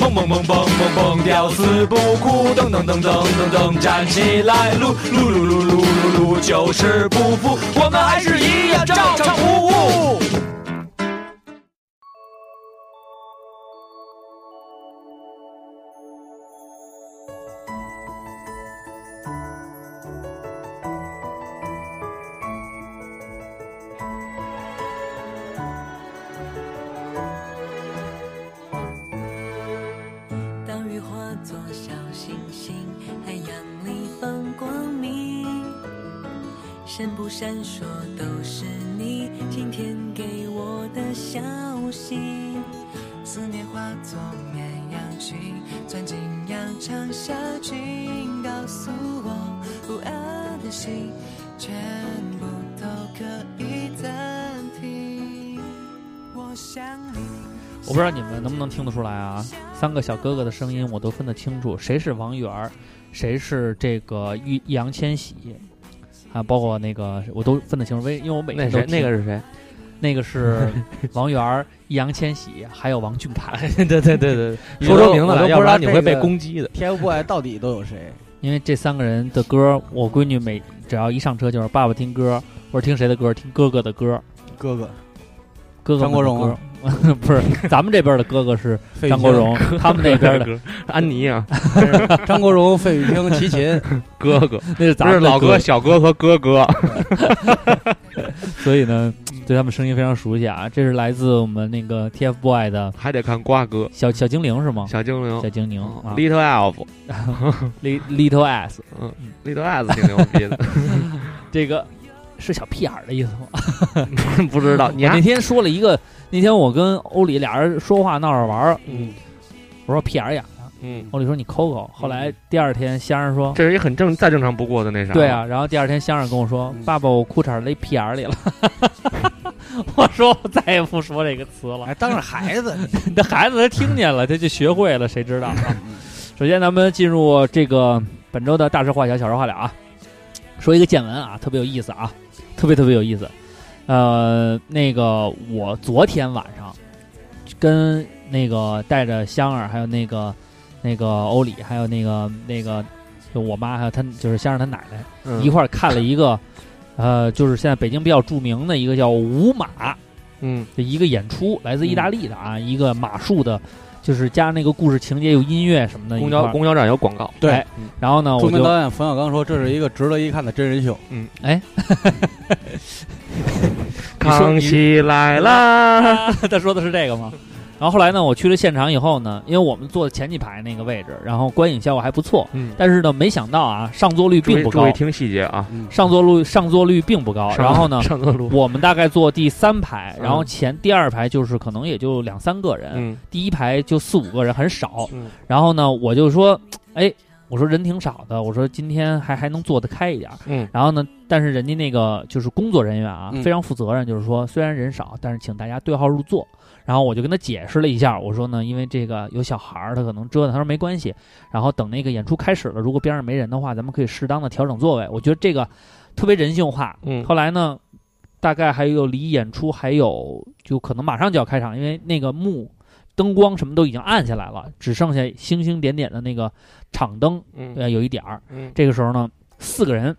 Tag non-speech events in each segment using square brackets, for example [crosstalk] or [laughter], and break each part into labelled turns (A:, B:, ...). A: 蹦蹦蹦蹦蹦蹦，吊死不哭，噔噔噔噔噔噔，站起来，撸撸撸撸撸撸撸，就是不服，我们还是一样照常服务。
B: 当雨化作小星星，海洋里放光明，闪不闪烁都是你今天给我的消息。思念化作绵羊群，钻进羊肠小径，告诉我不安的心，全部都可以暂停。我想你。
C: 我不知道你们能不能听得出来啊，三个小哥哥的声音我都分得清楚，谁是王源儿，谁是这个易易烊千玺，啊，包括那个我都分得清楚，为因为我每
D: 那
C: 天都
D: 谁
C: 听
D: 那个是谁？
C: 那个
D: [laughs]
C: 是王源儿、易烊千玺，还有王俊凯，
D: 对对对对，
C: 你
D: [laughs] 说
C: 都
D: 出名字
E: 我都
D: 来，
E: 不
D: 要不
E: 知道
D: 然你
E: 这
D: 会被
E: 个
D: 攻击的。
E: TFBOY 到底都有
D: [laughs]
E: 谁？
C: 因为这三个人的歌，我闺女每只要一上车就是爸爸听歌，我说听谁的歌，听哥哥的歌，
E: 哥哥，
C: 哥哥
E: 张国荣
D: 啊
C: 们的歌， [laughs] 不是咱们这边的哥哥是张国荣，他们那边的
D: 哥， [laughs] 安妮啊，
E: 张国荣、费玉清、齐秦，
D: [laughs] 哥哥，
C: 那是咱
D: 不是
C: 们的
D: 老哥、小哥和哥哥。
C: 所以呢，对他们声音非常熟悉啊。这是来自我们那个 TFBOY 的
D: 还得看瓜哥、
C: 小小精灵是吗？
D: 小精灵
C: 小、精灵
D: 嗯
C: 啊
D: Little Elf，
C: ，Li-，Little S，
D: 嗯，Little Elf 挺牛逼的， [laughs]
C: 这个是小屁眼儿的意思吗？
D: 不知道你
C: 我
D: 还
C: 那天说了一个，那天我跟欧里俩人说话闹着玩儿，
D: 嗯
C: 我说屁眼儿痒痒，
D: 嗯，
C: 欧里说你抠抠。后来第二天香儿说，
D: 这是一很正再正常不过的那啥。
C: 对，啊，然后第二天香儿跟我说，
E: 嗯
C: 爸爸，我裤衩儿勒屁眼儿里了。 [laughs] 我说我再也不说这个词了。
E: 哎，当着孩子，
C: 你的孩子他听见了，他就学会了，谁知道啊？首先，咱们进入这个本周的大事化小，小事化了啊。说一个见闻啊，特别有意思啊，特别特别有意思。呃，那个我昨天晚上跟那个带着香儿，还有那个那个欧里，还有那个那个就我妈，还有他就是香儿他奶奶、
D: [laughs] 嗯
C: 一块儿看了一个，呃，就是现在北京比较著名的一个叫舞马，
D: 嗯
C: 的一个演出，来自意大利的啊，一个马术的，就是加那个故事情节有音乐什么的一
D: 公
C: 块
D: 交
C: 儿。
D: 公交站有广告，
E: 对
C: 哎然后呢，
E: 著
C: 我
E: 名
C: 就
E: 导演冯小刚说这是一个值得一看的真人秀。
D: 康熙来啦，
C: [laughs] 他说的是这个吗？然后后来呢，我去了现场以后呢，因为我们坐前几排那个位置，然后观影效果还不错，
D: 嗯，
C: 但是呢，没想到啊，上座率
D: 注
C: 并
D: 意
C: 不
D: 注
C: 高
D: 意，听细节啊。
E: 嗯，
C: 上座率上座率并不高。
D: 上
C: 然后呢，
D: 上座路，
C: 我们大概坐第三排，
D: 嗯
C: 然后前第二排就是可能也就两三个人，
D: 嗯
C: 第一排就四五个人，很少。
D: 嗯
C: 然后呢，我就说，哎，我说人挺少的，我说今天还还能坐得开一点儿。
D: 嗯
C: 然后呢，但是人家那个就是工作人员啊，
E: 嗯
C: 非常负责任，就是说虽然人少，但是请大家对号入座。然后我就跟他解释了一下，我说呢，因为这个有小孩儿，他可能折腾，他说没关系。然后等那个演出开始了，如果边上没人的话，咱们可以适当的调整座位。我觉得这个特别人性化。
D: 嗯
C: 后来呢，大概还有离演出还有就可能马上就要开场，因为那个幕灯光什么都已经暗下来了，只剩下星星点点的那个场灯，
D: 嗯
C: 呃，有一点儿。
D: 嗯
C: 这个时候呢，四个人，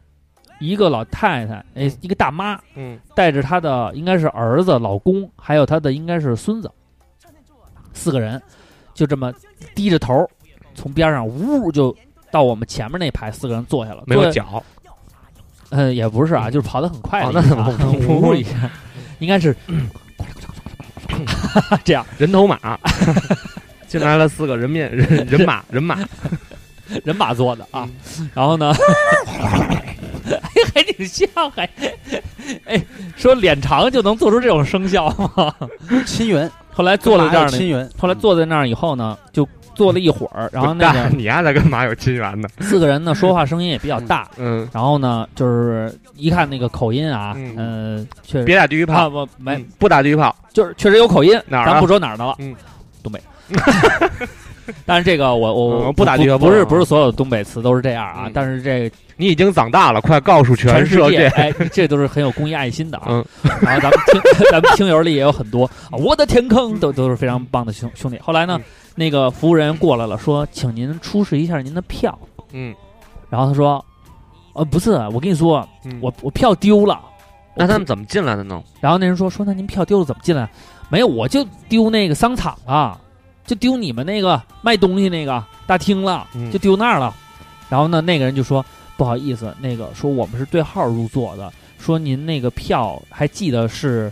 C: 一个老太太，哎
D: 嗯，
C: 一个大妈，
D: 嗯
C: 带着她的应该是儿子、老公，还有她的应该是孙子，四个人就这么低着头，从边上呜就到我们前面那排，四个人坐下了。
D: 没有
C: 坐下，
D: 脚，
C: 嗯，也不是啊，就是跑得很快的
D: 哦
C: 意
D: 那
C: 思
D: 怎
C: 啊、
D: 么
C: 呜
D: 呜
C: 一下，应该是这样，
D: 人头马， [laughs] 进来了四个人面人人马人马，
C: 人马座的啊。 [laughs] 然后呢，哎，还挺像，还哎，说脸长就能做出这种声效吗？ [laughs]
E: 亲缘
C: 后来坐在
E: 了
C: 这儿
E: 亲
C: 呢，
E: 缘，
C: 后来坐在那儿以后呢，就坐了一会儿，然后那
D: 滚
C: 个
D: 蛋你丫在干嘛有亲缘呢？
C: 四个人呢说话声音也比较大，
D: 嗯，
C: 然后呢就是一看那个口音啊，嗯、呃，确实
D: 别打地狱炮
C: 啊，不没
D: 嗯不打地狱炮，
C: 就是确实有口音，
D: 哪儿啊
C: 咱不说哪儿的了，
D: 嗯，
C: 东北。 [laughs] 但是这个我我、
D: 嗯不打地
C: 不
D: 方
C: 不
D: 炮
C: 是
D: 啊
C: 不是所有东北词都是这样啊，
D: 嗯
C: 但是这
D: 你已经长大了，快告诉
C: 全
D: 世界。
C: 哎， [laughs] 这都是很有公益爱心的啊。
D: 嗯
C: 然 [laughs] 后
D: 嗯
C: 咱们听咱们听友里也有很多啊，我的天坑都都是非常棒的兄兄弟。后来呢，那个服务人员过来了，说：“请您出示一下您的票。
D: 嗯，”
C: 然后他说：“呃，不是，我跟你说，
D: 嗯
C: 我我票丢了。”
D: 那他们怎么进来的呢？
C: 然后那人说说那您票丢了怎么进来？没有，我就丢那个商场了，就丢你们那个卖东西那个大厅了，
D: 嗯
C: 就丢那儿了。然后呢，那个人就说不好意思，那个说我们是对号入座的，说您那个票还记得是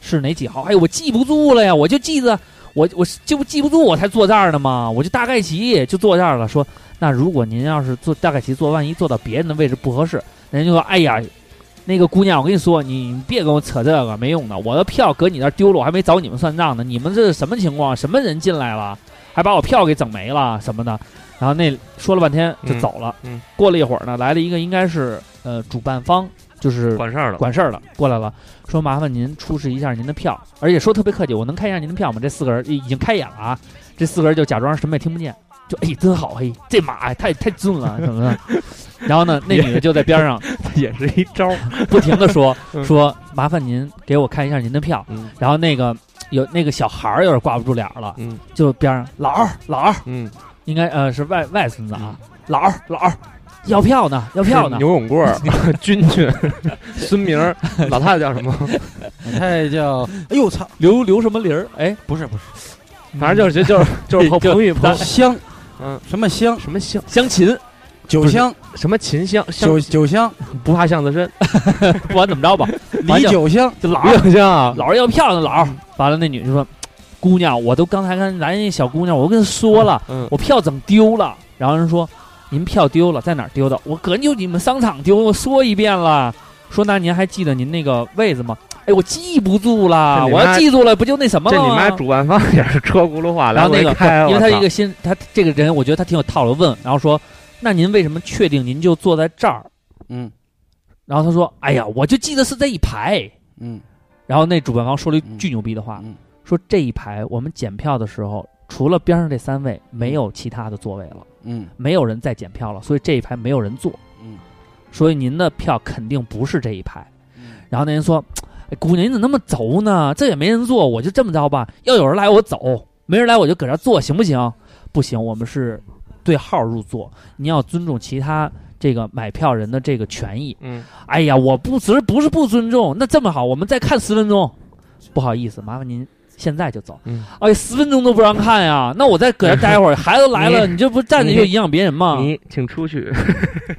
C: 是哪几号？哎呦，我记不住了呀，我就记得我我就记不住，我才坐这儿呢嘛，我就大概齐就坐这儿了。说那如果您要是坐大概齐坐，万一坐到别人的位置不合适，人家就说哎呀，那个姑娘，我跟你说，你别跟我扯这个没用的，我的票搁你那儿丢了，我还没找你们算账呢，你们这是什么情况？什么人进来了，还把我票给整没了什么的？然后那说了半天就走了。
D: 嗯嗯
C: 过了一会儿呢，来了一个应该是呃主办方，就是
D: 管事儿了，
C: 管事儿的过来了，说麻烦您出示一下您的票，而且说特别客气，我能看一下您的票吗？这四个人已经开眼了啊，这四个人就假装什么也听不见，就哎真好嘿，这马哎太太俊了什么的。然后呢，那女的就在边上
D: 也是一招儿。
C: 不停的说
D: 嗯
C: 说麻烦您给我看一下您的票。
D: 嗯
C: 然后那个有那个小孩儿有点挂不住脸儿了，
D: 嗯
C: 就边上老二老二
D: 嗯，
C: 应该呃是外外孙子啊，老二老二要票呢要票呢
D: 是，牛永贵儿、 [laughs] 军军、孙明儿，老太太叫什么？
A: 太叫哎呦操，
C: 刘刘什么林儿哎，
A: 不是不是
D: 反正就是就是
C: 嗯
D: 就是彭彭昱彭
A: 香，
D: 嗯
A: 什么香
D: 什么香
C: 湘琴
A: 酒
D: 不是
A: 香
D: 什么秦香香
A: 酒酒香
D: 不怕巷子深，
C: 不管怎么着吧，
A: 李酒香，
C: 就老二
D: 不香啊，
C: 老儿要票呢，老儿。完了，那女就说：“姑娘，我都刚才跟来那小姑娘，我都跟她说了，
D: 嗯
C: 我票整丢了。”然后人说：“您票丢了，在哪儿丢的？我搁就你们商场丢，我说一遍了。说那您还记得您那个位子吗？哎，我记不住了，
D: 这你
C: 我
D: 妈
C: 要记住了，不就那什么
D: 这
C: 了
D: 你
C: 吗
D: 妈主办方也是车轱辘话，
C: 然
D: 来
C: 后那
D: 回
C: 个
D: 开，
C: 因为
D: 我
C: 他
D: 操
C: 一个新，他这个人，我觉得他挺有套路，问，然后说：那您为什么确定您就坐在这儿？
A: 嗯
C: 然后他说：哎呀，我就记得是这一排。
A: 嗯
C: 然后那主办方说了一句巨牛逼的话，
A: 嗯
C: 说这一排我们检票的时候，除了边上这三位，没有其他的座位了，
A: 嗯
C: 没有人再检票了，所以这一排没有人坐，
A: 嗯
C: 所以您的票肯定不是这一排。
A: 嗯
C: 然后那人说：“哎、姑娘，你怎么那么轴呢？这也没人坐，我就这么着吧，要有人来我走，没人来我就搁这儿坐，行不行？不行，我们是对号入座，您要尊重其他这个买票人的这个权益。”
D: 嗯
C: 哎呀，我不只是不是不尊重，那这么好，我们再看十分钟。不好意思，麻烦您现在就走。
D: 嗯
C: 哎，十分钟都不让看呀，那我再搁这待会儿，孩子来了，
D: [laughs] 你
C: 你这不站着就影响别人吗？
D: 你请出去，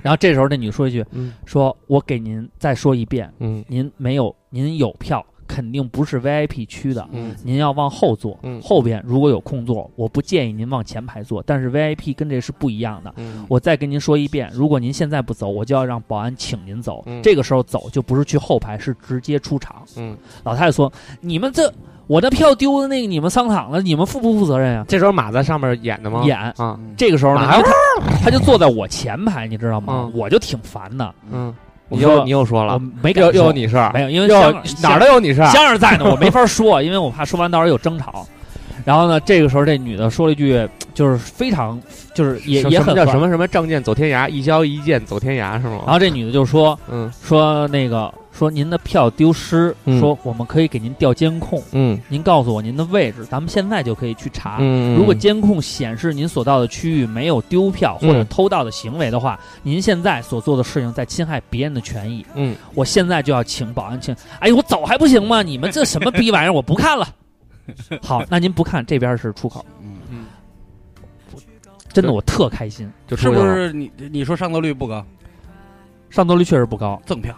C: 然后这时候那女说一句
D: 嗯：“
C: 说我给您再说一遍，
D: 嗯
C: 您没有，您有票，肯定不是 VIP 区的，
D: 嗯
C: 您要往后坐。
D: 嗯
C: 后边如果有空座，我不建议您往前排坐，但是 VIP 跟这是不一样的。
D: 嗯
C: 我再跟您说一遍，如果您现在不走，我就要让保安请您走。
D: 嗯
C: 这个时候走就不是去后排，是直接出场。
D: 嗯，
C: 老太太说：“你们这我的票丢的那个，你们商场的，你们负不负责任呀、
D: 这时候马在上面演的吗？
C: 演嗯
D: 啊，
C: 这个时候呢，
D: 马
C: 因为他他就坐在我前排，你知道吗？
D: 嗯
C: 我就挺烦的，
D: 嗯，
C: 我
D: 你
C: 说
D: 又你又说
C: 我
D: 了，
C: 没敢
D: 又又
C: 说
D: 有你事儿，
C: 没有，因为
D: 又
C: 香
D: 有哪儿都啊有你事儿
C: 香，香儿在呢，我没法说，因为我怕说完到时候有争吵。然后呢，这个时候这女的说了一句，就是非常就是也
D: 什
C: 也
D: 什么
C: 很
D: 叫
C: 烦啊
D: 什么什么仗剑走天涯，一交一剑走天涯是
C: 然
D: 吗？
C: 后这女的就说
D: 嗯
C: 说那个说您的票丢失，
D: 嗯
C: 说我们可以给您调监控，
D: 嗯
C: 您告诉我您的位置，咱们现在就可以去查。
D: 嗯，
C: 如果监控显示您所到的区域没有丢票或者
D: 嗯
C: 偷盗的行为的话，您现在所做的事情在侵害别人的权益。
D: 嗯，
C: 我现在就要请保安请，哎呦，我走还不行吗？你们这什么逼玩意儿，我不
D: [laughs]
C: 看了。好，那您不看，这边是出口，
A: 嗯，
C: 真的我特开心，
D: 就是出去
A: 不
D: 了
A: 是你你说上座率不高，
C: 上座率确实不高，
A: 赠票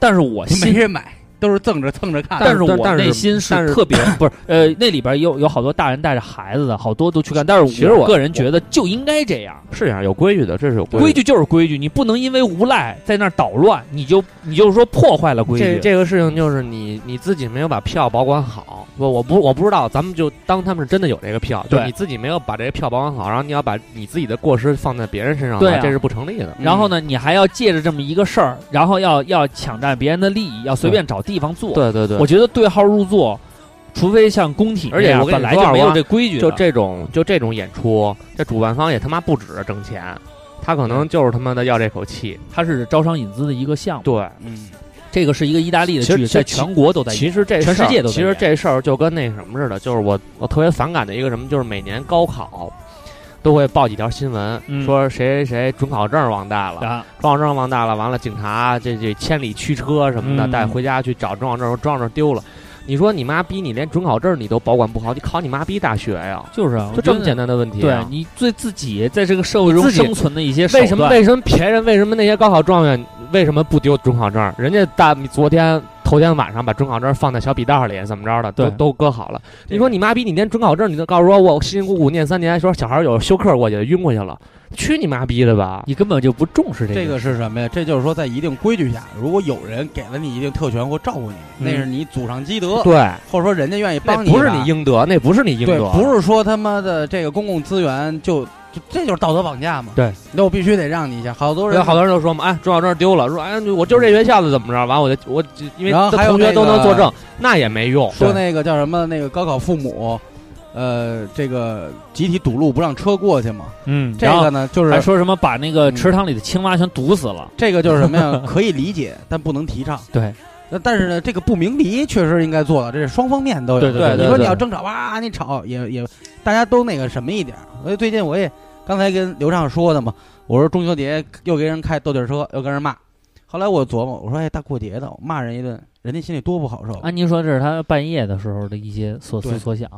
C: 但是我
A: 没
C: 心
A: 人买，都是赠着蹭着看。
C: 但是
D: 啊但
C: 我
D: 但是
C: 内心
D: 但是
C: 特别不是呃，那里边有有好多大人带着孩子的，好多都去干。但是
D: 其实我
C: 个人觉得就应该这样，
D: 是这啊样，有规矩的，这是有
C: 规
D: 规
C: 矩就是规矩，你不能因为无赖在那儿捣乱，你就你就说破坏了规
D: 这
C: 矩。
D: 这个事情就是你你自己没有把票保管好，我我不我不知道，咱们就当他们是真的有这个票，就
C: 对
D: 是你自己没有把这个票保管好，然后你要把你自己的过失放在别人身上，
C: 对啊
D: 这是不成立的。
C: 然后呢，你还要借着这么一个事儿，然后要要抢占别人的利益，要随便找地方坐。
D: 对对对
C: 我觉得对号入座，除非像工体那
D: 而且
C: 样，
D: 我跟
C: 本
D: 你
C: 来
D: 说
C: 就
D: 啊
C: 没
D: 我
C: 有这规矩的，
D: 就这种就这种演出，这主办方也他妈不指着挣
C: 嗯
D: 钱，他可能就是他妈的要这口气。
C: 它是招商引资的一个项目。
D: 对，
A: 嗯，
C: 这个是一个意大利的
D: 其实
C: 剧，
D: 其实
C: 在全国都在演。
D: 其实这
C: 全
D: 事儿
C: 世界都在
D: 其实
C: 演
D: 这事儿就跟那什么似的，就是我我特别反感的一个什么，就是每年高考都会报几条新闻，
C: 嗯
D: 说谁谁谁准考证忘带了，
C: 啊，
D: 准考证忘带了，完了警察啊这这千里驱车什么的
C: 嗯
D: 带回家去找准考证，说准考证丢了。你说你妈逼，你连准考证你都保管不好，你考你妈逼大学呀？
C: 就是啊，
D: 就这么
C: 我觉得
D: 简单的问题
C: 对
D: 啊、
C: 你对自己在这个社会中
D: 自己
C: 生存的一些手
D: 为什么
C: 段
D: 为什么别人为什么那些高考状元为什么不丢准考证？人家大昨天头天晚上把准考证放在小笔袋里，怎么着的都
C: 对
D: 都搁好了。
C: 对
D: 你说你妈逼，你连准考证你都告诉我，我辛辛苦苦念三年，说小孩有休克过去晕过去了，去你妈逼的吧！
C: 你根本就不重视这
F: 这
C: 个
F: 个是什么呀？这就是说，在一定规矩下，如果有人给了你一定特权或照顾你，那是你祖上积德，
D: 嗯对，
F: 或者说人家愿意
D: 那
F: 帮你一把，
D: 不是你应得，那不是你应
F: 对
D: 得，，啊
F: 不是说他妈的这个公共资源就就这就是道德绑架嘛？
D: 对，
F: 那我必须得让你一下。好多人
D: 有好多人都说嘛，哎，准考证丢了，说哎，我就是这学校的，怎么着？完我就我就因为
F: 然后还有
D: 同学都
F: 那个
D: 能作证，那也没用。
F: 说那个叫什么那个高考父母，呃，这个集体堵路不让车过去嘛？
C: 嗯，
F: 这
C: 然后
F: 个呢，就
C: 还
F: 是
C: 说什么把那个
F: 嗯
C: 池塘里的青蛙全毒死了，
F: 这个就是什么呀？可以理解，但不能提倡。
C: [laughs] 对
F: 那但是呢，这个不鸣笛确实应该做到，这是双方面都有。
C: 对对对对
F: 你说你
C: 对
F: 要争吵哇，你吵也也，大家都那个什么一点儿。所以最近我也刚才跟刘畅说的嘛，我说中秋节又给人开斗地车，又跟人骂。后来我琢磨，我说哎，大过节的我骂人一顿，人家心里多不好受。
C: 安妮说这是她半夜的时候的一些所
F: 嗯对
C: 思所想，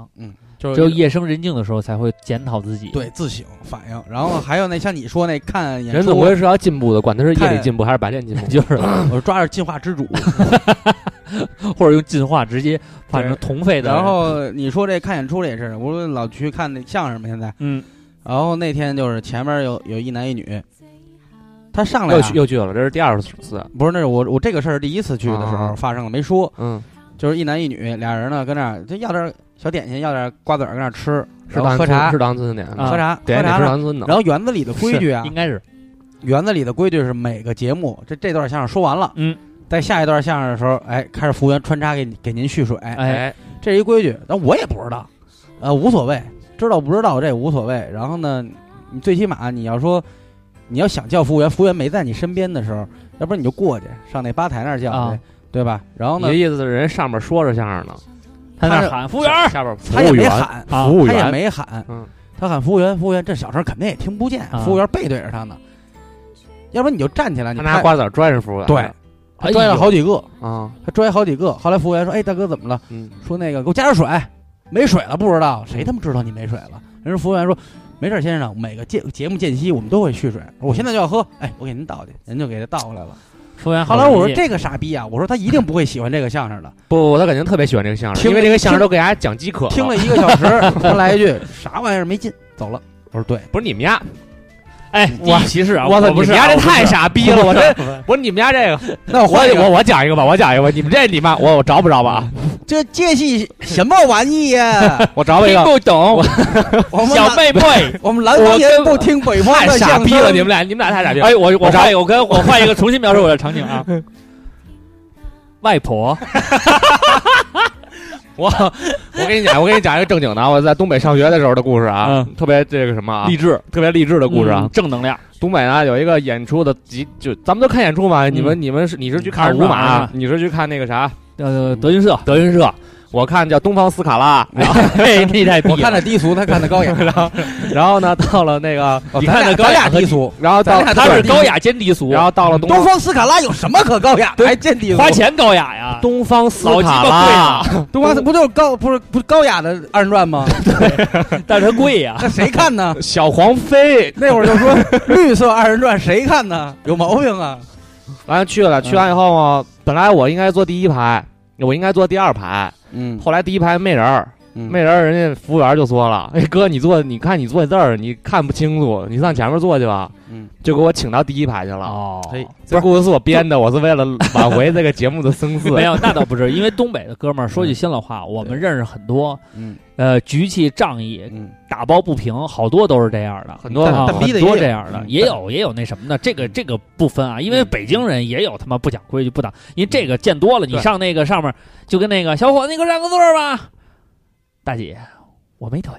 D: 就
C: 只有夜深人静的时候才会检讨自己。，。
F: 对，自省反应。然后还有那像你说那看演
D: 人总
F: 出，
D: 归是要进步的，管他是夜里
F: 看
D: 进步还是白天进步
C: 就是
F: 我抓着进化之主。
C: 或者用进化直接换成同废的。
F: 然后你说这看演出的也是，我老去看那相声嘛，现在。
C: 嗯，
F: 然后那天就是前面有有一男一女，他上来、
D: 又
F: 啊、
D: 去又去了，这是第二次。
F: 不是那是我我这个事儿第一次去的时
D: 啊
F: 候发生了，没说，
D: 嗯，
F: 就是一男一女俩人呢跟那儿就要点小点心，要点瓜子儿跟那儿吃，
D: 是
F: 然后
D: 当
F: 喝茶
D: 是当村的，
C: 啊
F: 喝茶
D: 点
F: 喝
D: 点
F: 茶
D: 是
F: 呢。
D: 当村的。
F: 然后园子里的规矩啊
C: 是，应该是
F: 园子里的规矩是每个节目这这段相声说完了，
C: 嗯，
F: 在下一段相声的时候，哎，开始服务员穿插给你给您续水，
C: 哎，
F: 这是一规矩，但我也不知道，呃，无所谓，知道不知道这无所谓。然后呢，你最起码你要说，你要想叫服务员，服务员没在你身边的时候，要不然你就过去上那吧台那儿叫去，
C: 啊
F: 对吧？然后
D: 你
F: 呢
D: 的，意思是人上面说着相声呢，
C: 他那儿喊服务员儿，
D: 下边服
F: 他也
D: 务
F: 没
D: 员，
F: 喊，
C: 啊
D: 服务
F: 他也
D: 员，
F: 没喊，
D: 嗯
F: 他喊服务员，服务员，这小声肯定也听不见，
C: 啊
F: 服务员背对着他呢，要不然你就站起来，你
D: 他拿
F: 拍
D: 瓜子儿拽着服务员，
F: 对，他
C: 哎
F: 拽了
C: 呦
F: 好几个，
D: 啊，
F: 他拽好几个。后来服务员说：“哎，大哥怎么了？”
D: 嗯，
F: 说那个给我加点水，没水了不知道，谁他妈知道你没水了？人家服务员说没事儿，先生，每个节节目间隙我们都会续水，我现在就要喝，哎，我给您倒去，人就给他倒过来了。
C: 服务员好
F: 后
C: 容易。
F: 来我说这个傻逼啊，我说他一定不会喜欢这个
D: [laughs]
F: 相声的，
D: 不，不，他肯定特别喜欢这个相声，
F: 听
D: 因为这个相声都给大家讲饥渴。
F: 听了一个小时，他来一句啥玩意儿没劲，走了。我
D: [laughs]
F: 说对，
D: 不是你们家，
C: 哎，
D: 我
C: 第一歧视啊！
D: 我操，
C: 我 [laughs]
D: 你
C: 不
D: 们
C: 是
D: 家
C: 啊
D: 这
C: 我不是
D: 太傻逼了，我这
C: 这
D: 不是你们家这个，
F: 那我
D: 我
F: 换一个
D: 哎我我讲一个吧，我讲一个吧，你们这你妈我我着不着吧啊？
F: 这这戏什么玩意呀、
D: 我着一
C: 听
D: 个，
C: 不懂，
F: 我们
C: 小
F: 南
C: 妹妹
F: 我们南方人不听北方
D: 太
F: 的
D: 傻
F: 相
D: 逼了，你们。
F: 声
D: 俩你们俩太傻逼了。
C: 哎，我我
D: 我着
C: 换一个，我跟我换一个，重新描述我的场景啊。外婆，
D: 我我跟你讲，我给你讲一个正经的啊，我在东北上学的时候的故事啊，
C: 嗯
D: 特别这个什么啊，
C: 励志嗯
D: 特别励志的
C: 的
D: 故事啊。
C: 正能量。
D: 东北啊呢有一个演出的集，就咱们都看演出嘛，
C: 嗯
D: 你们你们是你是去看
C: 看
D: 舞
C: 舞马
D: 马
C: 啊，
D: 你是去看那个啥
C: 呃，德云社，
D: 德云社，我看叫东方斯卡拉，然后
C: [laughs] 嘿，你太
F: 我看的低俗，他看的
D: [laughs]
F: 高雅。
D: 然后呢到了那个，
F: 哦
D: 你看
F: 咱俩
D: 那
F: 咱
D: 高
F: 俩
D: 雅和
F: 低俗，
D: 然后到
F: 咱俩
C: 他是
F: 都是
C: 高雅兼低俗，
D: 然后到了东
F: 东方斯卡拉有什么可高雅？还见低俗？
C: 花钱高雅呀，
D: 东方斯
C: 老鸡
D: 卡
C: 巴贵
D: 拉，
C: 啊，
F: 东方不就是高不是不是高雅的二人转 [laughs] 吗？
C: 但是它贵呀。
F: 那谁看呢？
D: 小黄飞，
F: 那会儿就说 [laughs] 绿色二人转谁看呢？有毛病啊！
D: 完了去了，去完以后嘛，本来我应该坐第一排，我应该坐第二排，
F: 嗯，
D: 后来第一排没人儿。没
F: 没
D: 人，儿，人家服务员就说了：“ [laughs] 哎哥，你坐，你看你坐字儿，你看不清楚，你上前面坐去吧。
F: 嗯”
D: 就给我请到第一排去
C: [laughs]
D: 了。
C: 哦
F: 嘿
D: 这故事是我编的，我是为了挽回这个节目的声势。
C: 没有，那倒不是，因为东北的哥们儿说句心里话，我们认识很多，
F: 嗯
C: 呃，举起仗义、
F: 嗯，
C: 打抱不平，好多都是这样的，
D: 很多
C: 啊
F: 但逼
C: 很
F: 的也
C: 多
F: 有
C: 这样的，
F: 嗯
C: 也有也有那什么的，这个这个不分啊，因为北京人也有他妈不讲规矩、不讲，因为这个见多了，你
D: 对
C: 上那个上面就跟那个小伙子，你给我让个座儿吧，大姐，我没腿。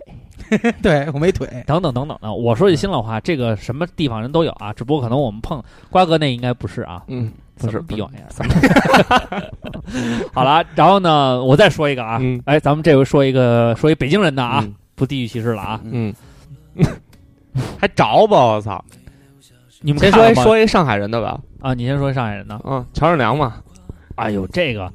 F: [laughs] 对我没腿，
C: 等等等等的。我说句心里话，这个什么地方人都有啊，只不过可能我们碰瓜哥那应该不是啊。
D: 嗯，
G: 不
C: 什
G: 是
C: 么逼玩意儿。 [laughs] 好了，然后呢，我再说一个啊，
G: 嗯
C: 哎，咱们这回说一个，说一北京人的啊，
G: 嗯
C: 不地域歧视了啊。
G: 嗯，还着吧，我
D: [laughs]
G: 操！
C: 你们
G: 先
C: 看
G: 说
C: 了
G: 一
C: 吗
G: 说一上海人的吧，
C: 啊，你先说上海人的。
G: 嗯，乔任梁嘛，
C: 哎呦，这个，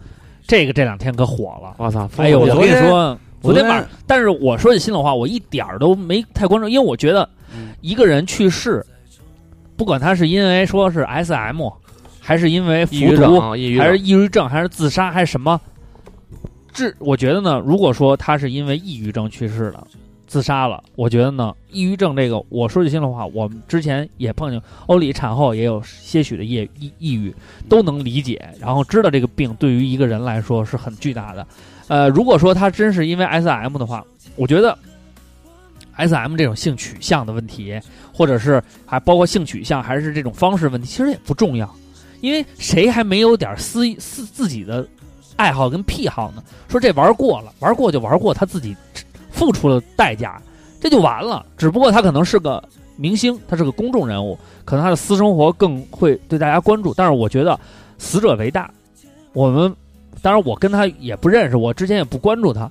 C: 这个这两天可火了。
G: 我操！
C: 哎呦，
F: 我
C: 我
F: 昨
C: 跟你
F: 天
C: 说，昨天
F: 昨天
C: 晚上，但是我说句心里话，我一点儿都没太关注，因为我觉得
F: 嗯
C: 一个人去世，不管他是因为说是 S M，还是因为服
G: 抑郁症
C: 毒，
G: 啊，抑郁
C: 还是
G: 症，
C: 抑郁症，还是自杀，还是什么？这我觉得呢，如果说他是因为抑郁症去世了，自杀了，我觉得呢，抑郁症这个，我说句心里话，我们之前也碰见欧里产后也有些许的抑抑抑郁，都能理解，然后知道这个病对于一个人来说是很巨大的。呃，如果说他真是因为 S M 的话，我觉得 S M 这种性取向的问题，或者是还包括性取向还是这种方式问题，其实也不重要。因为谁还没有点私私自己的爱好跟癖好呢？说这玩过了，玩过就玩过，他自己付出了代价，这就完了。只不过他可能是个明星，他是个公众人物，可能他的私生活更会对大家关注。但是我觉得死者为大，我们当然我跟他也不认识，我之前也不关注他，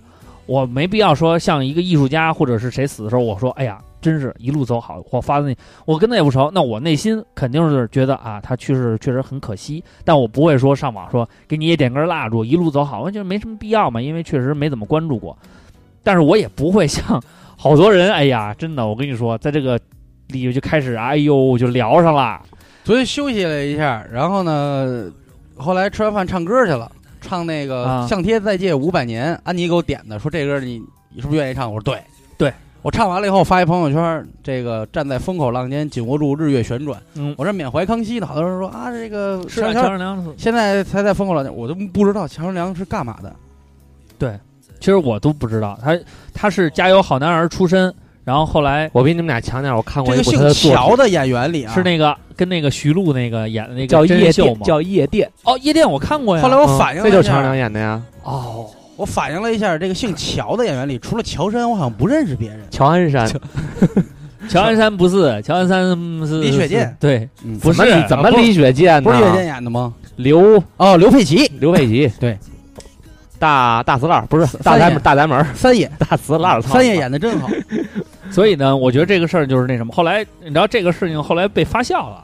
C: 我没必要说像一个艺术家或者是谁死的时候，我说哎呀。真是一路走好，我发的那我跟他也不熟，那我内心肯定是觉得啊，他去世确实很可惜，但我不会说上网说给你也点根蜡烛，一路走好，我觉得没什么必要嘛，因为确实没怎么关注过。但是我也不会像 [laughs] 好多人，哎呀，真的，我跟你说，在这个里就开始，哎呦，就聊上了。
F: 昨天休息了一下，然后呢，后来吃完饭唱歌去了，唱那个
C: 啊
F: 《向天再借五百年》，安妮给我点的，说这歌你你是不是愿意唱？我说对，
C: 对
F: 我唱完了以后发一朋友圈，这个站在风口浪尖，紧握住日月旋转。
C: 嗯，
F: 我这缅怀康熙呢，好多人说啊，这个
C: 是
F: 乔
C: 啊，
F: 任梁
C: 乔任梁，
F: 现在才在风口浪尖，我都不知道乔任梁是干嘛的。
C: 其实我都不知道，他他是《家有好男儿》出身，然后后来
G: 我比你们俩强点儿，我看
F: 这
G: 过一
F: 个
G: 部他的
F: 姓
G: 作
F: 乔
G: 品，
F: 的演员里啊，
C: 是那个跟那个徐璐那个演的那个
B: 叫
C: 真
B: 夜
C: 人秀
B: 店，
C: 嘛？
B: 叫夜店，
C: 哦，夜店我看过呀。
F: 后来我
G: 嗯
F: 反应
G: 这
F: 了一下，
G: 就是乔任梁演的呀，
C: 哦，
F: 我反应了一下，这个姓乔的演员里，除了乔杉，我好像不认识别人。
G: 乔鞍山，
C: 乔安山不是，乔安山是
F: 李雪健
C: 是对，
F: 嗯
C: 不是
G: 怎么怎么
C: 不
G: 李雪健
F: 不
G: 呢
F: 是？岳健演的吗？
G: 刘
F: 哦，刘佩琦，
G: 刘佩琦
F: 对，
G: 大大瓷烂不是大
F: 三
G: 宅
F: 爷
G: 门大宅门儿
F: 三爷，
G: 大瓷烂儿，操
F: 三爷演的真好。
C: [laughs] 所以呢，我觉得这个事儿就是那什么。后来你知道这个事情后来被发酵了，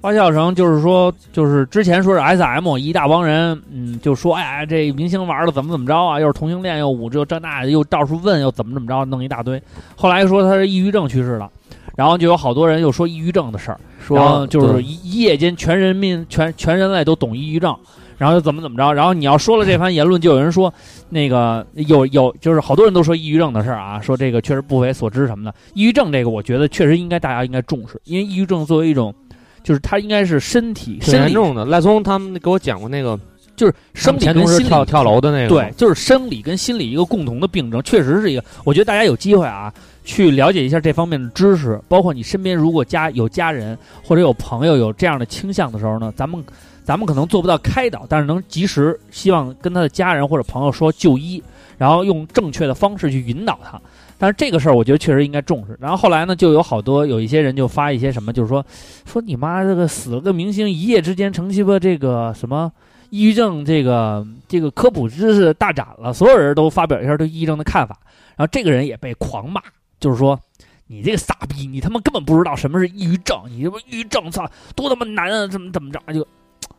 C: 发酵成就是说，就是之前说是 S M 一大帮人，嗯，就说哎呀，这明星玩的怎么怎么着啊，又是同性恋，又舞这这那，又到处问，又怎么怎么着，弄一大堆。后来说他是抑郁症去世了，然后就有好多人又说抑郁症的事儿。然后
G: 说
C: 就是一夜间全人民全全人类都懂抑郁症，然后就怎么怎么着，然后你要说了这番言论，就有人说那个有有就是好多人都说抑郁症的事儿啊，说这个确实不为所知什么的。抑郁症这个，我觉得确实应该大家应该重视，因为抑郁症作为一种。就是它应该是身体、
G: 挺
C: 生
G: 严
C: 理，
G: 重的。赖松他们给我讲过那个
C: 就是生理
G: 前
C: 跟
G: 同事
C: 心理
G: 跳跳楼的那个，
C: 对，，就是生理跟心理一个共同的病症，确实是一个。我觉得大家有机会啊，去了解一下这方面的知识，包括你身边如果家有家人或者有朋友有这样的倾向的时候呢，咱们咱们可能做不到开导，但是能及时希望跟他的家人或者朋友说就医，然后用正确的方式去引导他。但是这个事儿，我觉得确实应该重视。然后后来呢，就有好多有一些人就发一些什么，就是说，说你妈这个死了个明星，一夜之间成鸡巴这个什么抑郁症这个这个科普知识大展了，所有人都发表一下对抑郁症的看法。然后这个人也被狂骂，就是说你这个傻逼，你他妈根本不知道什么是抑郁症，你他妈抑郁症操多他妈难啊，怎么怎么着就，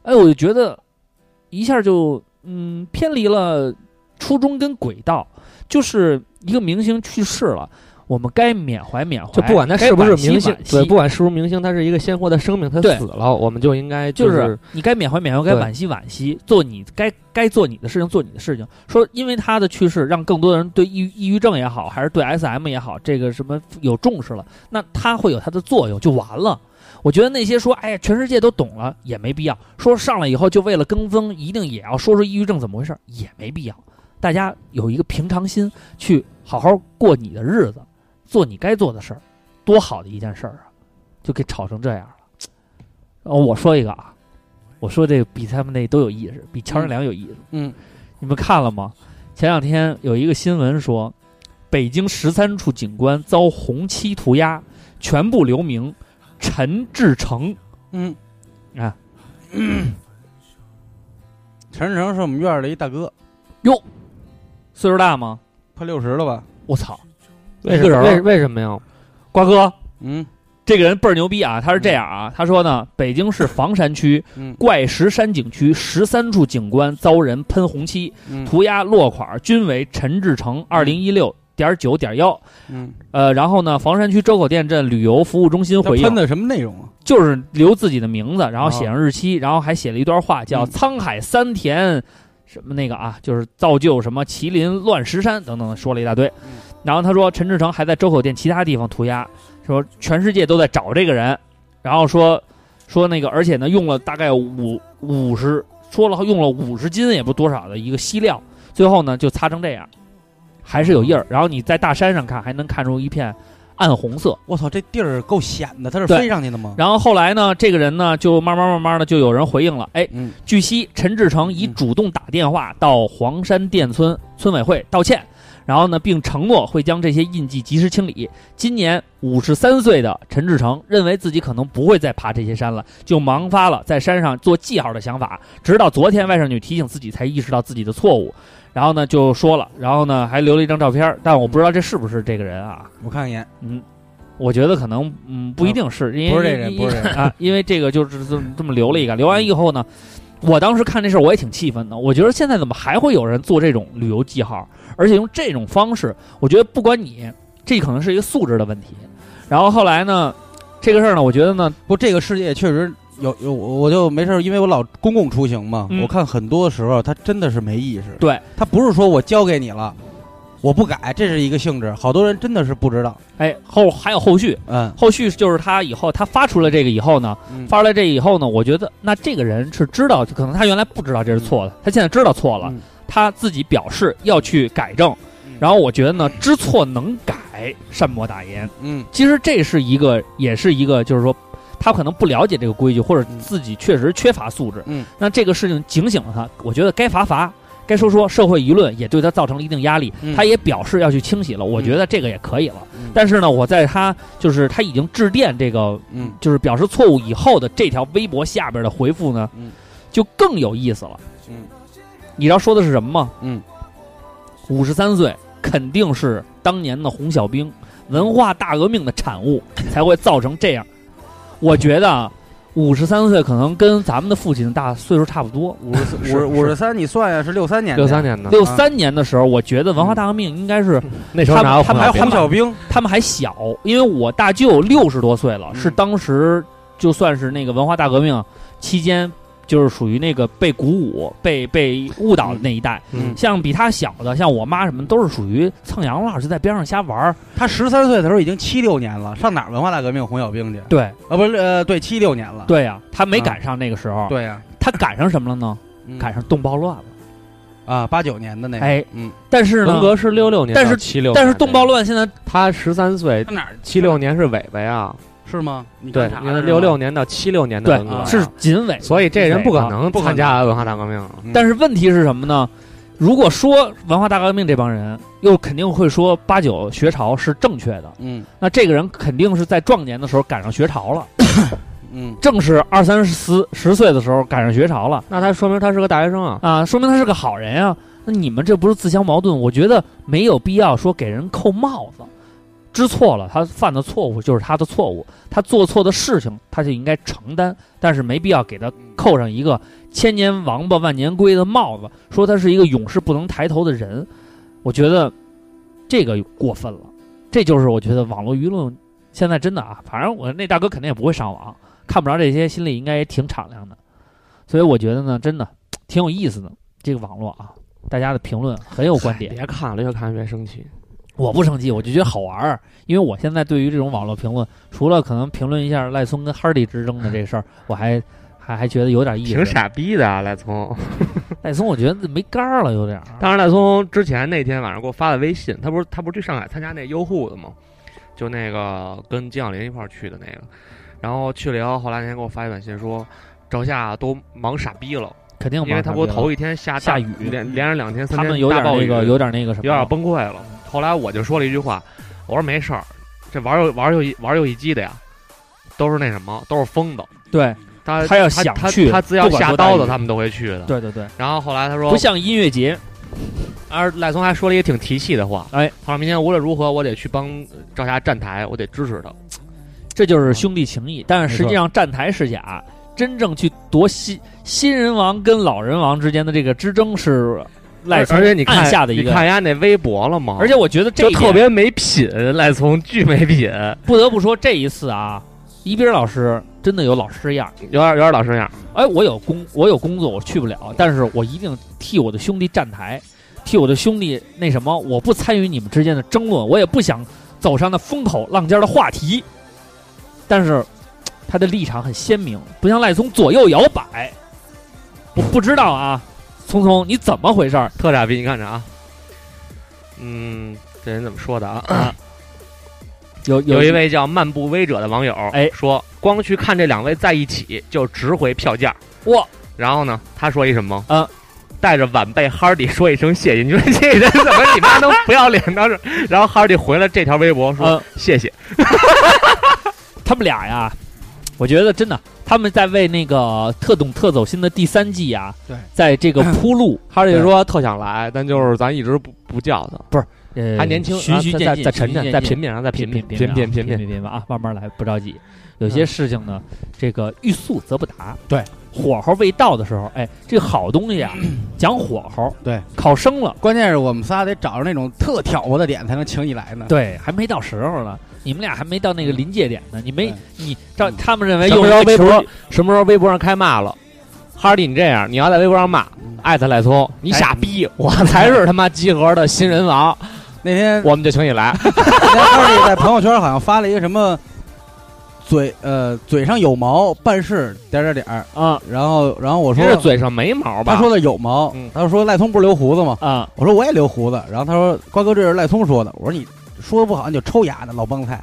C: 哎，我就觉得一下就嗯偏离了初衷跟轨道，就是一个明星去世了。我们该缅怀缅怀，
G: 就不管他
C: 该
G: 是不是
C: 惋惜
G: 明星
C: 惋，惜
G: 对，不管是不是明星，他是一个鲜活的生命，他
C: 对
G: 死了，我们就应该
C: 就是是你该缅怀缅怀，该
G: 对
C: 惋惜惋惜，做你该该做你的事情，做你的事情。说因为他的去世，让更多人对抑郁抑郁症也好，还是对 S M 也好，这个什么有重视了，那他会有他的作用，就完了。我觉得那些说哎呀全世界都懂了也没必要，说上来以后就为了跟风，一定也要说说抑郁症怎么回事也没必要。大家有一个平常心，去好好过你的日子，做你该做的事儿，多好的一件事儿啊！就给吵成这样了。然后我说一个啊，我说这个比他们那都有意识，比乔任梁有意识。
F: 嗯，
C: 你们看了吗？前两天有一个新闻说，北京十三处警官遭红漆涂鸦，全部留名陈志成。
F: 嗯， [clears throat] 陈志成是我们院儿的一大哥，
C: 岁数大吗？
F: 快六十了吧？
C: 我操，
G: 为
C: 一
G: 什
C: 个人
G: 么？
C: 儿
G: 为为什么呀？
C: 瓜哥，
F: 嗯
C: 这个人倍儿牛逼啊！他是这样啊，他说呢，北京市房山区
F: 嗯
C: 怪石山景区十三处景观遭人喷红漆，
F: 嗯
C: 涂鸦落款均为陈志成二零一六点九点幺。
F: 嗯，
C: 呃，然后呢，房山区周口店镇旅游服务中心
F: 他
C: 回
F: 喷
C: 应，
F: 的什么内容啊？
C: 就是留自己的名字，然后写上日期，然后还写了一段话，叫“
F: 嗯
C: 沧海桑田”，什么那个啊，就是造就什么麒麟乱石山等等，说了一大堆。然后他说，陈志成还在周口店其他地方涂鸦，说全世界都在找这个人，然后说说那个，而且呢，用了大概五五十，说了用了五十斤也不多少的一个稀料，最后呢就擦成这样，还是有印儿。然后你在大山上看，还能看出一片暗红色。
F: 我操，这地儿够险的，他是
C: 对
F: 飞上去的吗？
C: 然后后来呢，这个人呢就慢慢慢慢的就有人回应了，哎，
F: 嗯
C: 据悉陈志成已主动打电话到黄山店村村委会道歉，然后呢，并承诺会将这些印记及时清理。今年五十三岁的陈志成认为自己可能不会再爬这些山了，就萌发了在山上做记号的想法，直到昨天外甥女提醒自己，才意识到自己的错误。然后呢，就说了，然后呢，还留了一张照片，但我不知道这是不是这个人啊。
F: 我看一眼，
C: 嗯，我觉得可能嗯不一定是，因为
F: 啊不是这人
C: 因 [laughs]
F: 不是这人嗯
C: 啊，因为这个就是这么这么留了一个，留完以后呢，我当时看这事儿我也挺气愤的，我觉得现在怎么还会有人做这种旅游记号，而且用这种方式，我觉得不管你，这可能是一个素质的问题。然后后来呢，这个事儿呢，我觉得呢，
F: 不，这个世界确实有有，我我就没事儿，因为我老公共出行嘛，
C: 嗯
F: 我看很多时候他真的是没意识，
C: 对
F: 他不是说我交给你了，我不改，这是一个性质，好多人真的是不知道，
C: 哎后还有后续，
F: 嗯，
C: 后续就是他以后他发出了这个以后呢，
F: 嗯
C: 发出来这以后呢，我觉得那这个人是知道，可能他原来不知道这是错的，他现在知道错了，
F: 嗯
C: 他自己表示要去改正。
F: 嗯
C: 然后我觉得呢，知错能改，善莫大焉。
F: 嗯
C: 其实这是一个，也是一个，就是说他可能不了解这个规矩，或者
F: 嗯
C: 自己确实缺乏素质。
F: 嗯，
C: 那这个事情警醒了他，我觉得该罚罚。该说说，社会舆论也对他造成了一定压力，
F: 嗯
C: 他也表示要去清洗了。我觉得这个也可以了，
F: 嗯
C: 但是呢，我在他就是他已经致电这个
F: 嗯
C: 就是表示错误以后的这条微博下边的回复呢，
F: 嗯
C: 就更有意思了。
F: 嗯
C: 你知道说的是什么吗？
F: 嗯，
C: 五十三岁肯定是当年的红小兵文化大革命的产
F: [laughs]
C: 物，才会造成这样。我觉得啊，五十三岁可能跟咱们的父亲大岁数差不多。
F: 五十
G: 是
F: 五五十三，你算呀，是六三年的
G: 六
F: 呀，
G: 三年的，
C: 六三年的时候，我觉得文化大革命应该是
G: 那时候
C: 他
G: 哪有
C: 他
G: 红
C: 们
G: 小
C: 还
F: 还
G: 兵
F: 红小兵，
C: 他们还小，因为我大舅六十多岁了，
F: 嗯
C: 是当时就算是那个文化大革命期间，就是属于那个被鼓舞、被被误导的那一代。
G: 嗯
C: 像比他小的，像我妈什么，都是属于蹭洋了，就在边上瞎玩儿。
F: 他十三岁的时候已经七六年了，上哪儿文化大革命红小兵去？
C: 对
F: 啊，不是，呃，对，七六年了，
C: 对呀、他
G: 嗯
C: 没赶上那个时候，
F: 对呀，
C: 他赶上什么了呢？
F: 嗯
C: 赶上动暴乱了。
F: 啊，八九年的那个，
C: 哎，
F: 嗯，
C: 但是
G: 文
C: 呢，
G: 革是六六年，
C: 但是
G: 七六，
C: 但是动暴，乱现在
G: 他十三岁，
F: 上哪儿
G: 七六年是伟伟啊，
F: 是吗？你
G: 对，
F: 看
G: 你
F: 啥的
G: 看六六，年到七六年的
C: 对
G: 文革
F: 啊
G: 呀
C: 是紧尾，
G: 所以这人不可
C: 紧尾啊。
G: 能
F: 不可
G: 参加文化大革命。
C: 但是问题是什么呢？如果说文化大革命这帮人，又肯定会说八九学潮是正确的，
F: 嗯
C: 那这个人肯定是在壮年的时候赶上学潮了，
F: 嗯，
C: 正是二三十十岁的时候赶上学潮了
G: 那他说明他是个大学生啊，
C: 啊，说明他是个好人啊。那你们这不是自相矛盾？我觉得没有必要说给人扣帽子，知错了，他犯的错误就是他的错误，他做错的事情他就应该承担，但是没必要给他扣上一个千年王八万年龟的帽子，说他是一个永世不能抬头的人。我觉得这个过分了，这就是我觉得网络舆论现在真的啊，反正我那大哥肯定也不会上网，啊看不着这些，心里应该也挺敞亮的。所以我觉得呢，真的挺有意思的，这个网络啊，大家的评论很有观点。
G: 别看了，越看越生气。
C: 我不生气，我就觉得好玩儿，因为我现在对于这种网络评论，除了可能评论一下赖松跟哈迪之争的这事儿，我还还还觉得有点意思。
G: 挺傻逼的啊，赖聪。
C: 赖松我觉得没杆儿了，有点儿。
G: 当然，赖聪之前那天晚上给我发的微信，他不是他不是去上海参加那优酷的吗？就那个跟金小林一块儿去的那个，然后去了以后，后来那天给我发一短信说，赵夏都忙傻逼了，
C: 肯定
G: 因为他
C: 他
G: 给我头一天下大
C: 下雨
G: 连连着两天三
C: 他
G: 天
C: 们有点
G: 大暴
C: 那个，
G: 雨
C: 有点那个什么，
G: 有点崩溃了。
C: 嗯
G: 后来我就说了一句话，我说没事儿，这玩儿游玩儿游戏玩儿游戏机的呀，都是那什么，都是疯子。
C: 对，
D: 他
C: 他要想
D: 他
C: 去
D: 他只要
C: 不管
D: 下
C: 多大
D: 刀
C: 雨
D: 子，他们都会去的。
C: 对对对，
D: 然后后来他说
G: 哦
C: 不，像音乐节，
D: 而赖松还说了一个挺提气的话，
C: 哎，
D: 他说明天无论如何我得去帮赵霞站台，我得支持他。
C: 这就是兄弟情谊。但是实际上站台是假，真正去夺新新人王跟老人王之间的这个之争是
G: 哦
C: 赖
D: 而
C: 聪
D: 而且你看
C: 按下的一
D: 你
C: 个。
D: 看人家那微博了吗？
C: 而且我觉得这
D: 就
C: 一
D: 特
C: 点
D: 别没品，赖松巨没品，
C: 不得不说这一次啊，一斌老师真的有老师样儿。
D: 有点有点老师样。
C: 哎，我有工，我有工作，我去不了，但是我一定替我的兄弟站台，替我的兄弟那什么，我不参与你们之间的争论，我也不想走上那风口浪尖的话题。但是嘖他的立场很鲜明，不像赖聪左右摇摆。我不知道啊，聪聪你怎么回事儿？
D: 特傻逼，你看着啊，嗯，这人怎么说的啊？
C: 有
D: 有
C: 一
D: 一位叫漫步微者的网友，
C: 哎
D: 说光去看这两位在一起就值回票价。
C: 哇，
D: 然后呢，他说一什么？
C: 嗯。
D: 带着晚辈哈迪说一声谢谢，你说这人怎么你妈能不要脸到这？ [laughs] 然后哈迪回了这条微博说、
C: 呃，
D: 谢谢，
C: 他们俩呀，我觉得真的他们在为那个《特懂特走心》的第三季啊，
F: 对
C: 在这个铺路。
D: 哈
C: 迪
D: 说特想来，但就是咱一直不不叫他，
C: 呃，
D: 还年轻，啊
C: 循序渐进，
D: 再沉
C: 循序渐
D: 沉，
C: 进
D: 再品品，然后再
C: 品
D: 品
C: 品
D: 品
C: 品
D: 品品品品。
C: 品品吧啊，慢慢来，不着急。有些事情呢，这个欲速则不达。
F: 对，
C: 火候未到的时候，哎，这好东西啊，讲火候。
F: 对，
C: 烤生了，
F: 关键是我们仨得找着那种特挑拨的点才能请你来呢。
C: 对，还没到时候呢。你们俩还没到那个临界点呢，你没
F: 对
C: 你照
F: 嗯
C: 他们认为
D: 什
C: 用
D: 么时候
C: 这
D: 微
C: 球
D: 博什么时候微博上开骂了？哈迪，你这样，你要在微博上骂艾特赖聪，你傻逼，我才是他妈集合的新人王，
F: 那天
D: 我们就请你来。
F: 那
D: [laughs]
F: 天二弟在朋友圈好像发了一个什么，嘴呃嘴上有毛，办事点点点儿，
C: 啊
F: 然后然后我
D: 这
F: 说
D: 是嘴上没毛吧？
F: 他说的有毛
D: 嗯，
F: 他说赖聪不是留胡子吗？
C: 啊，
F: 我说我也留胡子，然后他说瓜哥这是赖聪说的，我说你说的不好你就抽牙呢，老帮菜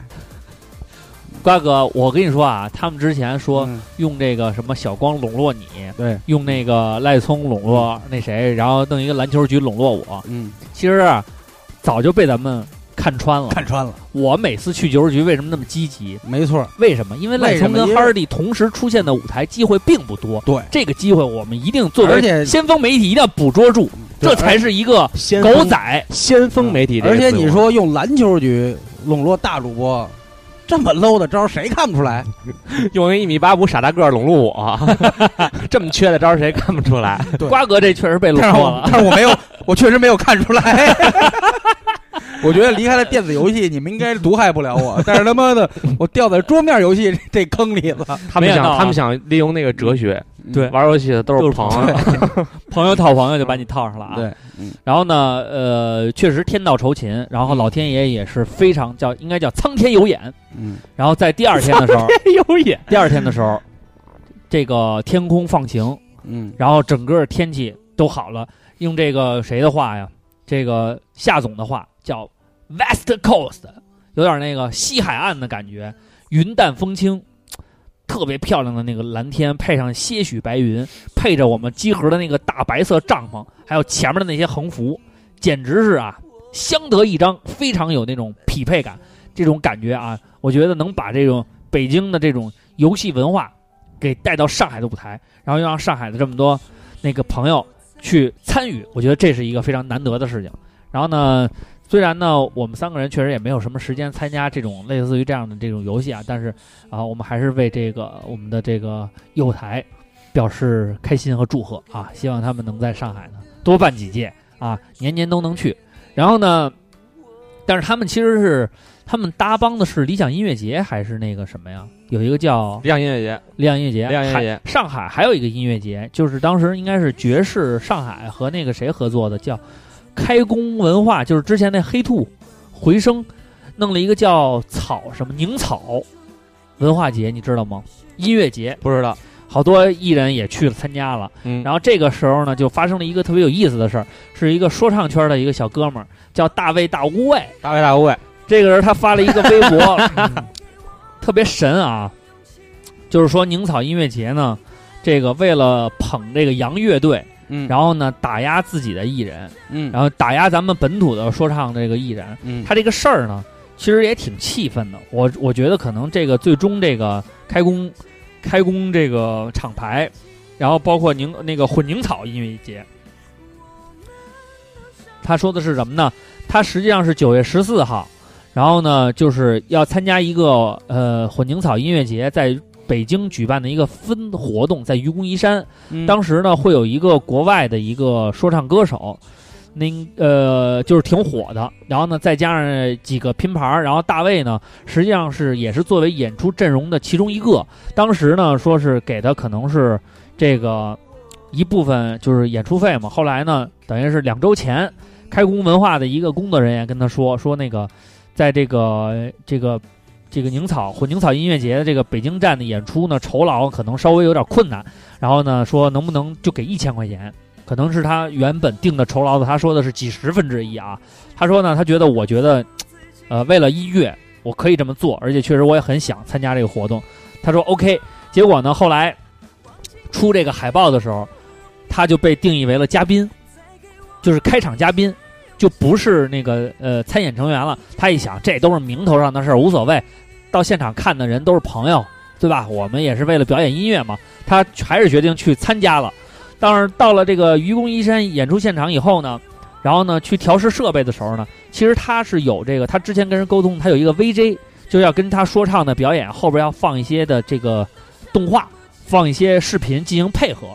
C: 瓜哥，我跟你说啊，他们之前说
F: 嗯
C: 用这个什么小光笼络你，
F: 对，
C: 用那个赖聪笼络那谁，然后弄一个篮球局笼络我，
F: 嗯，
C: 其实啊早就被咱们看穿了。
F: 看穿了，
C: 我每次去九十局为什么那么积极？
F: 没错，
C: 为什么？因为
F: 为
C: 赖
F: 什
C: 聪
F: 么
C: 跟
F: 因为
C: 哈迪同时出现的舞台机会并不多。
F: 对
C: 这个机会我们一定作
F: 而且嗯
C: 为先锋媒体一定要捕捉住，
F: 对
C: 这才是一个
D: 先
C: 狗仔。
D: 先锋媒体这个
F: 而
D: 词
F: 且
D: 汇，
F: 你说用篮球局笼络大主播，这么 low 的招儿谁看不出来？
D: 用一米八五傻大个儿笼络我， [laughs] 这么缺的招儿谁看不出 [laughs] 来？
F: 对
C: 瓜哥这确实被笼
F: 但是
C: 络
F: 我
C: 了。
F: 但是我没有，
C: [laughs]
F: 我确实没有看出来。我觉得离开了电子游戏，你们应该毒害不了我。但是他妈的，我掉在桌面游戏这这坑里了。
D: 他们
C: 没想到
D: 想
C: 啊
D: 他们想利用那个哲学，
F: 嗯
C: 对
D: 玩游戏的都
C: 就是是
D: 朋友，
C: [laughs] 朋友套朋友就把你套上了啊！
F: 对，
C: 然后呢，呃，确实天道酬勤，然后老天爷也是非常叫应该叫苍天有眼。
F: 嗯，
C: 然后在第二天的时候，
D: 有眼。
C: 第二天的时候，这个天空放晴，
F: 嗯，
C: 然后整个天气都好了。用这个谁的话呀？这个夏总的话叫 West Coast，有点那个西海岸的感觉，云淡风轻，特别漂亮的那个蓝天，配上些许白云，配着我们集合的那个大白色帐篷，还有前面的那些横幅，简直是啊，相得益彰，非常有那种匹配感，这种感觉啊，我觉得能把这种北京的这种游戏文化给带到上海的舞台，然后又让上海的这么多那个朋友去参与，我觉得这是一个非常难得的事情。然后呢，虽然呢我们三个人确实也没有什么时间参加这种类似于这样的这种游戏啊，但是啊，我们还是为这个我们的这个右台表示开心和祝贺啊，希望他们能在上海呢多办几届啊，年年都能去。然后呢，但是他们其实是他们搭帮的是理想音乐节还是那个什么呀？有一个叫
D: 亮音乐节，
C: 理想音乐节，
D: 理想音乐
C: 还
D: 节
C: 上海还有一个音乐节，就是当时应该是爵士上海和那个谁合作的，叫开工文化，就是之前那黑兔回声弄了一个叫草什么宁草文化节，你知道吗？音乐节
D: 不知道。
C: 好多艺人也去了参加了。
D: 嗯，
C: 然后这个时候呢，就发生了一个特别有意思的事儿，是一个说唱圈的一个小哥们儿叫大卫大无畏，
D: 大卫大无畏，
C: 这个人他发了一个微
D: [laughs]
C: 博，嗯特别神啊，就是说宁草音乐节呢，这个为了捧这个洋乐队，
F: 嗯
C: 然后呢打压自己的艺人，
F: 嗯
C: 然后打压咱们本土的说唱这个艺人，
F: 嗯，
C: 他这个事儿呢，其实也挺气愤的。我我觉得可能这个最终这个开工开工这个厂牌，然后包括宁那个混宁草音乐节。他说的是什么呢？他实际上是九月十四号，然后呢就是要参加一个呃混宁草音乐节在北京举办的一个分活动，在愚公移山。
F: 嗯
C: 当时呢会有一个国外的一个说唱歌手，那呃就是挺火的，然后呢再加上几个拼盘儿，然后大卫呢实际上是也是作为演出阵容的其中一个，当时呢说是给他可能是这个一部分就是演出费嘛，后来呢等于是两周前开工文化的一个工作人员跟他说说那个在这个这个。这个宁草混宁草音乐节的这个北京站的演出呢，酬劳可能稍微有点困难，然后呢说能不能就给一千块钱，可能是他原本定的酬劳的，他说的是几十分之一啊。他说呢，他觉得我觉得，呃，为了音乐我可以这么做，而且确实我也很想参加这个活动。他说 OK，结果呢后来出这个海报的时候，他就被定义为了嘉宾，就是开场嘉宾。就不是那个呃参演成员了，他一想这都是名头上的事儿，无所谓。到现场看的人都是朋友，对吧？我们也是为了表演音乐嘛，他还是决定去参加了。当然，到了这个愚公移山演出现场以后呢，然后呢去调试设备的时候呢，其实他是有这个，他之前跟人沟通，他有一个 VJ，就要跟他说唱的表演后边要放一些的这个动画，放一些视频进行配合。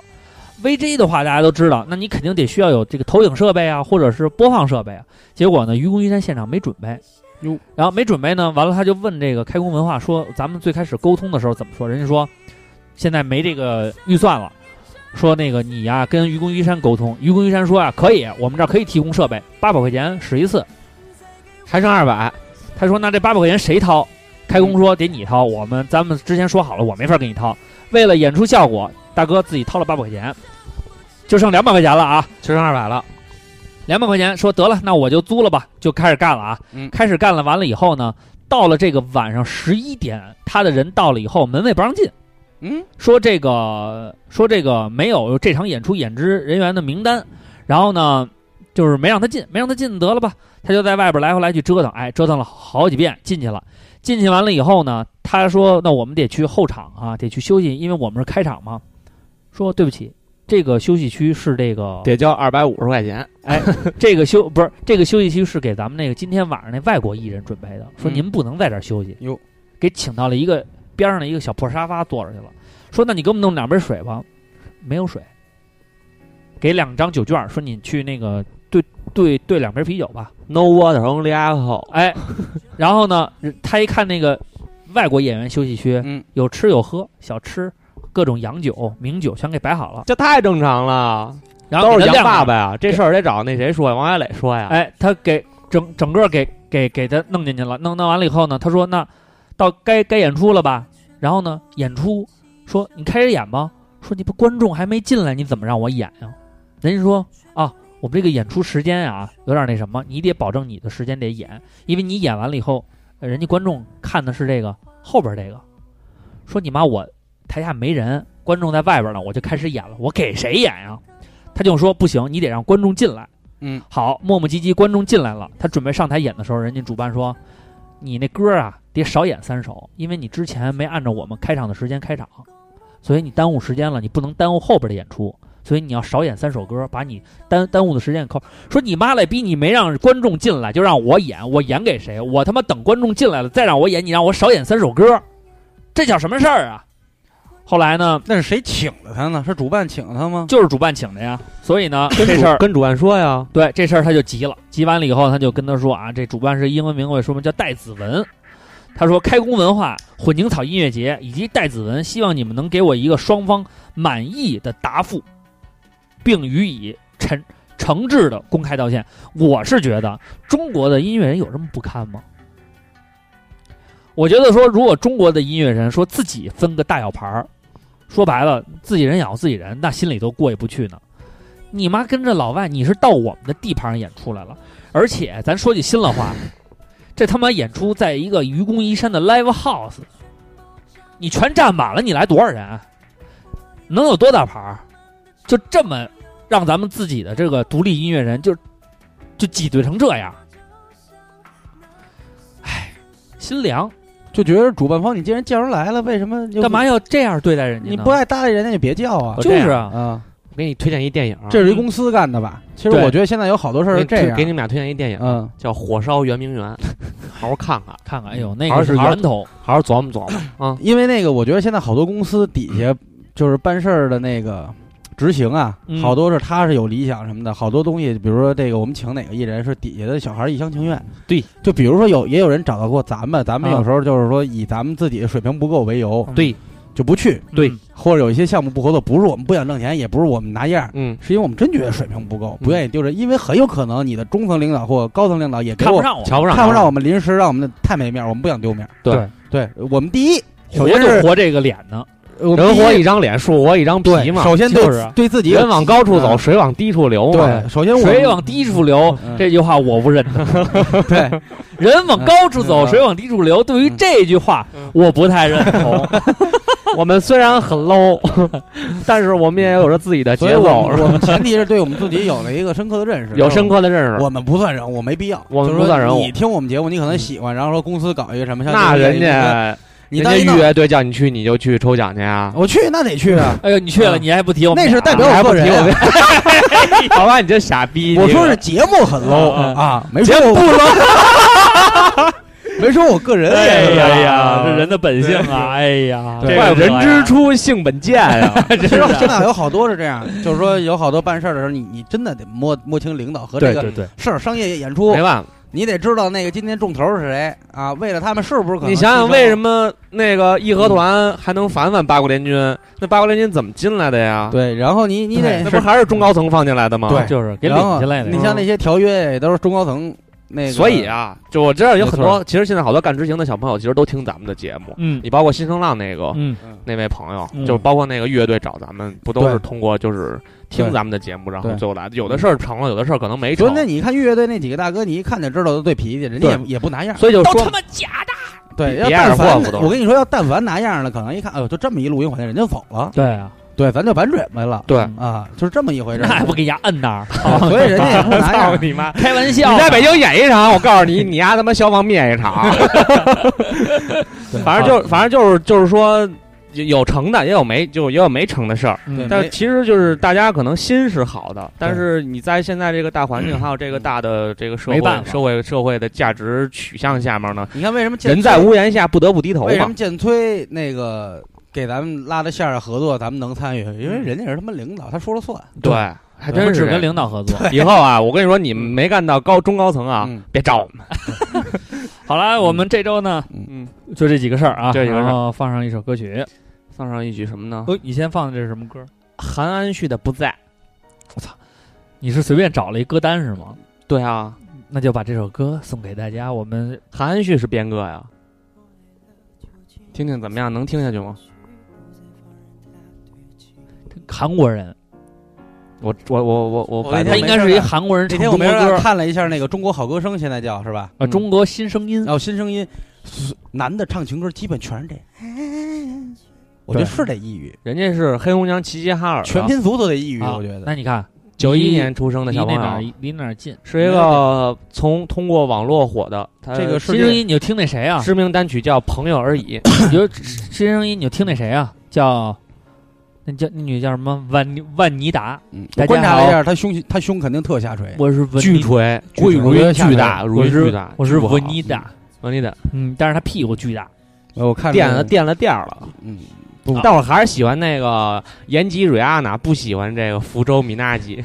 C: VJ 的话，大家都知道，那你肯定得需要有这个投影设备啊，或者是播放设备啊。结果呢，愚公移山现场没准备，
F: 哟
C: 然后没准备呢，完了他就问这个开工文化说，咱们最开始沟通的时候怎么说？人家说现在没这个预算了，说那个你呀、跟愚公移山沟通，愚公移山说啊可以，我们这儿可以提供设备，八百块钱使一次，还剩二百。他说那这八百块钱谁掏？开工说得你掏，我们咱们之前说好了，我没法给你掏。为了演出效果，大哥自己掏了八百块钱，就剩两百块钱了啊，
G: 就剩二百了，
C: 两百块钱说得了，那我就租了吧，就开始干了啊。
F: 嗯
C: 开始干了，完了以后呢，到了这个晚上十一点，他的人到了以后，门卫不让进，
F: 嗯，
C: 说这个说这个没有这场演出演职人员的名单，然后呢，就是没让他进，没让他进得了吧，他就在外边来回来去折腾，哎，折腾了好几遍，进去了。进去完了以后呢，他说：“那我们得去后场啊，得去休息，因为我们是开场嘛。”说对不起，这个休息区是这个
G: 得交二百五十块钱。
C: 这个休不是这个休息区是给咱们那个今天晚上那外国艺人准备的，说
F: 嗯
C: 您不能在这儿休息，
F: 哟，
C: 给请到了一个边上的一个小破沙发坐着去了，说那你给我们弄两杯水吧，没有水，给两张酒券，说你去那个兑兑兑两瓶啤酒吧，
G: No water only alcohol。 [laughs]
C: 哎，然后呢，他一看那个外国演员休息区
F: 嗯，
C: 有吃有喝，小吃各种洋酒、名酒全给摆好了，
G: 这太正常了，
C: 然后
G: 都
C: 给
G: 是洋
C: 他晾
G: 爸
C: 着
G: 爸呀！这事儿得找那谁说呀？王小磊说呀。
C: 哎，他给整整个给给给他弄进去了，弄弄完了以后呢，他说那到该该演出了吧？然后呢，演出说你开始演吧，说你不观众还没进来，你怎么让我演呀、人家说啊，我们这个演出时间啊有点那什么，你得保证你的时间得演，因为你演完了以后，呃人家观众看的是这个后边这个，说你妈我台下没人，观众在外边呢，我就开始演了，我给谁演呀、他就说不行，你得让观众进来。
F: 嗯，
C: 好，磨磨唧唧，观众进来了，他准备上台演的时候，人家主办说：“你那歌啊，得少演三首，因为你之前没按照我们开场的时间开场，所以你耽误时间了，你不能耽误后边的演出，所以你要少演三首歌，把你耽耽误的时间扣。”说你妈了逼，你没让观众进来就让我演，我演给谁？我他妈等观众进来了再让我演，你让我少演三首歌，这叫什么事儿啊？后来呢，
F: 那是谁请的他呢？是主办请的他吗？
C: 就是主办请的呀，所以 [laughs] 呢，这事儿
G: 跟主办说呀，
C: 对这事儿他就急了，急完了以后他就跟他说啊，这主办是英文名讳，说明叫戴子文。他说：“开工文化、混凝草音乐节以及戴子文，希望你们能给我一个双方满意的答复，并予以诚诚挚的公开道歉。”我是觉得中国的音乐人有这么不堪吗？我觉得说，如果中国的音乐人说自己分个大药牌儿，说白了自己人咬自己人，那心里都过意不去呢。你妈跟着老外，你是到我们的地盘上演出来了，而且咱说句心里话，这他妈演出在一个愚公移山的 live house，你全占满了，你来多少人？啊能有多大牌儿？就这么让咱们自己的这个独立音乐人就就挤兑成这样，唉，心凉。
F: 就觉得主办方你既然叫人来了，为什么又
C: 干嘛要这样对待人家呢？
F: 你不爱搭理人家就别叫啊
D: 我
C: 就是啊，
F: 啊！
D: 我给你推荐一电影，
F: 这是一公司干的吧？其实
C: 对
F: 我觉得现在有好多
D: 给
F: 事
D: 你
F: 儿是这
D: 推给
F: 样，
D: 你们俩推荐一电影，
F: 嗯，
D: 叫《火烧圆明园》，好好看看，
C: 看看，哎呦，那
D: 还
C: 个
D: 是
C: 是源头，
D: 好好琢磨琢磨啊。
F: 因为那个我觉得现在好多公司底下就是办事儿的那个执行啊，
C: 嗯
F: 好多是他是有理想什么的，好多东西，比如说这个我们请哪个艺人是底下的小孩儿一厢情愿，
D: 对，
F: 就比如说有也有人找到过咱们，咱们
C: 啊
F: 有时候就是说以咱们自己的水平不够为由
C: 嗯
D: 对
F: 就不去，
D: 对
C: 嗯
F: 或者有一些项目不合作，不是我们不想挣钱，也不是我们拿样儿，
D: 嗯，
F: 是因为我们真觉得水平不够，
D: 嗯
F: 不愿意丢人，因为很有可能你的中层领导或高层领导也给
C: 看
F: 我
C: 不上我，
D: 瞧不上，啊
F: 看不上我们，临时让我们的太没面儿，我们不想丢面儿。
D: 对
F: 对，我们第一，首
C: 活
F: 先
C: 就是活这个脸呢，
F: 我们
D: 人
F: 第
D: 活
F: 一
D: 一张脸，树活一张皮
F: 呃对，
D: 嘛。
F: 首先对
C: 就是啊
F: 对自己有
D: 人往高处走，
F: 嗯
D: 水往低处流嘛。
F: 对，首先我
C: 水往低处流
F: 嗯
C: 这句话我不认同，
F: 对
C: 人往高处走，
F: 嗯
C: 水往低处流，对于
F: 嗯
C: 这句话
D: 嗯
C: 我不太认同。
D: 我们虽然很 low，但 [laughs] 是我们也有着自己的
F: 所以
D: 节
F: 我
D: 奏，
F: 们我们前提是对我们自己有了一个深刻的认
D: [laughs]
F: 识，
D: 有深。刻的认识。
F: 我们不算人，我没必要。
D: 我们
F: 就是
D: 不
F: 说
D: 算人
F: 你听我们节目，你可能喜欢，然后说公司搞一个什么，像
D: 那
F: 这个
D: 人家
F: 你
D: 人家
F: 当一
D: 预
F: 弄
D: 约队叫你去，你就去抽奖去啊。
F: 我去，那得去
D: [laughs]
F: 啊。
C: 哎呦，你去了，
F: 嗯
C: 你还不提我们
F: 那
C: 俩？
F: 是代表我个人啊，
D: 好吧，你这傻逼！
F: 我说
D: 你
F: 是节目很 low
C: 嗯
F: 啊，没说我 [laughs] 没说我个人。
C: 哎呀呀
D: 哎呀，
C: 这人的本性啊！哎呀，
F: 对
C: 怪
D: 怪
C: 不
D: 不
C: 得
D: 得
C: 呀
D: 人之初性本啊贱
F: [laughs]
D: 呀。
F: 其实现在有好多是这样，就是说有好多办事儿的时候，你你真的得摸摸清领导和这
C: 对啊
F: 个
C: 对对，
F: 事儿商业演出
D: 没，办法，
F: 你得知道那个今天重头是谁啊？为了他们是不是可嗯能？
D: 你想想为什？么那个义和团还能反反八国联军？那八国联军怎么进来的呀？
F: 对，然后你你得
D: 那
F: [laughs]
D: 不还是中高层放进来的吗？
F: 对
C: 就是给领
F: 然后
C: 进来的
F: 你。像那些条约也都是中高层那个，
D: 所以啊，就我知道有很
C: 没
D: 多，其实现在好多干执行的小朋友，其实都听咱们的节目。
C: 嗯
D: 你包括新声浪那个、
C: 嗯，
D: 那位朋友，
C: 嗯
D: 就包括那个乐队找咱们，不都是
F: 对
D: 通过就是听
F: 对
D: 咱们的节目，然后
F: 对
D: 最后来的。有的事儿成了，有的事儿可能没
F: 所以
D: 成。
F: 那你看乐队那几个大哥，你一看就知道都对脾气，人家也也不拿样儿。
D: 所以就
C: 都
D: 说
C: 他，妈假的！
F: 对，
D: 比
F: 要
D: 比埃尔
F: 但凡
D: 霍夫都是
F: 我跟你说，要但凡拿样儿了，可能一看，哎呦，就这么一录音环境，人家走了，
C: 对啊，
F: 对，咱就板嘴巴了
D: 对，
C: 嗯
F: 啊，就是这么一回事儿。啊
C: 那还不给人家摁那儿？
F: 所以人家也不拿样
D: 操
F: 儿。
D: 你妈！
C: 开玩
D: 你
C: 笑，
D: 在北京演一场，我告诉你，你丫他妈消防灭一场。 [laughs] 反正就反正就是就是说，有有成的也有没就也有没成的事儿。
C: 嗯
F: 对
D: 但
F: 没
D: 其实就是大家可能心是好的，但是你在现在这个大环境还有这个大的这个社
C: 没
D: 会
C: 办法
D: 社会社会的价值取向下面呢，
F: [laughs] 你看为什么建
D: 人在屋檐下不得不低头
F: 为什
D: 嘛
F: 么。建崔那个给咱们拉的线儿啊合作，咱们能参与？因为人家是他妈领导，他说了算。
D: 对，还
C: 我们
D: 真
C: 只
D: 是这
C: 跟
D: 样。
C: 领导合作。
D: 以后啊，我跟你说，你们没干到高中高层啊
F: 嗯，
D: 别找我们。
C: 好了，我们这周呢，
D: 嗯，
C: 就这几个事儿啊，
D: 这几个事儿
C: 然后放上一首歌曲。
D: 放上一曲什么呢？
C: 哦，你先放的这是什么歌？
D: 韩安旭的《不在》。
C: 你是随便找了一歌单是吗？
D: 对啊，
C: 那就把这首歌送给大家。我们
D: 韩安旭是编歌呀。听听怎么样？能听下去吗？
C: 韩国人，
D: 我我我我我
F: 我
D: 百
F: 那
D: 度
C: 他
F: 天
C: 应该是一韩国人
F: 那
C: 唱
F: 天我
C: 中
F: 没
C: 国
F: 事儿
C: 歌
F: 看了一下那个《中国好歌声》，现在叫是吧？
C: 啊，中国新声音
F: 然。后新声音，男的唱情歌基本全是这样。我觉得是得抑郁，
D: 人家是黑龙江齐齐哈尔的，
F: 全民族都得抑郁，
C: 啊
F: 我觉得
C: 那。你看，
D: 九一年出生的
C: 离
D: 小
C: 那
D: 朋
C: 哪儿
D: 友，
C: 离哪儿近？
D: 是一个从通过网络火的。他
F: 呃这个世
C: 呃新
F: 界
C: 声音你就听那谁啊？
D: 知名单曲叫《朋友而已》，
C: [laughs] 你就新声音你就听那谁啊？叫那叫那女叫什么？万妮万妮达。
F: 嗯
C: 大家
F: 我观察了一下，他胸他胸肯定特下垂。
C: 我是文
D: 巨
C: 妮，
D: 锤，
F: 巨锤
D: 如
F: 我觉得
D: 云
F: 下
D: 巨大，
F: 面
D: 如
C: 我
D: 云
C: 是
D: 巨大，
C: 我是
D: 巨不好
C: 文妮达，
D: 文妮的，
C: 嗯，但是她屁股
F: [laughs]
C: 巨大。
F: 我看
D: 垫了，垫了垫儿了。
F: 嗯，
D: 但我还是喜欢那个延吉瑞安娜，不喜欢这个福州米娜吉。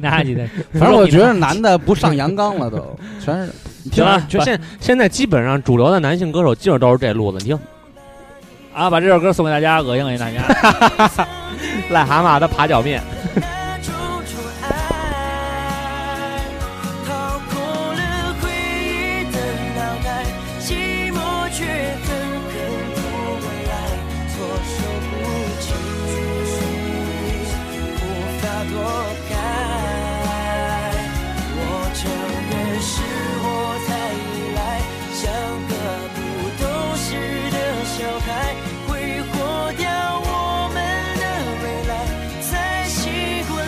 C: 那你的，
F: 反正我觉得男的不上阳刚了都，全是。你听
D: 行了，
F: 着
D: 就现现在基本上主流的男性歌手基本都是这路子，你听
C: 啊，把这首歌送给大家，恶心恶心大家。
D: 癞蛤蟆的扒脚面。
B: 那种宠爱，掏空了回忆的脑袋，寂寞却狠狠扑过来，措手不及，无法躲开。我承认是我太依赖，像个不懂事的小孩，挥霍掉我们的未来，才习惯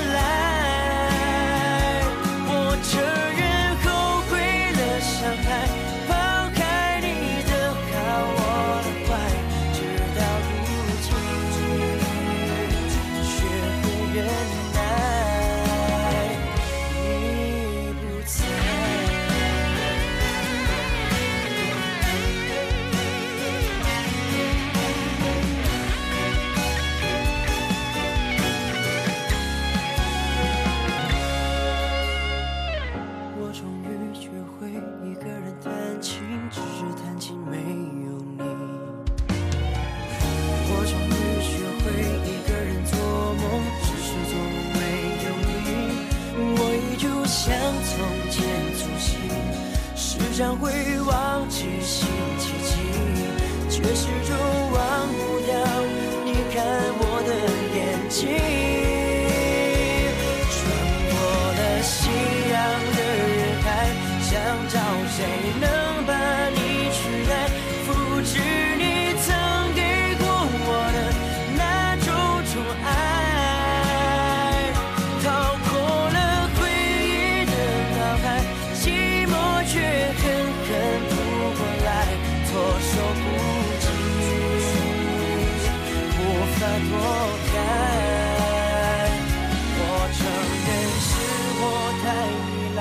B: 常会忘记星期几，却始终忘不掉你看我的眼睛。穿过了夕阳的日台，想找谁能把你取代，复制你曾给过我的那种宠爱。掏空了回忆的脑海，寂寞却狠狠扑过来，措手不及，无法躲开。我承认是我太依赖，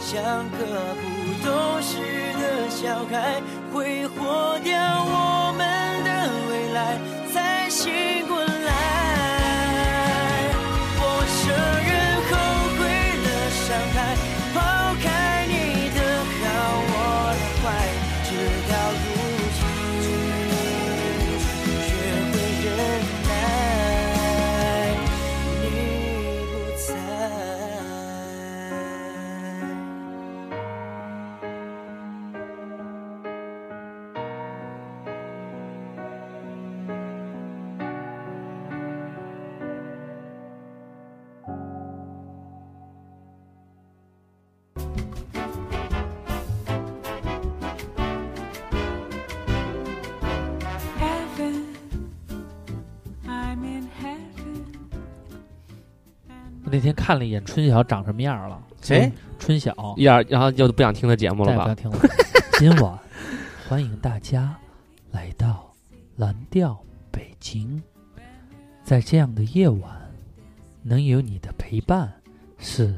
B: 像个不懂事的小孩，挥霍掉我们的未来，才醒过来。我承认后悔了伤害，抛开你的好，我的坏，直到如今，学会忍耐，你不在。
H: heaven. I'm in heaven.
C: 我 [laughs] 那天看了一眼春晓长什么样了，
F: 谁？
C: 春晓
G: 一点，然后就不想听他节目
C: 再
G: 了
C: 也不要
G: 吧？
C: 听了。今晚欢迎大家来到蓝调北京，在这样的夜晚，能有你的陪伴是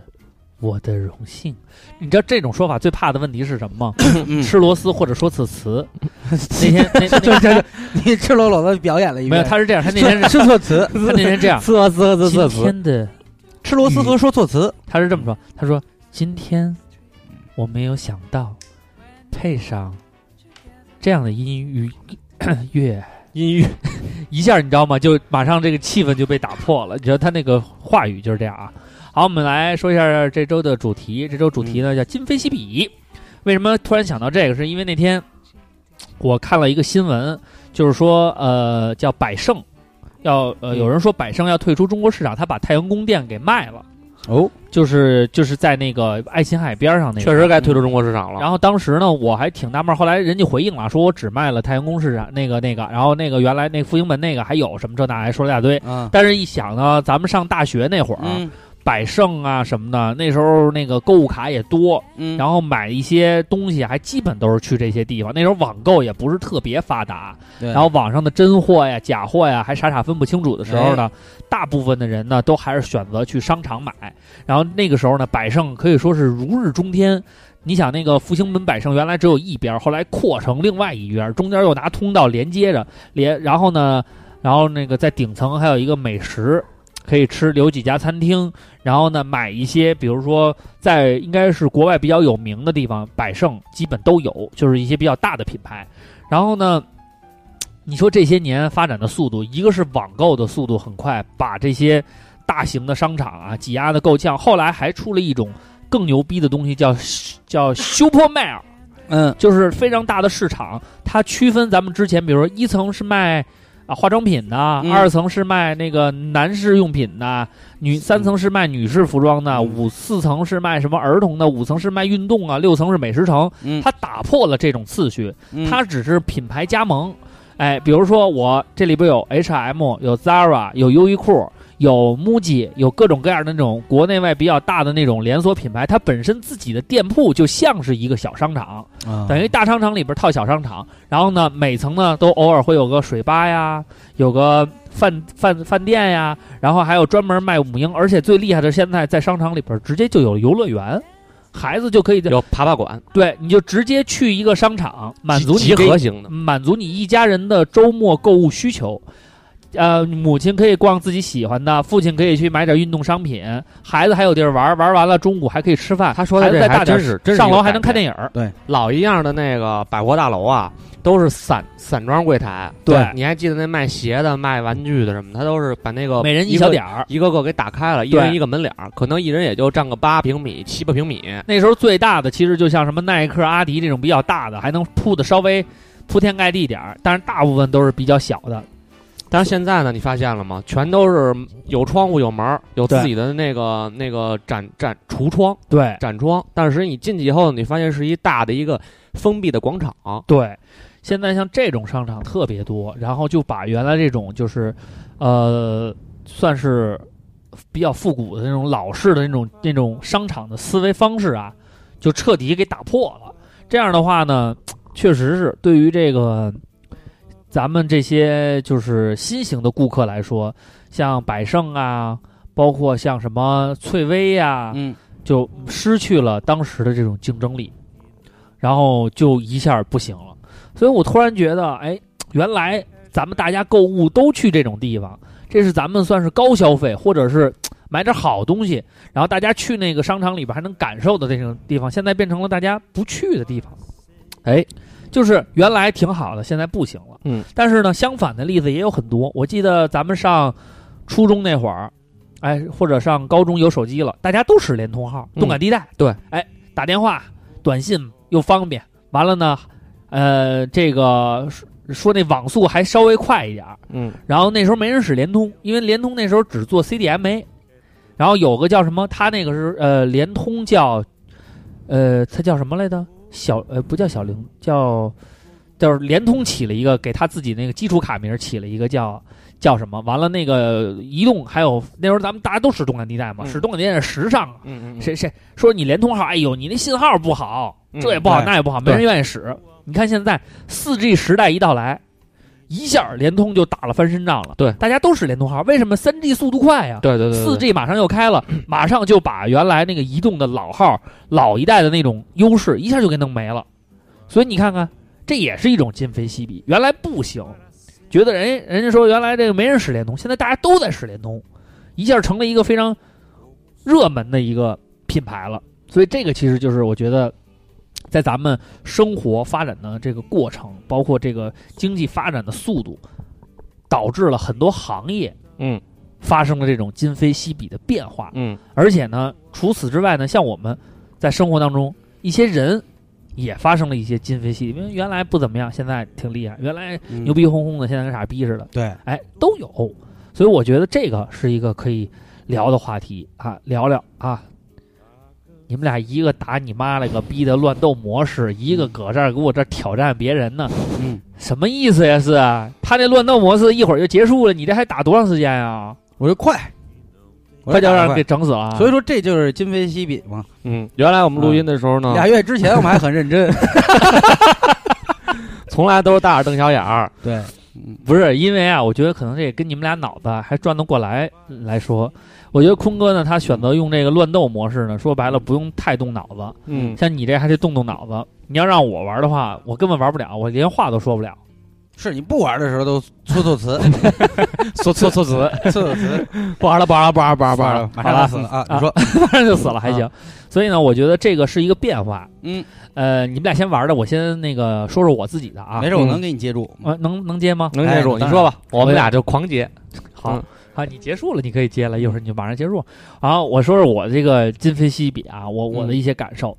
C: 我的荣幸。你知道这种说法最怕的问题是什么吗？
F: 嗯
C: [coughs] 吃螺丝或者说此词。 [laughs] 那天那那
F: 这这， [laughs] 你赤裸裸的表演了一遍。
C: 没有，他是这样，他那天是
F: [laughs] 说说错词，，
C: 他那天这样
F: 错 [laughs] 词错
C: 今
F: 错词，
C: 天的
F: 吃螺丝和说错词，
C: 他是这么说，他说今天我没有想到配上这样的音乐 [clears throat] 乐音乐，一下你知道吗？就马上这个气氛就被打破了。你知道他那个话语就是这样啊。好，我们来说一下这周的主题。这周主题
G: 嗯
C: 呢叫今非昔比。为什么突然想到这个？是因为那天我看了一个新闻，就是说呃叫百胜。要呃，
G: 嗯
C: 有人说百胜要退出中国市场，他把太阳宫殿给卖了。
F: 哦，
C: 就是就是在那个爱琴海边上那个，
G: 确实该退出中国市
F: 啊
G: 场了。
C: 然后当时呢，我还挺纳闷儿，后来人家回应了，说我只卖了太阳宫市场那个那个，然后那个原来那复兴门那个还有什么这那，还说了一大堆。
F: 嗯
C: 但是一想呢，咱们上大学那会儿，啊
F: 嗯
C: 百盛啊什么的，那时候那个购物卡也多，
F: 嗯，
C: 然后买一些东西还基本都是去这些地方。那时候网购也不是特别发达，
F: 对
C: 然后网上的真货呀、假货呀还傻傻分不清楚的时候呢，大部分的人呢都还是选择去商场买。然后那个时候呢，百盛可以说是如日中天。你想那个复兴门百盛原来只有一边，后来扩成另外一边，中间又拿通道连接着，连然后呢，然后那个在顶层还有一个美食，可以吃，有几家餐厅，然后呢买一些，比如说在应该是国外比较有名的地方，百盛基本都有，就是一些比较大的品牌。然后呢，你说这些年发展的速度，一个是网购的速度很快，把这些大型的商场啊挤压的够呛。后来还出了一种更牛逼的东西叫，叫 Super Mall，
F: 嗯
C: 就是非常大的市场，它区分咱们之前，比如说一层是卖。啊，化妆品的，
F: 嗯
C: 二层是卖那个男士用品的，女三层是卖女士服装的，
F: 嗯
C: 五四层是卖什么儿童的，五层是卖运动啊，六层是美食城，
F: 嗯，
C: 它打破了这种次序，
F: 嗯
C: 它只是品牌加盟。哎，比如说我这里边有 H&M，有 Zara，有优衣库，有 MUJI，有各种各样的那种国内外比较大的那种连锁品牌，它本身自己的店铺就像是一个小商场，
F: 啊
C: 等于大商场里边套小商场。然后呢，每层呢都偶尔会有个水吧呀，有个饭饭饭店呀，然后还有专门卖母婴，而且最厉害的是现在在商场里边直接就有游乐园，孩子就可以在
G: 有爬爬馆，
C: 对，你就直接去一啊个商场，满足你
G: 集
C: 这
G: 合型的，
C: 满足你一家人的周末购物需求。呃，母亲可以逛自己喜欢的，父亲可以去买点运动商品，孩子还有地儿玩，玩完了中午还可以吃饭。
G: 他说的
C: 孩子
G: 这
C: 再
G: 还
C: 大点
G: 真是真是
C: 上
G: 有
C: 楼
G: 感
C: 还能看
G: 觉
C: 电影儿。
G: 老一样的那个百货大楼啊，都是散散装柜台。
C: 对
G: 你还记得那卖鞋的、卖玩具的什么？他都是把那个
C: 每人一
G: 一
C: 小
G: 个，
C: 点儿。
G: 一个个给打开了，一
C: 对
G: 人一个门脸儿，可能一人也就占个八平米、七八平米。
C: 那时候最大的其实就像什么耐克、阿迪这种比较大的，还能铺的稍微铺天盖地点儿，但是大部分都是比较小的。
G: 但是现在呢，你发现了吗？全都是有窗户、有门儿，有自
F: 对
G: 己的那个那个展展橱窗、
C: 对
G: 展窗。但是你进去以后，你发现是一大的一个封闭的广场。
C: 对，现在像这种商场特别多，然后就把原来这种就是，呃，算是比较复古的那种老式的那种那种商场的思维方式啊，就彻底给打破了。这样的话呢，确实是对于这个咱们这些就是新型的顾客来说，像百盛啊，包括像什么翠微啊呀、
F: 嗯，
C: 就失去了当时的这种竞争力，然后就一下不行了。所以我突然觉得，哎，原来咱们大家购物都去这种地方，这是咱们算是高消费，或者是嘖买点好东西，然后大家去那个商场里边还能感受的这种地方，现在变成了大家不去的地方。哎，就是原来挺好的，现在不行了。
G: 嗯，
C: 但是呢，相反的例子也有很多。我记得咱们上初中那会儿，哎，或者上高中有手机了，大家都使联通号，
G: 嗯
C: 动感地带。
G: 对，
C: 哎，打电话、短信又方便，完了呢，呃，这个说说那网速还稍微快一点儿。
G: 嗯，
C: 然后那时候没人使联通，因为联通那时候只做 CDMA，然后有个叫什么，他那个是呃，联通叫，呃，他叫什么来着？小呃，不叫小灵，叫就是联通起了一个给他自己那个基础卡名儿起了一个叫叫什么？完了那个移动还有那时候咱们大家都使动感地带嘛，
G: 嗯
C: 使动感地带时尚啊，
G: 嗯
C: 谁谁说你联通号？哎呦，你那信号不好，
G: 嗯
C: 这也不好，
F: 对
C: 那也不好，没人愿意使。你看现在四 G 时代一到来，一下儿联通就打了翻身仗了。
G: 对
C: 大家都使联通号，为什么三 G 速度快呀？
G: 对对嗯对，
C: 四 G 马上又开了，马上就把原来那个移动的老号、老一代的那种优势一下就给弄没了。所以你看看，这也是一种今非昔比。原来不行，觉得人人家说原来这个没人使联通，现在大家都在使联通，一下成了一个非常热门的一个品牌了。所以这个其实就是我觉得，在咱们生活发展的这个过程，包括这个经济发展的速度，导致了很多行业
G: 嗯
C: 发生了这种今非昔比的变化。
G: 嗯
C: 而且呢，除此之外呢，像我们在生活当中一些人也发生了一些今非昔比，因为原来不怎么样，现在挺厉害；原来
F: 嗯
C: 牛逼哄哄的，现在跟傻逼似的，
F: 对，
C: 哎，都有。所以我觉得这个是一个可以聊的话题啊，聊聊啊。你们俩一个打你妈了个逼的乱斗模式，一个搁这儿给我这儿挑战别人呢，
F: 嗯，
C: 什么意思呀？是啊他那乱斗模式一会儿就结束了，你这还打多长时间呀？
F: 我就快，我
C: 快
F: 就
C: 就
F: 打
C: 让
F: 得
C: 人
F: 快
C: 给整死了啊。
F: 所以说这就是今非昔比嘛。
G: 嗯。原来我们录音的时候呢，
D: 嗯
F: 俩月之前我们还很认真，
G: 从来都是大眼瞪小眼儿。
F: 对，
C: 不是因为啊，我觉得可能这也跟你们俩脑子还转得过来来说，我觉得坤哥呢，他选择用这个乱斗模式呢，说白了不用太动脑子，
D: [laughs]
G: 嗯，
C: 像你这还得动动脑子。你要让我玩的话，我根本玩不了，我连话都说不了。
F: 是你不玩的时候都搓搓词，
G: 错错错词，
F: 搓搓词，
G: 不玩了，不玩了，不玩了，不玩了，不
F: 玩
G: 玩
F: 了
G: 了。
F: 马上
C: 好了
F: 拉死了啊！你说，
C: 马上就死了还行。所以呢，我觉得这个是一个变化。
F: 嗯，
C: 呃，你们俩先玩的，我先那个说说我自己的啊。
F: 没事，我能给你接住。
C: 呃，能能接吗？
G: 能接住，
F: 哎
G: 你说吧，我
C: 我
G: 们俩就狂接。
C: 好
G: 嗯，
C: 好，你结束了，你可以接了，一会儿你就马上结束。好，我说说我这个今非昔比啊，我我的一些感受。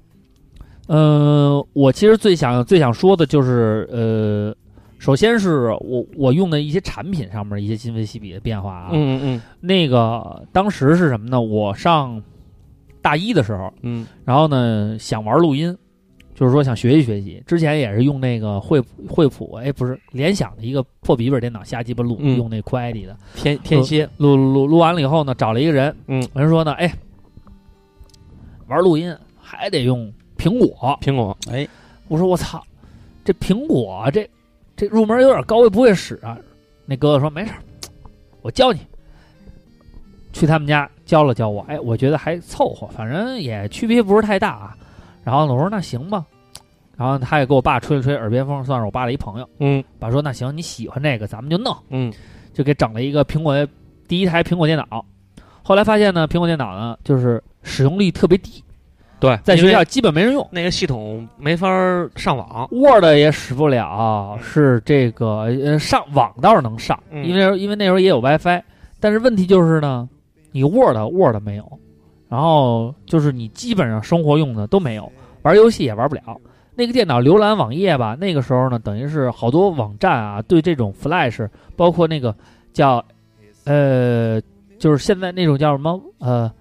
C: 嗯、我其实最想最想说的就是，呃，首先是我我用的一些产品上面一些今非昔比的变化啊。
G: 嗯嗯
C: 那个当时是什么呢？我上大一的时候，
G: 嗯
C: 然后呢想玩录音，就是说想学习学习。之前也是用那个惠普惠普，哎，不是联想的一个破笔记本电脑瞎鸡巴录，
G: 嗯
C: 用那 Quiet 的。
G: 嗯，天天
D: 呃
G: 蝎，
C: 录录录录完了以后呢，找了一个人， [sniffs]
G: 嗯，
C: 人说呢，哎，玩录音还得用苹果。
G: 苹果，
F: 哎，
C: 我说我操，这苹果啊这这入门有点高，我也不会使啊。那哥哥说没事儿，我教你。去他们家教了教我，哎，我觉得还凑合，反正也区别不是太大啊。然后呢我说那行吧，然后他也给我爸吹了吹耳边风，算是我爸的一朋友。
D: 嗯
C: 爸说：“那行，你喜欢这个，咱们就弄。
D: 嗯”
C: 就给整了一个苹果第一台苹果电脑。后来发现呢，苹果电脑呢，就是使用率特别低，
D: 对，
C: 在
D: 因
C: 学
D: 为
C: 校基本没人用
D: 那个系统没法儿上网，
C: ，Word 也使不了，是这个呃上网倒是能上，
D: 嗯
C: 因为因为那时候也有 WiFi，但是问题就是呢，你 Word Word 没有，然后就是你基本上生活用的都没有，玩游戏也玩不了。那个电脑浏览网页吧，那个时候呢，等于是好多网站啊，对这种 Flash，包括那个叫呃，就是现在那种叫什么呃，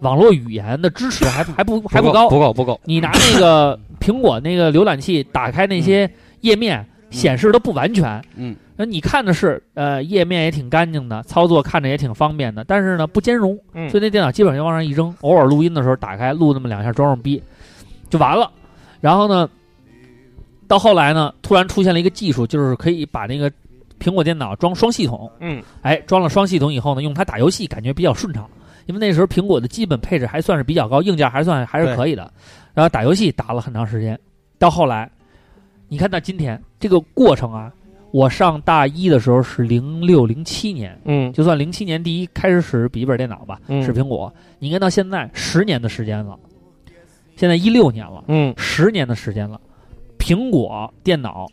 C: 网络语言的支持还不还不还
D: 不
C: 不
D: 够
C: 高，
D: 不够不够。
C: 你拿那个苹果那个浏览器打开那些页面，显示都不完全。
F: 嗯，
C: 那你看的是呃页面也挺干净的，操作看着也挺方便的，但是呢不兼容，
D: 嗯
C: 所以那电脑基本上往上一扔，偶尔录音的时候打开录那么两下装装逼，就完了。然后呢，到后来呢，突然出现了一个技术，就是可以把那个苹果电脑装双系统，
D: 嗯，
C: 哎，装了双系统以后呢，用它打游戏感觉比较顺畅，因为那时候苹果的基本配置还算是比较高，硬件还算还是
F: 对
C: 可以的。然后打游戏打了很长时间，到后来，你看到今天这个过程啊，我上大一的时候是零六零七年，
D: 嗯
C: 就算零七年第一开始使笔记本电脑吧，
D: 嗯
C: 使苹果，你看到现在十年的时间了，现在一六年了。
D: 嗯
C: 十年的时间了，苹果电脑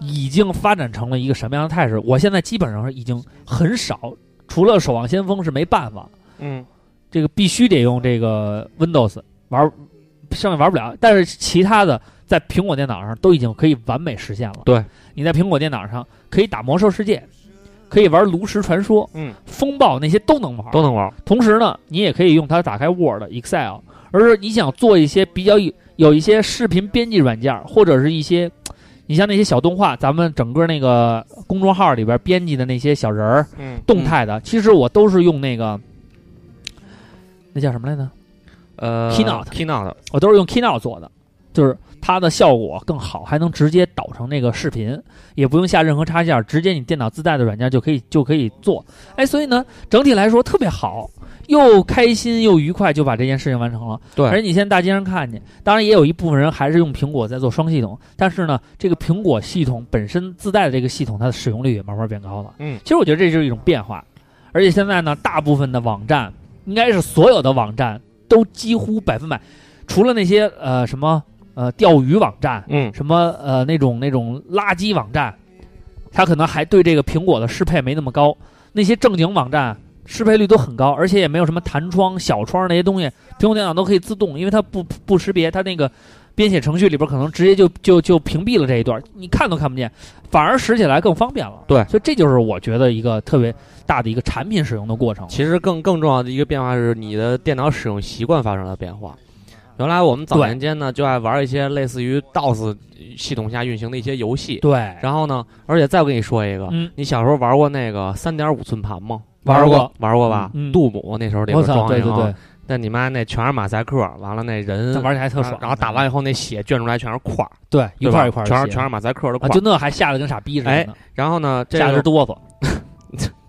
C: 已经发展成了一个什么样的态势？我现在基本上已经很少，除了《守望先锋》是没办法，
D: 嗯
C: 这个必须得用这个 Windows 玩，上面玩不了。但是其他的在苹果电脑上都已经可以完美实现了。
D: 对，
C: 你在苹果电脑上可以打《魔兽世界》，可以玩《炉石传说》、
D: 嗯
C: 《风暴》那些都能玩，
D: 都能玩儿。
C: 同时呢，你也可以用它打开 Word、Excel，而是你想做一些比较有有一些视频编辑软件，或者是一些，你像那些小动画，咱们整个那个公众号里边编辑的那些小人儿，
D: 嗯，
C: 动态的，其实我都是用那个，那叫什么来着？
D: 呃
C: Keynote
D: Keynote
C: 我都是用 Keynote 做的，就是它的效果更好，还能直接导成那个视频，也不用下任何插件，直接你电脑自带的软件就可以就可以做。哎，所以呢，整体来说特别好，又开心又愉快，就把这件事情完成了。
D: 对
C: 而且你现在大街上看见，当然也有一部分人还是用苹果在做双系统，但是呢，这个苹果系统本身自带的这个系统，它的使用率也慢慢变高了。
D: 嗯
C: 其实我觉得这就是一种变化，而且现在呢，大部分的网站，应该是所有的网站都几乎百分百，除了那些呃什么呃钓鱼网站，
D: 嗯
C: 什么呃那种那种垃圾网站，它可能还对这个苹果的适配没那么高。那些正经网站适配率都很高，而且也没有什么弹窗、小窗那些东西，苹果电脑都可以自动，因为它不不识别，它那个编写程序里边可能直接就就就屏蔽了这一段，你看都看不见，反而使起来更方便了。
D: 对
C: 所以这就是我觉得一个特别大的一个产品使用的过程。
D: 其实更更重要的一个变化是，你的电脑使用习惯发生了变化。原来我们早
C: 对
D: 年间呢，就爱玩一些类似于 DOS 系统下运行的一些游戏。
C: 对，
D: 然后呢，而且再我跟你说一个，
C: 嗯
D: 你小时候玩过那个三点五寸盘吗？
C: 玩过，
D: 玩过吧？
C: 嗯
D: 杜母那时候里
C: 我
D: 边
C: 操，
D: 装
C: 对
D: 一
C: 对对，
D: 但你妈那全是马赛克，完了那人
C: 那玩起来还特
D: 然
C: 爽
D: 后。然后打完以后那血溅出来全是块儿，
C: 对一
D: 对
C: 块
D: 吧
C: 儿一块儿
D: 全是
C: 写
D: 全是马赛克的块
C: 啊，
D: 儿。
C: 就那还吓得跟傻逼似的呢，
D: 然后呢，这
C: 吓得
D: 个
C: 哆嗦。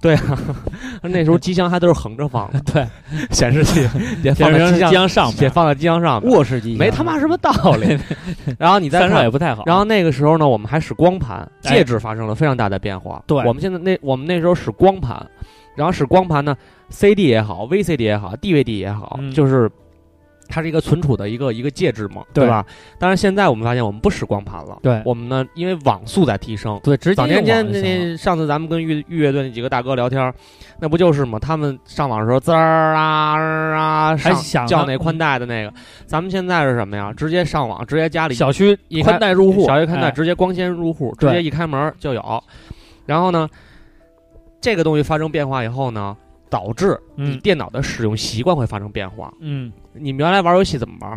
D: 对啊，那时候机箱还都是横着放的，
C: [laughs] 对，
D: 显示器也
C: 变
D: 放在
C: 成
D: 机箱
C: 江上
D: 也
C: 面，
D: 放在机箱上面，
F: 卧室机
D: 没他妈什么道
C: [laughs]
D: 理。然后你再
C: 散热
D: 看
C: 也，不太好。
D: 然后那个时候呢，我们还使光盘，
C: 哎
D: 介质发生了非常大的变化。
C: 对
D: 我们现在那我们那时候使光盘，然后使光盘呢，CD 也好，VCD 也好，DVD 也好，
C: 嗯
D: 就是它是一个存储的一个一个介质嘛，
C: 对
D: 吧？但是现在我们发现我们不使光盘了，
C: 对
D: 我们呢因为网速在提升。
C: 对，直接
D: 早年
C: 用
D: 间
C: 网
D: 那
C: 就行了
D: 那上次咱们跟乐乐队那几个大哥聊天儿，那不就是吗？他们上网的时候滋儿啊儿啊，
C: 还
D: 上
C: 想
D: 叫
C: 呢
D: 那宽带的那个，咱们现在是什么呀？直接上网，直接家里
C: 小区
D: 一开
C: 宽带入户，
D: 小学看待
C: 哎
D: 直接光纤入户，直
C: 对
D: 接一开门就有。然后呢，这个东西发生变化以后呢，导致你
C: 嗯
D: 电脑的使用习惯会发生变化。
C: 嗯
D: 你们原来玩游戏怎么玩？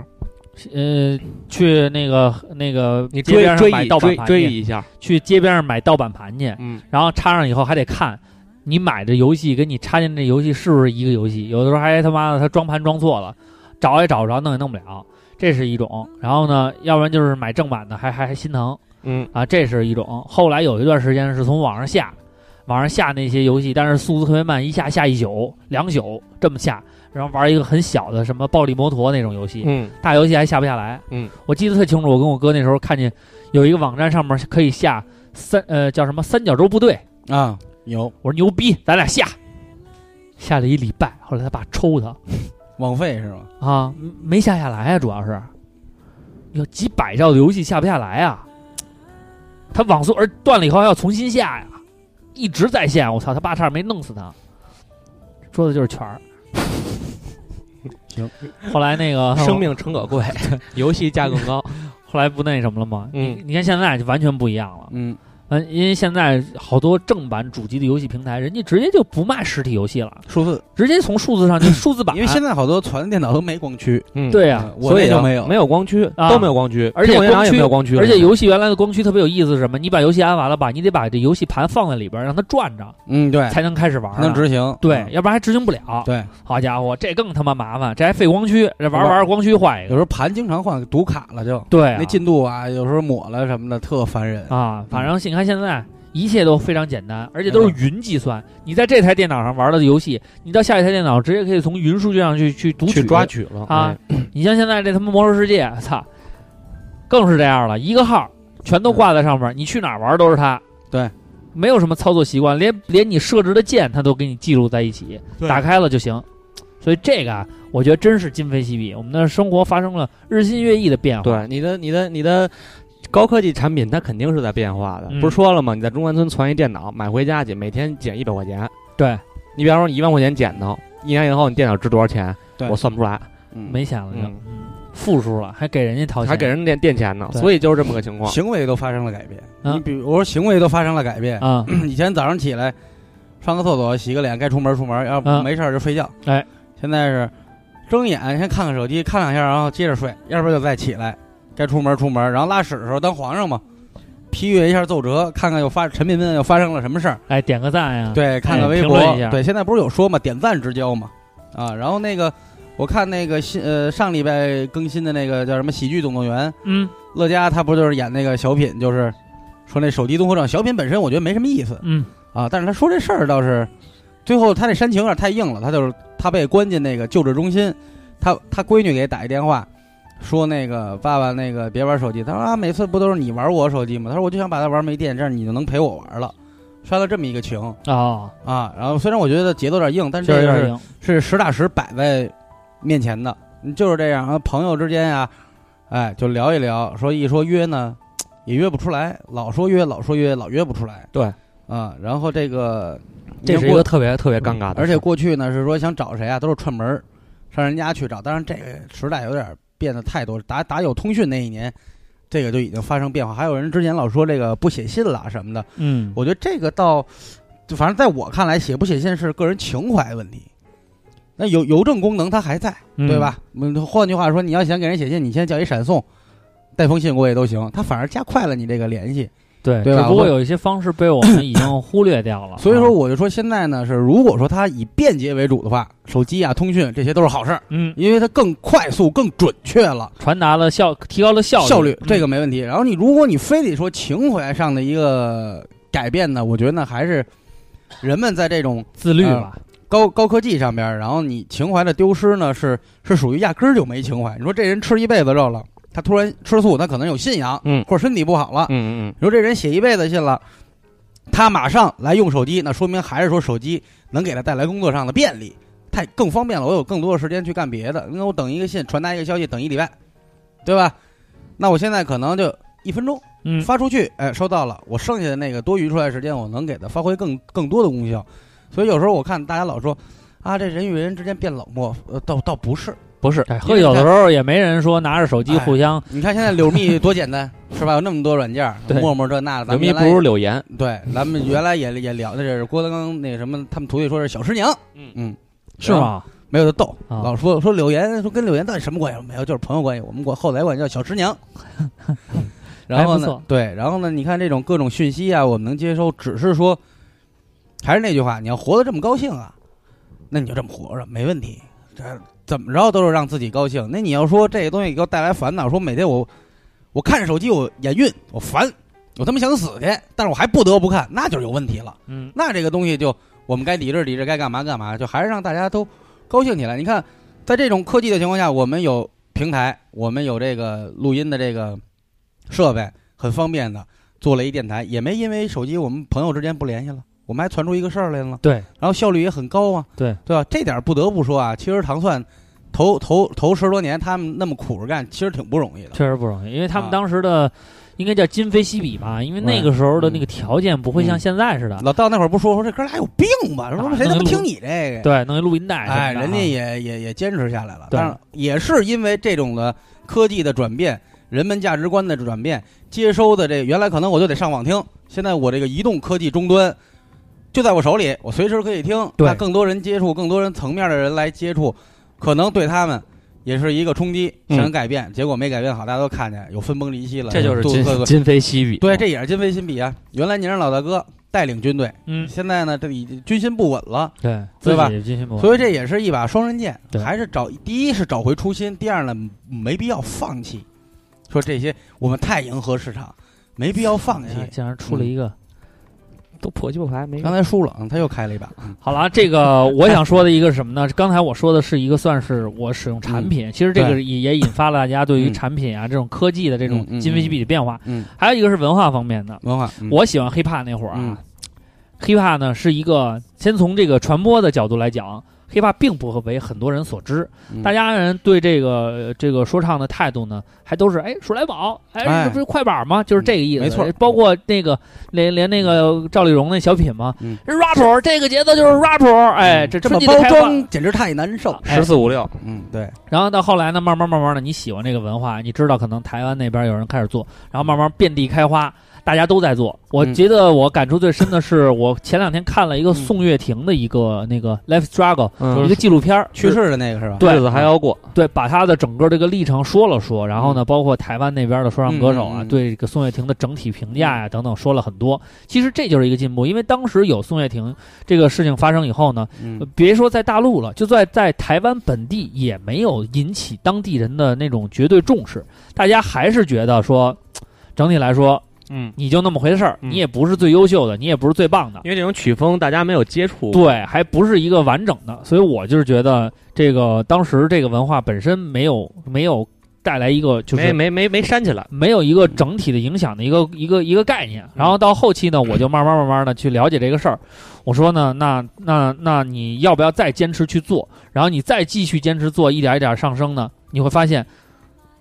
C: 呃，去那个那个
D: 你
C: 街
D: 追
C: 边上
D: 追
C: 买
D: 忆
C: 盗版
D: 追
C: 盘
D: 追
C: 去，
D: 忆一下，
C: 去街边上买盗版盘去，
D: 嗯，
C: 然后插上以后还得看。你买的游戏跟你插进这游戏是不是一个游戏？有的时候还他妈的他装盘装错了，找也找不着，弄也弄不了，这是一种。然后呢，要不然就是买正版的，还还还心疼。
D: 嗯
C: 啊，这是一种。后来有一段时间是从网上下，网上下那些游戏，但是速度特别慢，一下下一宿、两宿这么下，然后玩一个很小的什么暴力摩托那种游戏，
G: 嗯
C: 大游戏还下不下来。
G: 嗯，
C: 我记得特清楚，我跟我哥那时候看见有一个网站上面可以下三呃叫什么三角洲部队，
F: 啊，有
C: 我说牛逼，咱俩下，下了一礼拜，后来他爸抽他
F: 网费是吗？
C: 啊，没下下来啊，主要是有几百兆的游戏下不下来啊，他网速而断了以后还要重新下呀，一直在线，我操，他爸差点没弄死他，说的就是全儿。
F: 行，
C: 后来那个
I: 生命诚可
C: [laughs]
I: 贵，游戏价更高。
C: 后来不那什么了吗？
G: 嗯
C: 你你看现在就完全不一样了。
F: 嗯，
C: 嗯，因为现在好多正版主机的游戏平台，人家直接就不卖实体游戏了，
F: 数字，
C: 直接从数字
F: [coughs]
C: 上就数字版。
F: 因为现在好多传的电脑都没光驱，
G: 嗯，
C: 对呀、
F: 嗯我那就没有
I: 没。有光驱，
C: 啊
I: 都没有光驱，
C: 而且
I: 苹果电脑
C: 光
I: 也
C: 驱
I: 没有光驱了，
C: 而且游戏原来的光驱特别有意思，是什么？你把游戏安完了吧，你得把这游戏盘放在里边，让它转着
F: 嗯，对，
C: 才能开始玩呢。
F: 能执行。
C: 对，
F: 嗯
C: 要不然还执行不了。
F: 对，
C: 好家伙，这更他妈麻烦，这还废光驱，这玩着玩着光驱换一
F: 有
C: 个。
F: 时候盘经常换，读卡了就
C: 对啊、
F: 那进度啊，有时候抹了什么的，特烦人。
C: 啊，反
F: 嗯
C: 正你看现在一切都非常简单，而且都是云计算。你在这台电脑上玩的游戏，你到下一台电脑直接可以从云数据上去去读
G: 去
C: 取
G: 抓取
F: 哦
G: 了
D: 哎
C: 啊！
F: 哎
C: 你像现在这他妈魔兽世界，操，更是这样了，一个号全都挂在上面，你去哪儿玩都是它。
F: 对，
C: 没有什么操作习惯，连连你设置的键它都给你记录在一起，打开了就行。所以这个啊，我觉得真是今非昔比，我们的生活发生了日新月异的变化。
I: 对你的你的你的高科技产品，它肯定是在变化的。
C: 嗯
I: 不是说了吗？你在中关村存一电脑，买回家去，每天减一百块钱。
C: 对，
I: 你比方说你一万块钱减到，一年以后你电脑值多少钱？
F: 对
I: 我算不出来，
F: 嗯，
C: 没钱了就
I: 嗯
C: 负数了，还给人家掏钱，
I: 还给人垫垫钱呢。
C: 对
I: 所以就是这么个情况。
F: 行为都发生了改变。
C: 啊
F: 你比如我说行为都发生了改变，
C: 啊，
F: [clears throat] 以前早上起来上个厕所、洗个脸，该出门出门，要
C: 啊
F: 不没事儿就睡觉。
C: 哎，
F: 现在是睁眼先看看手机，看两下，然后接着睡，要不然就再起来，该出门出门，然后拉屎的时候当皇上嘛，批阅一下奏折，看看又发陈敏敏又发生了什么事儿，
C: 哎，点个赞呀，
F: 对，看
C: 哎
F: 看微
C: 评
F: 博
C: 论一下，
F: 对，现在不是有说嘛，点赞之交嘛，啊，然后那个我看那个新呃上礼拜更新的那个叫什么《喜剧总动员》，
C: 嗯
F: 乐嘉他不就是演那个小品，就是说那手机综合症。小品本身我觉得没什么意思
C: 嗯
F: 啊，但是他说这事儿倒是，最后他那煽情有点太硬了。他就是他被关进那个救治中心，他他闺女给打一电话，说那个爸爸那个别玩手机。他说啊，每次不都是你玩我手机吗？他说我就想把它玩没电，这样你就能陪我玩了。摔了这么一个情
C: 哦，
F: 啊，然后虽然我觉得节奏有点硬，但是
C: 就
F: 这
C: 是有
F: 个
C: 点
F: 是
C: 硬，
F: 是实打实摆在面前的，嗯就是这样啊。朋友之间呀、哎，就聊一聊，说一说约呢，也约不出来，老说约，老说约，老约不出来。
I: 对
F: 啊，然后这个
I: 这是一
F: 过
I: 个，特别特别尴尬的事，
F: 而且过去呢是说想找谁啊，都是串门儿上人家去找。当然，这个时代有点变得太多，打打有通讯那一年。这个就已经发生变化，还有人之前老说这个不写信啦什么的，
C: 嗯，
F: 我觉得这个倒，就反正在我看来，写不写信是个人情怀问题。那邮邮政功能它还在，
C: 嗯
F: 对？吧？嗯，换句话说，你要想给人写信，你先叫一闪送，带封信过去都行，它反而加快了你这个联系。
C: 对，
F: 对
C: 只
F: 吧
C: 不过
F: 我
C: 有一些方式被我们已经忽略掉了，啊
F: 所以说，，我就说现在呢是，如果说它以便捷为主的话，手机啊、通讯这些都是好事儿，
C: 嗯，
F: 因为它更快速、更准确了，
C: 传达了效，提高了效
F: 效率
C: 嗯
F: 这个没问题。然后你如果你非得说情怀上的一个改变呢，我觉得呢还是人们在这种
C: 自律
F: 啊
C: 吧，
F: 高高科技上边儿，然后你情怀的丢失呢，是是属于压根儿就没情怀。你说这人吃一辈子肉了，他突然吃素，他可能有信仰，
G: 嗯
F: 或者身体不好了。
G: 嗯嗯
F: 你说这人写一辈子信了，他马上来用手机，那说明还是说手机能给他带来工作上的便利，太更方便了。我有更多的时间去干别的，那我等一个信，传达一个消息，等一礼拜，对吧？那我现在可能就一分钟
C: 嗯，
F: 发出去，哎，收到了。我剩下的那个多余出来的时间，我能给它发挥更更多的功效。所以有时候我看大家老说，啊，这人与人之间变冷漠，呃，倒倒不是。
C: 不是，
F: 哎因
C: 喝
F: 为
C: 酒的
F: 它
C: 时候也没人说拿着手机
F: 哎
C: 互相，
F: 你看现在柳密多简单，是吧？有那么多软件儿，
I: 对
F: 陌陌这那的，咱
I: 人民
F: 们原
I: 不
F: 来
I: 如柳岩，
F: 对，咱们原来也也聊，那是郭德纲那个什么，他们徒弟说是小师娘，
I: 嗯
F: 嗯，
C: 是？吗？
F: 没有就逗，
C: 啊
F: 老说说柳岩，说跟柳岩到底什么关系？没有，就是朋友关系。我们管后来管叫小师娘。然后
C: 还不
F: 呢
C: 错，
F: 对，然后呢，你看这种各种讯息啊，我们能接收，只是说，还是那句话，你要活得这么高兴啊，那你就这么活着，没问题。这怎么着都是让自己高兴。那你要说这个东西给我带来烦恼，说每天我我看手机我眼晕，我烦，我他妈想死去，但是我还不得不看，那就是有问题了。
C: 嗯，
F: 那这个东西就我们该抵制抵制，该干嘛干嘛，就还是让大家都高兴起来。你看，在这种科技的情况下，我们有平台，我们有这个录音的这个设备，很方便的，做了一电台，也没因为手机我们朋友之间不联系了。我们还传出一个事儿来了，
C: 对
F: 然后效率也很高啊，
C: 对
F: 对吧？这点儿不得不说啊，其实糖蒜头头头十多年他们那么苦着干，其实挺不容易的。
C: 确实不容易，因为他们
F: 啊
C: 当时的应该叫今非昔比吧，因为那个时候的那个条件不会
F: 嗯
C: 像现在似的，
F: 老道那会儿不说说这哥俩有病吧？说他妈谁他
C: 弄
F: 妈
C: 一
F: 听你这个呀？
C: 对，弄一录音带什么的啊，
F: 哎，人家也也也坚持下来了，
C: 对
F: 但是也是因为这种的科技的转变，人们价值观的转变，接收的这原来可能我就得上网听，现在我这个移动科技终端就在我手里，我随时可以听，
C: 对
F: 那更多人接触，更多人层面的人来接触，可能对他们。也是一个冲击，
I: 嗯
F: 想改变，结果没改变好，大家都看见有分崩离析了。
I: 这就是
F: 各
I: 今
F: 各个
I: 今非昔比。
F: 对，这也是今非昔比啊。原来您是老大哥带领军队，
C: 嗯，
F: 现在呢，这已经军心不稳了，
C: 对，
F: 对吧
C: 自己军心不稳
F: 所以这也是一把双刃剑
C: 哦对，
F: 还是找第一是找回初心，第二呢没必要放弃。说这些我们太迎合市场，没必要放
C: 哎
F: 弃
C: 呀。竟然
F: 嗯
C: 出了一个。
I: 都破鸡巴牌没
F: 刚才输了，嗯他又开了一把。
C: 好了，这个
F: [laughs]
C: 我想说的一个是什么呢？刚才我说的是一个算是我使用产品，其实这个
F: 嗯对
C: 也也引发了大家对于
F: 嗯
C: 产品啊、这种科技的这种
F: 嗯嗯
C: 今非昔比的变化。
F: 嗯，
C: 还有一个是文化方面的，
F: 文化，嗯
C: 我喜欢 hiphop 那会儿
F: 嗯
C: 啊、h i p h o p 呢是一个先从这个传播的角度来讲，hiphop 并不为很多人所知，
F: 嗯
C: 大家人对这个呃这个说唱的态度呢，还都是哎数来宝，哎
F: 哎嗯
C: 这不是快板吗？就是这个意思，
F: 没错
C: 包括那个连连那个赵丽蓉那小品嘛、
F: 嗯
C: r a p p e r 这个节奏就是 rapper，哎，这
F: 这
C: 春
F: 么
C: 季的
F: 包
C: 开放
F: 装简直太难受。
C: 哎
G: 十四五六，
F: 嗯，对，
C: 然后到后来呢，慢慢慢慢的，你喜欢这个文化，你知道可能台湾那边有人开始做，然后慢慢遍地开花，大家都在做。我
F: 嗯
C: 觉得我感触最深的是，我前两天看了一个宋岳庭的一个那个 Life Struggle、
G: 嗯
C: 一个纪录片儿，
F: 去世的那个是吧？
C: 对
G: 日子还要过，
C: 对，把他的整个这个历程说了说，然后呢，包括台湾那边的说唱歌手啊，
F: 嗯嗯嗯嗯
C: 对这个宋岳庭的整体评价呀、等等说了很多。其实这就是一个进步，因为当时有宋岳庭这个事情发生以后呢，
F: 嗯
C: 呃，别说在大陆了，就算在台湾本地也没有引起当地人的那种绝对重视，大家还是觉得说，整体来说
G: 嗯，
C: 你就那么回事儿，
G: 嗯
C: 你也不是最优秀的，你也不是最棒的，
G: 因为这种曲风大家没有接触，
C: 对，还不是一个完整的，所以我就是觉得这个当时这个文化本身没有没有带来一个就
G: 没
C: 是。
G: 没没没煽起来，
C: 没有一个整体的影响的一个一个一个概念，然后到后期呢，我就慢慢慢慢的去了解这个事儿。我说呢，那那那你要不要再坚持去做？然后你再继续坚持做，一点一点上升呢？你会发现，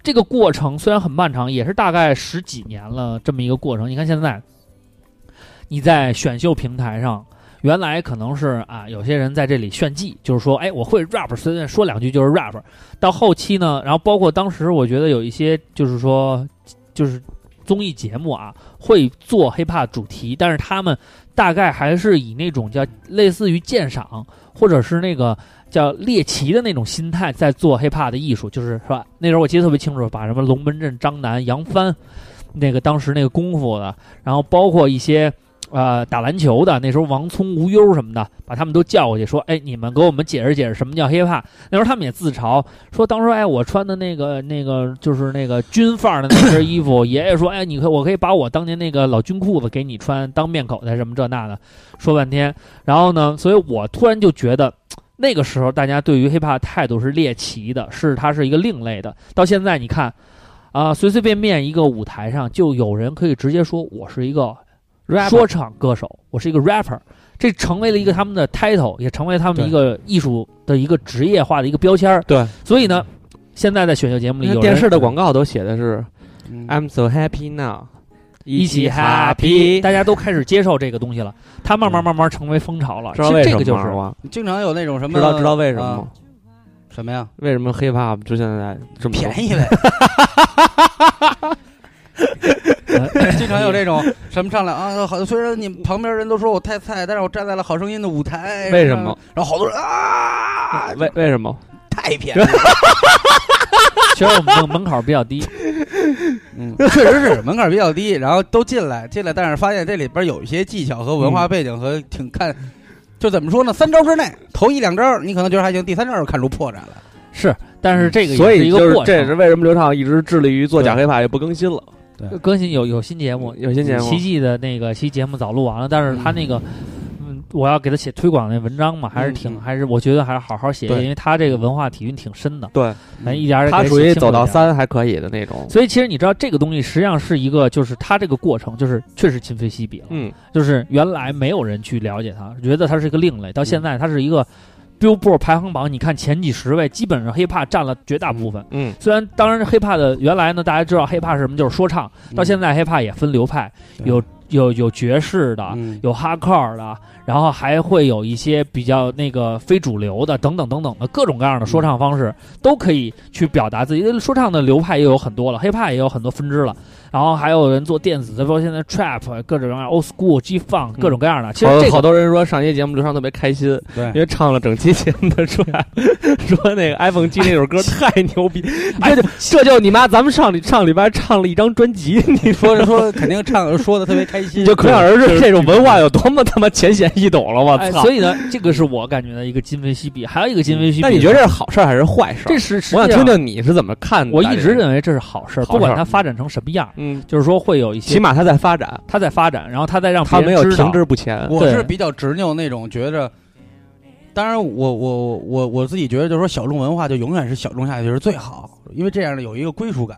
C: 这个过程虽然很漫长，也是大概十几年了这么一个过程。你看现在，你在选秀平台上。原来可能是啊，有些人在这里炫技，就是说，哎，我会 rap，随便说两句就是 rap。到后期呢，然后包括当时我觉得有一些就是说，就是综艺节目啊，会做 hiphop 主题，但是他们大概还是以那种叫类似于鉴赏或者是那个叫猎奇的那种心态在做 hiphop 的艺术，就是是吧？那时候我记得特别清楚，把什么龙门阵、张楠、杨帆，那个当时那个功夫的，然后包括一些。呃，打篮球的那时候，王聪、吴优什么的，把他们都叫过去，说：“哎，你们给我们解释解释什么叫 hiphop。”那时候他们也自嘲，说当时哎，我穿的那个那个就是那个军范儿的那身衣服， [coughs] 爷爷说哎，你可我可以把我当年那个老军裤子给你穿当面口袋什么这那的，说半天。然后呢，所以我突然就觉得。那个时候，大家对于 hiphop 的态度是猎奇的，是它是一个另类的。到现在，你看，啊、随随便便一个舞台上就有人可以直接说我是一个
I: Rapper
C: 说唱歌手，我是一个 rapper，这成为了一个他们的 title，也成为他们一个艺术的一个职业化的一个标签儿。
G: 对，
C: 所以呢，现在在选秀节目里
D: 嗯
G: 那
C: 有
G: 电
C: 人
G: 视的广告都写的是
F: 嗯
D: 啊
G: I'm so happy now，
C: 一起 happy，大家都开始接受这个东西了，它慢慢慢慢成为风潮了。
G: 知
C: 其
G: 道
C: 实
G: 为什
C: 这
G: 么
C: 个就是
G: 吗？
F: 经常有那种什么，
G: 知道知道为什么
D: 嗯
F: 啊
G: 吗？
F: 什么呀？
G: 为什么 hip hop 就现在这么多
F: 便宜呗。 [laughs] 经常有这种什么上来啊，好，虽然你们旁边人都说我太菜，但是我站在了《好声音》的舞台。
G: 为什么？
F: 然后好多人啊，
G: 为为什么？
F: 太便宜了，
C: 其实我们门门槛比较低，
F: 嗯 [laughs] 确实是门槛比较低，然后都进来进来，但是发现这里边有一些技巧和文化背景和挺看，就怎么说呢？三招之内，头一两招你可能觉得还行，第三招就看出破绽来了。
C: 是，但是这个也
G: 所
C: 是
G: 以
C: 一
G: 就
C: 个
G: 是
C: 过
G: 这也是
C: 程。
G: 为什么刘畅一直致力于做假黑怕也不更新了。
F: 对
C: 更新有有新节目，嗯
D: 有新节目
C: 奇迹的那个期节目早录完了，但是他那个，嗯，我要给他写推广那文章嘛，还是挺，还是我觉得还是好好写，
D: 对
C: 因为他这个文化底蕴挺深的，
D: 对，
C: 咱一点儿给
D: 他属
C: 写清
D: 于
C: 楚
D: 走到
C: 点儿。
D: 三还可以的那种。
C: 所以其实你知道，这个东西实际上是一个，就是它这个过程，就是确实今非昔比了。
D: 嗯，
C: 就是原来没有人去了解它，觉得它是一个另类，到现在它是一个 Billboard 排行榜，你看前几十位，基本上 hiphop 占了绝大部分。
D: 嗯，
C: 虽然当然 hiphop 的原来呢，大家知道 hiphop 是什么，就是说唱，到现在 hiphop 也分流派，
F: 对
C: 有有有爵士
G: 啊
C: 的，
F: 嗯
C: 有哈克尔的，然后还会有一些比较那个非主流的等等等等的各种各样的说唱方式，都可以去表达自己。因为说唱的流派也有很多了，hiphop 也有很多分支了，然后还有人做电子的，包括现在 trap 各种各样 old school、G funk 各种各样的。其实
D: 好
C: 这
D: 好
C: 个
D: 多人说上期节目刘畅特别开心，
F: 对
D: 因为唱了整期节目的出来，说那
G: [laughs]
D: 个 iPhone 七那首歌太牛逼，
G: 哎
D: 这就这就你妈，咱们上上礼拜唱了一张专辑，你
F: 说着说着肯定唱说的特别开心，
D: 你就可想而知这种文化有多么他妈浅显易懂了，我
C: 哎，
D: 操！
C: 所以呢，这个是我感觉的一个今非昔比，还有一个今非昔比。
D: 那你觉得这是好事儿还是坏事儿？
C: 这是实
D: 我
C: 际
D: 想
C: 上
D: 听听你是怎么看的。
C: 我一直，认为这是好事儿，
D: 好事
C: 不
D: 儿
C: 管它发展成什么样，
D: 嗯，
C: 就是说会有一些
D: 起码他在发展，
C: 它在发展，然后它在让
D: 他
C: 别
D: 没
C: 人
D: 有
C: 知道
D: 停。滞不前。
F: 我是
C: 对
F: 比较执拗那种，觉着，当然我我我我自己觉得，就是说小众文化就永远是小众下去是最好，因为这样呢有一个归属感。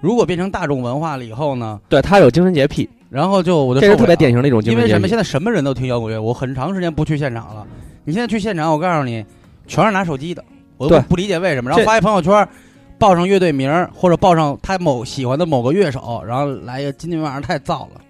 F: 如果变成大众文化了以后呢，
D: 对他有精神洁癖，
F: 然后就我就
D: 这是
F: 受不
D: 特别
F: 了
D: 典型的一种精
F: 因
D: 神
F: 为
D: 洁
F: 什么？
D: 癖
F: 现。在什么人都听摇滚乐，我很长时间不去现场了。你现在去现场，我告诉你，全是拿手机的，我
D: 对
F: 不不理解为什么。然后
D: 这
F: 发一朋友圈，报上乐队名儿或者报上他某喜欢的某个乐手，然后来一个今天晚上太燥了。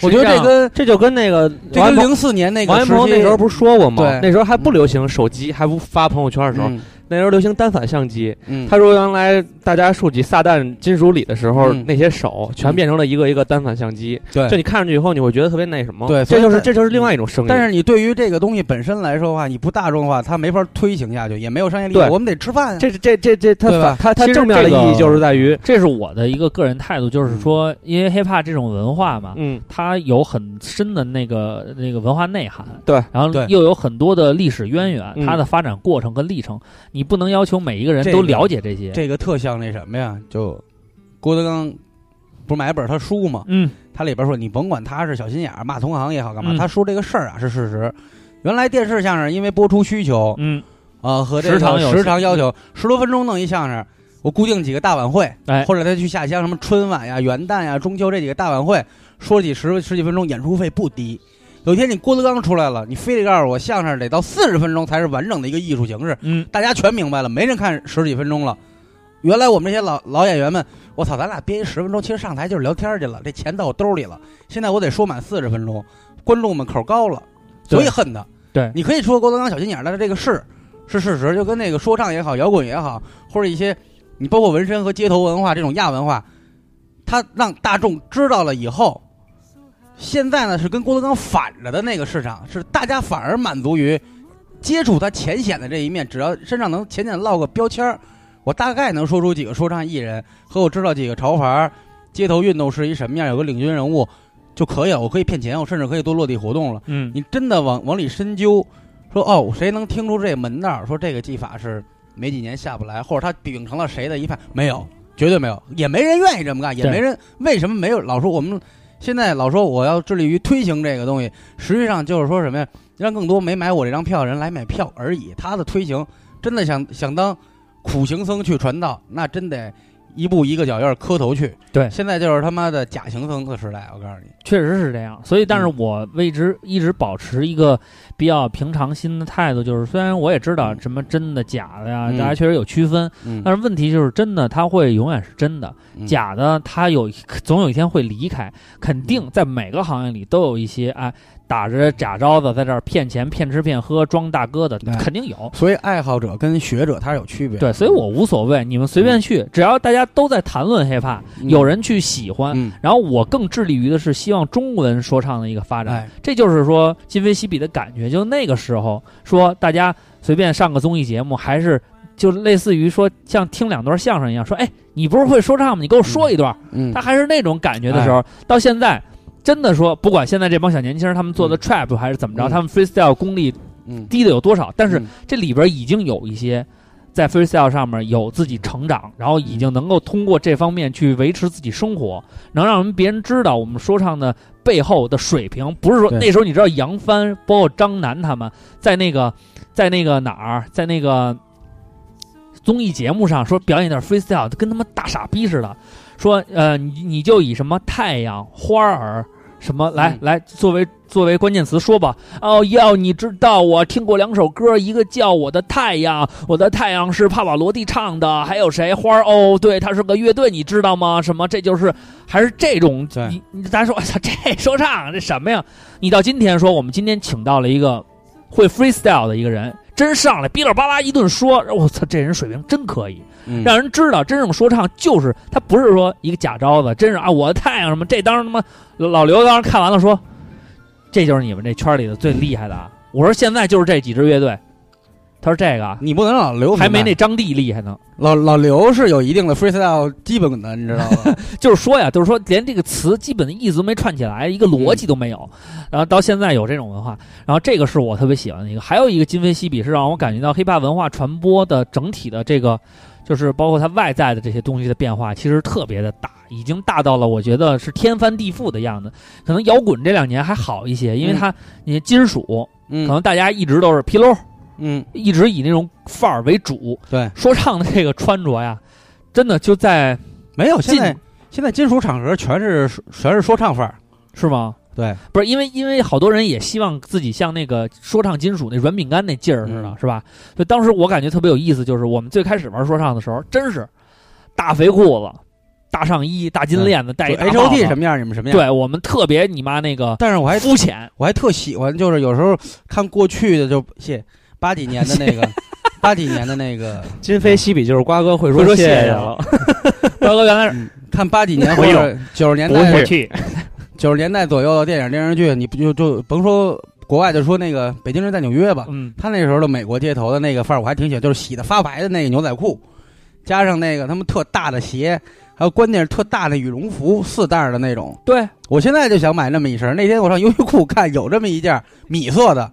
F: 我觉得
D: 实际
F: 这
D: 上
F: 跟
D: 这就跟那个
F: 这
D: 王一
F: 跟
D: 博
F: 零四年那个
D: 王一
F: 时
D: 博
F: 期
D: 那时候不是说过吗
F: 对？
D: 那时候还不流行手机，还不发朋友圈的时候，
F: 嗯
D: 那时候流行单反相机。
F: 嗯，
D: 他说原来大家竖起撒旦金属礼的时候，
F: 嗯
D: 那些手全变成了一个一个单反相机。
F: 对
D: 就你看上去以后，你会觉得特别那什么。
F: 对所
D: 这
F: 以
D: 就是
F: 在
D: 这就是另外一种声音。
F: 但是你对于这个东西本身来说的话，你不大众化，它没法推行下去，也没有商业利益
D: 对。
F: 我们得吃饭啊呀。
D: 这这这这它
F: 对吧
D: 反它它
C: 其实
D: 正面的
C: 这个
D: 意义就是在于，
C: 这是我的一个个人态度，就是说，因为 hiphop 这种文化嘛，
D: 嗯，
C: 它有很深的那个那个文化内涵，
D: 对，
C: 然后
F: 对
C: 又有很多的历史渊源，
D: 嗯
C: 它的发展过程跟历程，你不能要求每一个人
F: 这个
C: 都了解这些。
F: 这个特像那什么呀？就郭德纲不是买了本他书吗？
C: 嗯，
F: 他里边说，你甭管他是小心眼儿骂同行也好干嘛，
C: 嗯
F: 他说这个事儿啊是事实。原来电视相声因为播出需求，
C: 嗯，
F: 呃和这个
C: 时长有
F: 时长要求，十多分钟弄一相声，我固定几个大晚会，
C: 哎
F: 或者他去下乡什么春晚呀、元旦呀、中秋这几个大晚会，说几十十几分钟，演出费不低。有一天你郭德纲出来了，你非得告诉我相声得到四十分钟才是完整的一个艺术形式，
C: 嗯，
F: 大家全明白了，没人看十几分钟了。原来我们这些老老演员们，我操，咱俩憋一十分钟，其实上台就是聊天去了，这钱到我兜里了。现在我得说满四十分钟，观众们口高了，所以
C: 对
F: 恨他。
C: 对
F: 你可以说郭德纲小心眼儿，但是这个是是事实，就跟那个说唱也好，摇滚也好，或者一些你包括纹身和街头文化这种亚文化，他让大众知道了以后，现在呢是跟郭德纲反着的那个市场，是大家反而满足于接触他浅显的这一面，只要身上能浅浅落个标签儿，我大概能说出几个说唱艺人和我知道几个潮牌儿、街头运动是一什么样，有个领军人物就可以了，我可以骗钱，我甚至可以做落地活动了。
C: 嗯，
F: 你真的往往里深究，说哦，谁能听出这门道儿？说这个技法是没几年下不来，或者他秉承了谁的一派？没有，绝对没有，也没人愿意这么干，也
C: 对
F: 没人为什么没有？老说我们现在老说我要致力于推行这个东西，实际上就是说什么呀？让更多没买我这张票的人来买票而已。他的推行真的想想当苦行僧去传道，那真得。一步一个脚印儿磕头去。
C: 对
F: 现在就是他妈的假行僧的时代，我告诉你。
C: 确实是这样。所以，但是我为之一直保持一个比较平常心的态度，就是虽然我也知道什么真的假的呀，
F: 嗯
C: 大家确实有区分，
F: 嗯
C: 但是问题就是真的它会永远是真的，
F: 嗯
C: 假的它有总有一天会离开。肯
F: 嗯
C: 定在每个行业里都有一些哎打着假招子在这儿骗钱、骗吃骗喝、装大哥的
F: 对，
C: 肯定有。
F: 所以爱好者跟学者他是有区别的。
C: 对，所以我无所谓，你们随便去，只要大家都在谈论 hiphop，
F: 嗯
C: 有人去喜欢，
F: 嗯，
C: 然后我更致力于的是希望中文说唱的一个发展，
F: 哎，
C: 这就是说今非昔比的感觉。就那个时候，说大家随便上个综艺节目，还是就类似于说像听两段相声一样，说哎，你不是会说唱吗？你给我说一段。
F: 嗯哎
C: 他还是那种感觉的时候，到现在。真的说，不管现在这帮小年轻人他们做的
F: 嗯
C: trap 还是怎么着，
F: 嗯
C: 他们 freestyle 功力
F: 嗯，
C: 低的有多少，但是
F: 嗯
C: 这里边已经有一些在 freestyle 上面有自己成长，然后已经能够通过这方面去维持自己生活，能让人别人知道我们说唱的背后的水平，不是说
F: 对
C: 那时候你知道杨帆包括张楠他们在那个在那个哪儿，在那个综艺节目上说表演点 freestyle，跟他妈大傻逼似的，说呃你你就以什么太阳花儿。什么来
G: 嗯
C: 来作为作为关键词说吧，哦，要你知道我听过两首歌，一个叫《我的太阳》，我的太阳是帕瓦罗蒂唱的，还有谁？花儿哦，对，他是个乐队，你知道吗？什么？这就是还是这种
F: 对，
C: 你你咱说， [laughs] 哎呀，这说唱这什么呀？你到今天说，我们今天请到了一个会 freestyle 的一个人，真上来哔哩吧啦一顿说，我操，这人水平真可以。
F: 嗯
C: 让人知道真正说唱就是他不是说一个假招子，真是啊，我的太阳什么，这当时他妈老老刘当时看完了说，这就是你们这圈里的最厉害的啊。我说现在就是这几支乐队，他说这个啊
F: 你不能让老刘
C: 还没
F: 明白
C: 那张帝厉害呢。
F: 老老刘是有一定的 freestyle 基本的，你知道
C: [laughs]
F: 吧？
C: 就是说呀，就是说连这个词基本的意思都没串起来，一
F: 嗯
C: 个逻辑都没有。然后到现在有这种文化，然后这个是我特别喜欢的一个。还有一个今非昔比是让我感觉到 hiphop 文化传播的整体的这个，就是包括它外在的这些东西的变化，其实特别的大，已经大到了我觉得是天翻地覆的样子。可能摇滚这两年还好一些，因为它你金属，可
F: 嗯
C: 能大家一直都是皮褛，
F: 嗯，
C: 一直以那种范儿为主。
F: 对，
C: 说唱的这个穿着呀，真的就在
F: 没有，现
C: 进
F: 在现在金属场合全是全是说唱范儿，
C: 是吗？
F: 对，
C: 不是因为因为好多人也希望自己像那个说唱金属那软饼干那劲儿似的，
F: 嗯
C: 是吧？所以当时我感觉特别有意思，就是我们最开始玩说唱的时候，真是大肥裤子、大上衣、大金链子，戴一
F: 就
C: 大帽
F: HOT
C: 子
F: 什么样你们什么样。，
C: 对我们特别你妈那个
F: 但是我还
C: 肤浅，
F: 我还特喜欢，就是有时候看过去的就谢八几年的
C: [laughs]
F: 那个八几年的那个，
D: 今非昔比就是瓜哥会
C: 会说
D: 谢
C: 谢谢
D: 了，
C: 高
F: 嗯
C: 哥原来是嗯
F: 看八几年或
D: 我
C: 哎
F: 者九十年代
D: 去，
F: [laughs] 九十年代左右的电影电视剧，你不就就甭说国外，就说那个《北京人在纽约》吧，
C: 嗯
F: 他那时候的美国街头的那个范儿，我还挺喜欢，就是洗的发白的那个牛仔裤，加上那个他们特大的鞋，还有关键是特大的羽绒服，四袋儿的那种。
C: 对，
F: 我现在就想买那么一身儿。那天我上优衣库看有这么一件儿米色的，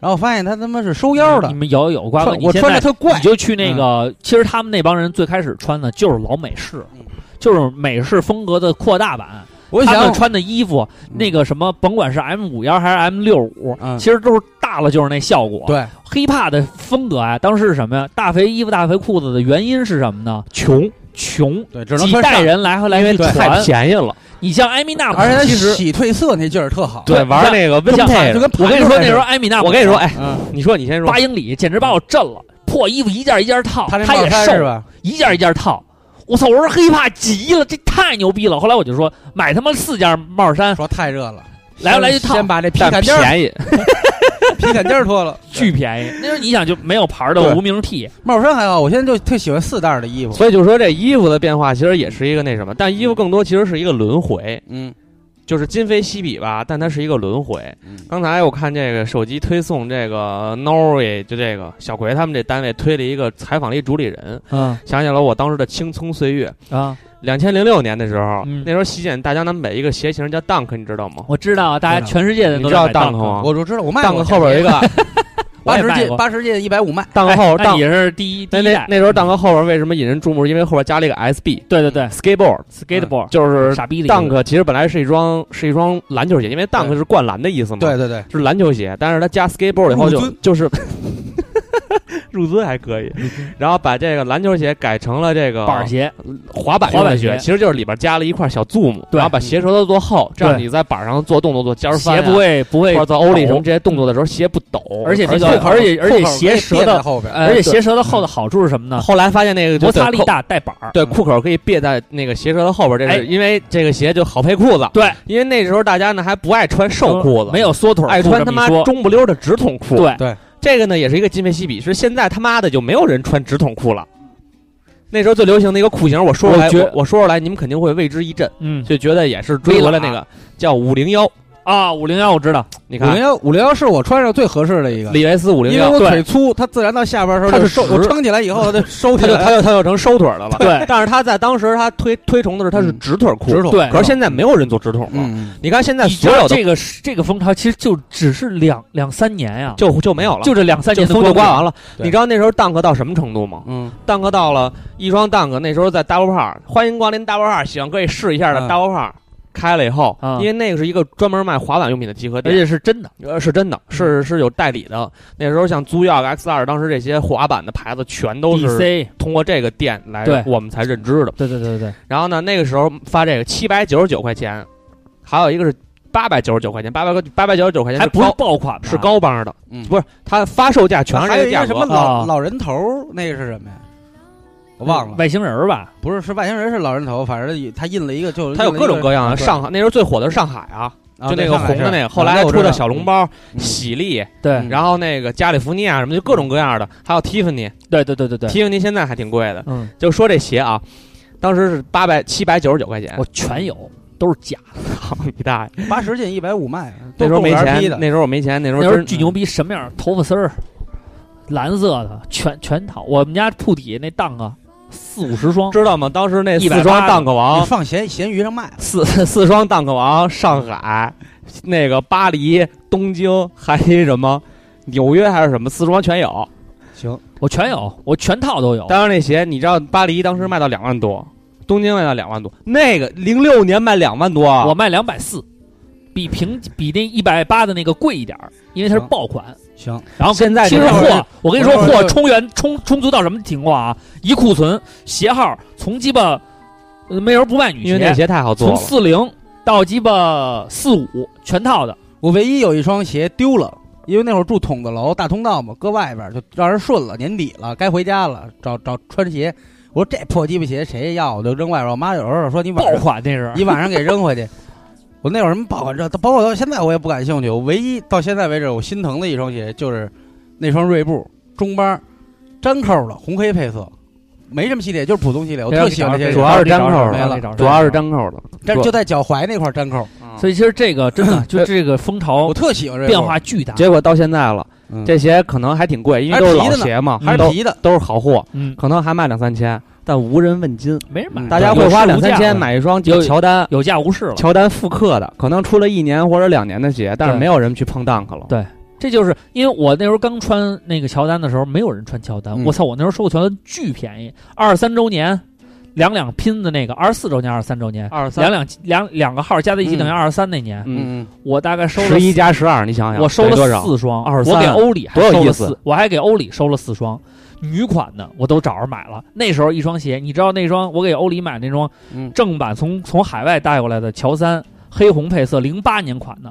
F: 然后发现它他妈是收腰的
C: 你，们有有瓜哥，
F: 穿
C: 你
F: 我
C: 现
F: 穿
C: 在
F: 着特怪
C: 你。就去那个，其实他们那帮人最开始穿的就是老美式
F: 嗯，
C: 就是美式风格的扩大版。
F: 我
C: 他们
F: 想哦
C: 穿的衣服，那个什么，甭管是 M 五幺还是 M 六五，
F: 嗯
C: 其实都是大了就是那效果。
F: 对，
C: ，hiphop 的风格啊，当时是什么呀？大肥衣服、大肥裤子的原因是什么呢？
D: 穷，
C: 穷，
F: 对，只能
C: 几
F: 穿
C: 代
F: 上。
C: 人来回来去
D: [laughs] 太
C: 传。
D: 便宜了。
C: 你像艾米纳姆，
F: 而且它
C: 其实
F: 洗褪色那劲儿特好。
C: 对
D: 玩那个温
C: 像
D: 配
F: 就
D: 的，
F: 跟
C: 我跟你
F: 盘
C: 说，
F: 子
C: 那时候
F: 似
C: 艾米纳姆，
D: 我跟你说，哎，
F: 的，嗯，
D: 你说你先说
C: 八，英里简直把我震了，破衣服一件一件套，
F: 他
C: 他
F: 那
C: 也
F: 帽衫
C: 瘦
F: 是，吧？
C: 一件一件套。我操！我说 hiphop 急了，这太牛逼了。后来我就说，买他妈四件帽衫，
F: 说太热了，
C: 来回来去
F: 先
C: 套
F: 先把这皮
D: 但
F: 坎肩儿
D: 便宜，
F: 皮坎肩儿脱了。
C: 巨便宜。 [laughs] 啊那时候你想就没有牌儿的
F: 对
C: 无名 T，
F: [laughs] 帽衫还好，我现在就特喜欢四袋儿的衣服。
D: 所以就是说这衣服的变化其实也是一个那什么，但衣服更多其实是一个轮回，
F: 嗯
D: 就是今非昔比吧，但它是一个轮回。
F: 嗯
D: 刚才我看这个手机推送这个 Norway 就这个小葵他们这单位推了一个采访了一主理人，
C: 嗯
D: 想起了我当时的青葱岁月。
C: 啊，
D: 两千零六年的时候，
C: 嗯
D: 那时候席卷大江南北一个鞋型叫 Dunk，你知道吗？
C: 我知道啊，大家
F: 知道
C: 全世界的
D: 你
C: 都
D: 知道
C: 在买
D: Dunk 吗
F: 我就知道，我卖过
D: ？Dunk 后边一个
C: 我
F: 八
C: 也
F: 十
C: 卖
F: 进
C: 过
F: 八十进一百五卖。
D: [laughs] Dunk 后
C: 那你
D: Dunk，
C: 哎也是第一第
D: [laughs] 那
C: 一
D: 那
C: 代，
D: 那时候 Dunk 后边为什么引人注目？因为后边加了一个 SB
C: 对对对
D: [laughs] skateboard，
C: ，skateboard
D: 就是
C: 傻逼的意思
D: Dunk 其实本来是一双是一双篮球鞋，因为 Dunk
F: 对
D: 是灌篮的意思嘛。
F: 对对对，
D: 就是篮球鞋，但是他加 skateboard 以后
F: 入
D: 就
F: 樽
D: 就是 [laughs] 入樽还可以，然后把这个篮球鞋改成了这个
C: 板儿鞋，
D: 滑板用的
C: 滑
D: 鞋，
C: 板鞋
D: 其实就是里边加了一块小 zoom，
C: 对
D: 然后把鞋舌头做厚，这样你在板上做动作做尖儿翻
C: 鞋
D: 啊、
C: 不会不会
D: 或者，做欧力
C: 抖
D: 什么这些动作的时候鞋不抖，
C: 而且这个
F: 后口
C: 而且而且
F: 后口
C: 鞋舌
F: 垫在
C: 的，
F: 后边，
C: 而且
D: 呃对
C: 鞋舌的厚的好处是什么呢？
D: 后来发现那个就
C: 摩擦力
D: 对
C: 大，带板儿。
D: 对，裤口可以别在那个鞋舌头后边，这是、
C: 哎
D: 因为这个鞋就好配裤子。
C: 对，
D: 因为那时候大家呢还不爱穿瘦嗯裤子，
C: 没有缩腿，
D: 爱穿他妈
C: 说。
D: 中不溜的直筒裤。
C: 对
F: 对，
D: 这个呢也是一个今非昔比，是现在他妈的就没有人穿直筒裤了。那时候最流行的一个裤型，我说出来，
C: 我觉
D: 我我说出来，你们肯定会为之一振，
C: 嗯，
D: 就觉得也是追回了那
C: 微
D: 啊个叫五零幺，
C: 啊，五零幺我知道，
D: 你
F: 五零
D: 看
F: 幺五零幺是我穿上最合适的一个，
D: 李维斯五零
F: 因为
D: 幺，
F: 我
D: 对，
F: 腿粗，它自然到下边的时候
D: 它
F: 就是收，
D: 直
F: 我撑起来以后它就收
D: [laughs] 他
F: 起
D: 就他
F: 来，
D: 就他就成收腿儿的了。
C: 对，
D: 但是他在当时他推推崇的是他是
F: 嗯
D: 直腿儿裤，
F: 直筒
C: 对
D: 哦可是现在没有人做直筒了。
F: 嗯，
D: 你看现在
C: 你知
D: 所
C: 道
D: 有的
C: 这个是这个风潮其实就只是两两三年呀，
D: 就就没有了，
C: 就这两三
D: 就
C: 年的
D: 风就刮完
C: 了。
D: 了。
F: 对
D: 你知道那时候 Dunk 到什么程度吗？嗯，Dunk 到了一双 Dunk，那时候在 Double Par，欢迎光临 Double Par，喜欢可以试一下的
F: 嗯
D: Double Par。开了以后
C: 啊，
D: 因为那个是一个专门卖滑板用品的集合
C: 而
D: 店，
C: 且是真的，
D: 呃，是真的，
F: 嗯
D: 是是有代理的。那时候像 z u y a X 二，当时这些滑板的牌子全都是
C: DC，
D: 通过这个店来
C: 对
D: 我们才认知的。
C: 对对对对对，
D: 然后呢，那个时候发这个七百九十九块钱，还有一个是八百九十九块钱，八百八百九十九块钱
C: 还
D: 是
C: 不是
D: 高
C: 爆款呢，
D: 是高帮的，
F: 嗯
D: 不是它发售价全是
F: 还
D: 这
F: 有
D: 个
F: 一
D: 价
F: 个什
D: 格
F: 么。老
C: 啊
F: 老人头儿，那个是什么呀？我忘
D: 嗯
F: 了，
C: 外星人儿吧？
F: 不是是外星人是老人头，反正他印了一个啊就
D: 它有各种各样的，上海那时候最火的是上海啊，就那个红的那个，后来还出的小笼，包、
F: 嗯
D: 喜力，
C: 对
D: 然后那个加利福尼亚什么，就各种各样的，还有 Tiffany，Tiffany
C: 对对对对对，
D: 现在还挺贵的。
C: 嗯，
D: 就说这鞋啊，当时是八百七百九十九块钱，
C: 我全有，都是假的。
D: [laughs] 操你大爷！
F: 八十进一百五卖，
D: 那时候没钱，
F: 的
D: 那时候我没钱，那时候
C: 那时候
D: 真嗯
C: 巨牛逼，什么样儿？头发丝儿，蓝色的，全全套。我们家铺底下那档啊，四五十双，
D: 知道吗？当时那四
C: 180
D: 双 Dunk
F: 你
D: 王，
F: 放闲闲鱼上卖，
D: 四四双 Dunk 王，上海、那个巴黎、东京，还有什么纽约还是什么，四双全有。
F: 行，
C: [laughs] 我全有，我全套都有。
D: 当时那鞋，你知道巴黎当时卖到两万多，东京卖到两万多，那个零六年卖两万多啊，
C: 我卖两百四，比平比那一百八的那个贵一点儿，因为它是
D: 嗯
F: 行
C: 爆款。
F: 行，
C: 然后
D: 现在
C: 其实
D: 这会儿
C: 货，我跟你说，
F: 我这会儿
C: 货
F: 就
C: 充原充充足到什么情况啊？一库存，鞋号从鸡巴呃没人不卖女
D: 因为那
C: 鞋，
D: 鞋太好做
C: 从
D: 了。
C: 四零到鸡巴四五全套的，
F: 我唯一有一双鞋丢了，因为那会儿住筒子楼大通道嘛，搁外边儿就让人顺了，年底了该回家了，找找穿鞋。我说这破鸡巴鞋谁要，我就扔外边儿。我妈有时候说你晚
C: 爆
F: 上
C: 款那是。
F: 你晚上给扔回去。我那会儿什么爆款这，包括到现在我也不感兴趣。我唯一到现在为止我心疼的一双鞋就是那双锐步中帮，粘扣的红黑配色，没什么系列，就是普通系列。我特喜欢这些
D: 主
F: 鞋，
D: 要是粘扣
F: 没了
D: 主要是粘扣的，
F: 但就在脚踝那块儿粘扣，
C: 所以其实这个真
D: [clears throat]
C: 的就这个风潮
D: 哦
F: 我特喜欢锐步
C: 变化巨大。
D: 结果到现在了，
F: 嗯
D: 这鞋可能还挺贵，因为都是老鞋嘛，
F: 还是
D: 都
F: 皮的，
D: 都是好货，
C: 嗯，
D: 可能还卖两三千，但无人问津，
C: 没人买，
F: 嗯
D: 大家
C: 有
D: 会花
C: 市
D: 两
C: 无
D: 三
C: 价
D: 千
C: 了，
D: 买一双就
C: 有
D: 乔丹。
C: 有价无市了。
D: 乔丹复刻的，可能出了一年或者两年的鞋，但是
C: 对
D: 没有人去碰 Dunk 了。
C: 对这就是因为我那时候刚穿那个乔丹的时候，没有人穿乔丹。
F: 嗯
C: 我操，我那时候收过乔丹巨便宜，二十三周年两两拼的那个，二十四周年、二十三周年，
D: 二十
C: 两两两两个号加在一起
F: 嗯
C: 等于二十三那年，
D: 嗯，
F: 嗯
C: 我大概收了
D: 十一加十二，你想想，
C: 我收
D: 得多
C: 了
D: 少？
C: 四双，
D: 23
C: 我给欧里还
D: 多有
C: 收
D: 意
C: 了
D: 思
C: 四，我还给欧里收了四双女款的，我都找着买了。那时候一双鞋，你知道那双我给欧里买那双
F: 嗯
C: 正版从从海外带过来的乔三黑红配色，零八年款的，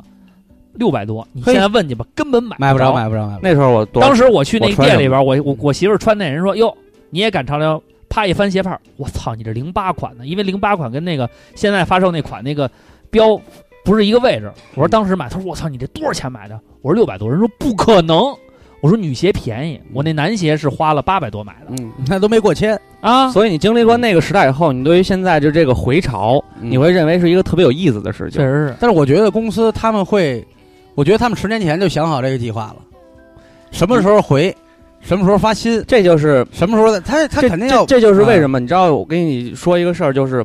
C: 六百多。你
F: 嘿
C: 现在问去吧，根本买
F: 买不着，
C: 着。
F: 买不着，买不着。
D: 那时候我多
C: 当时我去那
D: 我穿
C: 店
D: 什
C: 里
D: 么
C: 边，我我我媳妇儿穿那人说哟，你也敢潮流？啪一翻鞋泡，我操，你这零八款的，因为零八款跟那个现在发售那款那个标不是一个位置。我说
D: 嗯
C: 当时买，他说我操，你这多少钱买的？我说六百多，人说不可能。我说女鞋便宜，我那男鞋是花了八百多买的
F: 嗯，那都没过千，
C: 啊。
D: 所以你经历过那个时代以后，你对于现在就这个回潮，你会认为是一个特别有意思的事
C: 确
D: 情。
C: 实是，
F: 但是我觉得公司他们会，我觉得他们十年前就想好这个计划了，什么时候回，什么时候发新，
D: 这就是
F: 什么时候他他
D: 这
F: 肯定要
D: 这这就是为什么你知道我跟你说一个事儿，就是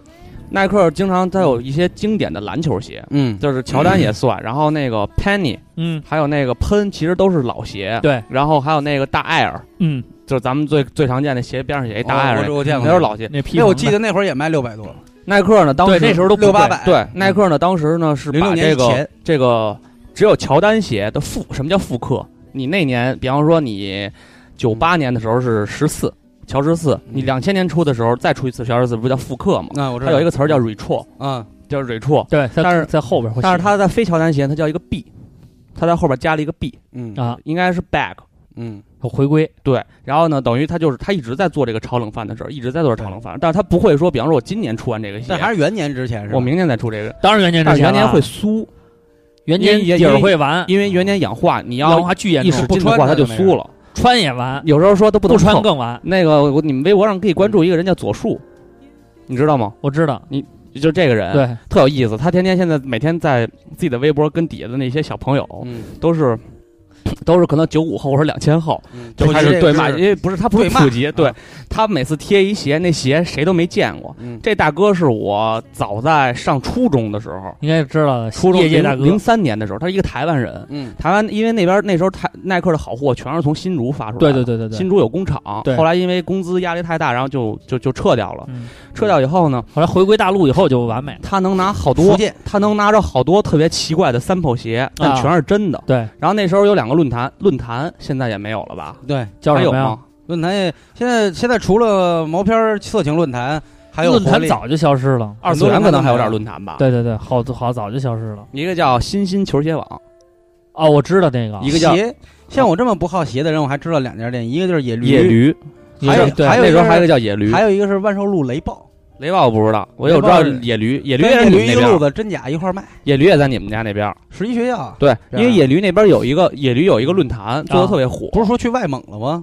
D: 耐克经常它有一些经典的篮球鞋，
F: 嗯，
D: 就是乔丹也算，然后那个 Penny
C: 嗯
D: 还有那个喷，其实都是老鞋。
C: 对，
D: 然后还有那个大艾尔，
C: 嗯，
D: 就是咱们最最常见的鞋边上写一大艾尔
F: 哦，我我见
D: 那
F: 过
D: 都是老鞋。
C: 那皮
F: 因为我
C: 蓬
F: 记
C: 的
F: 得那会儿也卖六百多，
D: 耐克呢，当时
C: 对那时候都不贵
F: 六八百，
D: 对耐克呢，当时呢是
F: 06
D: 把
F: 年
D: 这
F: 以
D: 个
F: 前
D: 这个只有乔丹鞋的复，什么叫复刻？你那年，比方说你九八年的时候是十四，乔十四，你
F: 嗯
D: 两千年出的时候再出一次乔十四，不叫复刻吗？
F: 那我知
D: 它
F: 道
D: 有一个词儿叫 retro，
F: 嗯，
D: 叫 retro，
C: 对，在
D: 但是
C: 在后边会写，
D: 但是它在非乔丹鞋，它叫一个 B，它在后边加了一个 B，
F: 嗯
C: 啊
D: 应该是 back。
F: 嗯，
C: 有回归，
D: 对，然后呢，等于它就是它一直在做这个炒冷饭的事儿，一直在做炒冷饭，但是它不会说，比方说我今年出完这个鞋
F: 但，还是元年之前是吧
D: 我明年再出这个，
C: 当然元年
D: 但
C: 之
D: 是
C: 前
D: 元年
C: 了
F: 啊
D: 会酥，
C: 元
D: 因
C: 年
D: 为也
C: 啊底
D: 因
C: 儿
D: 为
C: 会完，
D: 因为元年氧化，你要
C: 氧化巨严
D: 一
C: 重
D: 使，
F: 不
D: 劲的
F: 穿
D: 话，
F: 它
D: 它就
F: 就没事
D: 酥了。
C: 穿也完，
D: 有时候说都不能
C: 不穿
D: 碰
C: 更完。
D: 那个，我你们微博上可以关注一个人叫左树，你知道吗？
C: 我知道，
D: 就这个人，，
C: 对，
D: 特有意思。他天天现在每天在自己的微博跟底下的那些小朋友，
F: 嗯，
D: 都是都是可能九五后或者两千后，就
F: 普
D: 开
F: 及
D: 始
F: 嗯这
D: 对
F: 个
D: 骂，
F: 知
D: 因
F: 识
D: 为不是他不会
F: 对骂
D: 普及，对
C: 嗯
F: 啊
D: 他每次贴一鞋，那鞋谁都没见过。
F: 嗯，
D: 这大哥是我早在上初中的时候，
C: 应该是知道的。
D: 初中
C: 业界大哥
D: 零，三年的时候，他是一个台湾人。
F: 嗯
D: 台湾因为那边那时候台耐克的好货全是从新竹发出来
C: 对
D: 的，
C: 对对对对。
D: 新竹有工厂
C: 对，
D: 后来因为工资压力太大，然后就就就撤掉了。
C: 嗯
D: 撤掉以后呢，
C: 后来回归大陆以后就完美了。
D: 他能拿好
F: 福
D: 多，
F: 建
D: 他能拿着好多特别奇怪的 sample 鞋，但
C: 啊
D: 全是真的。
C: 对，
D: 然后那时候有两个论坛，论坛现在也没有了吧？
F: 对
C: 叫
D: 还
C: 什
D: 有
C: 么呀？
D: 吗？
F: 论坛也现在现在除了毛片儿色情论坛，还有
C: 论
F: 活
C: 坛
F: 力
C: 早就消失了。
D: 二次元可能还有点论坛吧。，
C: 对对对，好好早就消失了。
D: 一个叫新新球鞋网，
C: 哦，我知道那个
D: 一个叫
F: 鞋，像我这么不好鞋的人，我还知道两家店，一个就是野驴，
D: 野驴，
C: 一
F: 还有
C: 个对
F: 还有
D: 那
F: 一
D: 时
F: 个
D: 候还有一个叫野驴，
F: 还有一个是万寿路雷暴，
D: 雷暴我不知道，我有知道野驴，野驴也是啊
F: 跟
D: 你们
F: 野驴一
D: 那边
F: 路
D: 儿，
F: 子真假一块儿卖，
D: 野驴也在你们家那边儿。
F: 十一学校
D: 对，啊
F: 是
D: 因
F: 啊
D: 为野驴那边有一个野驴有一个论坛做的特别火，
F: 不是说去外蒙了吗？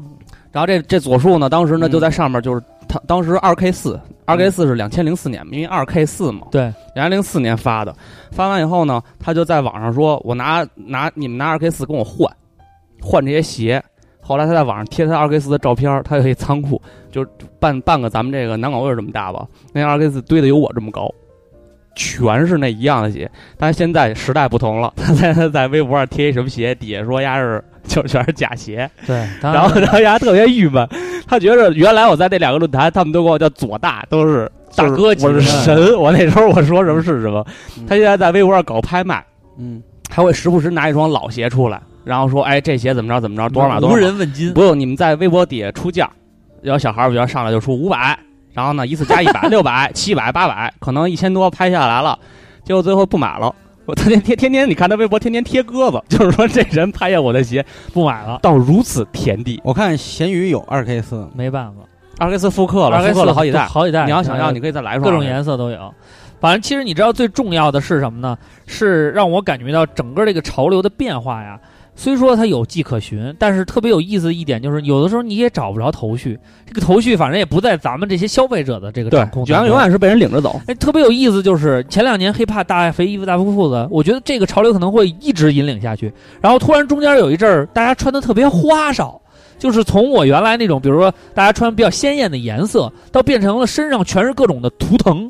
D: 然后这这左树呢，当时呢
F: 嗯
D: 就在上面，就是他当时二 K 四，二 K 四是两千零四年嘛，因为二 K 四嘛，
C: 对，
D: 两千零四年发的，发完以后呢，他就在网上说，我拿拿你们拿二 K 四跟我换，换这些鞋。后来他在网上贴他二 K 四的照片，他有一仓库，就半半个咱们这个南广味儿这么大吧，那二 K 四堆的有我这么高。全是那一样的鞋，但是现在时代不同了。 [laughs] 他在他在微博上贴一什么鞋，底下说丫是就全是假鞋，
C: 对，当
D: 然后然后丫特别郁闷，他觉着原来我在那两个论坛，他们都管我叫左大，都是
C: 大哥级
D: 我是 [laughs] 神，我那时候我说什么是什么。
F: 嗯
D: 他现在在微博上搞拍卖，
F: 嗯，
D: 还会时不时拿一双老鞋出来，然后说哎这鞋怎么着怎么着，多少码多
C: 无
D: 少码。
C: 人问津。
D: 不用你们在微博底下出价，然后小孩儿比如上来就出五百，然后呢一次加一 [laughs] 百、六百、七百、八百，可能一千多拍下来了，结果最后不买了。我天天天天，你看他微博天天贴鸽子，就是说这人拍下我的鞋
C: 不买了，
D: 到如此田地，
F: 我看闲鱼有二 K 四，
C: 没办法，
D: 二 K 四复刻了，
C: 二 K
D: 复刻了好几代。
C: 好几代。
D: 你要想要，
C: 嗯
D: 你可以再来一双。
C: 各种颜色都有。反正其实你知道最重要的是什么呢？是让我感觉到整个这个潮流的变化呀。虽说它有迹可循，但是特别有意思的一点就是，有的时候你也找不着头绪。这个头绪反正也不在咱们这些消费者的这个掌控
D: 卷
C: 当
D: 羊
C: 中。
D: 永远是被人领着走。
C: 哎，特别有意思，就是前两年 hiphop 大肥衣服大肥裤子，我觉得这个潮流可能会一直引领下去。然后突然中间有一阵儿，大家穿的特别花哨，就是从我原来那种，比如说大家穿比较鲜艳的颜色，到变成了身上全是各种的图腾，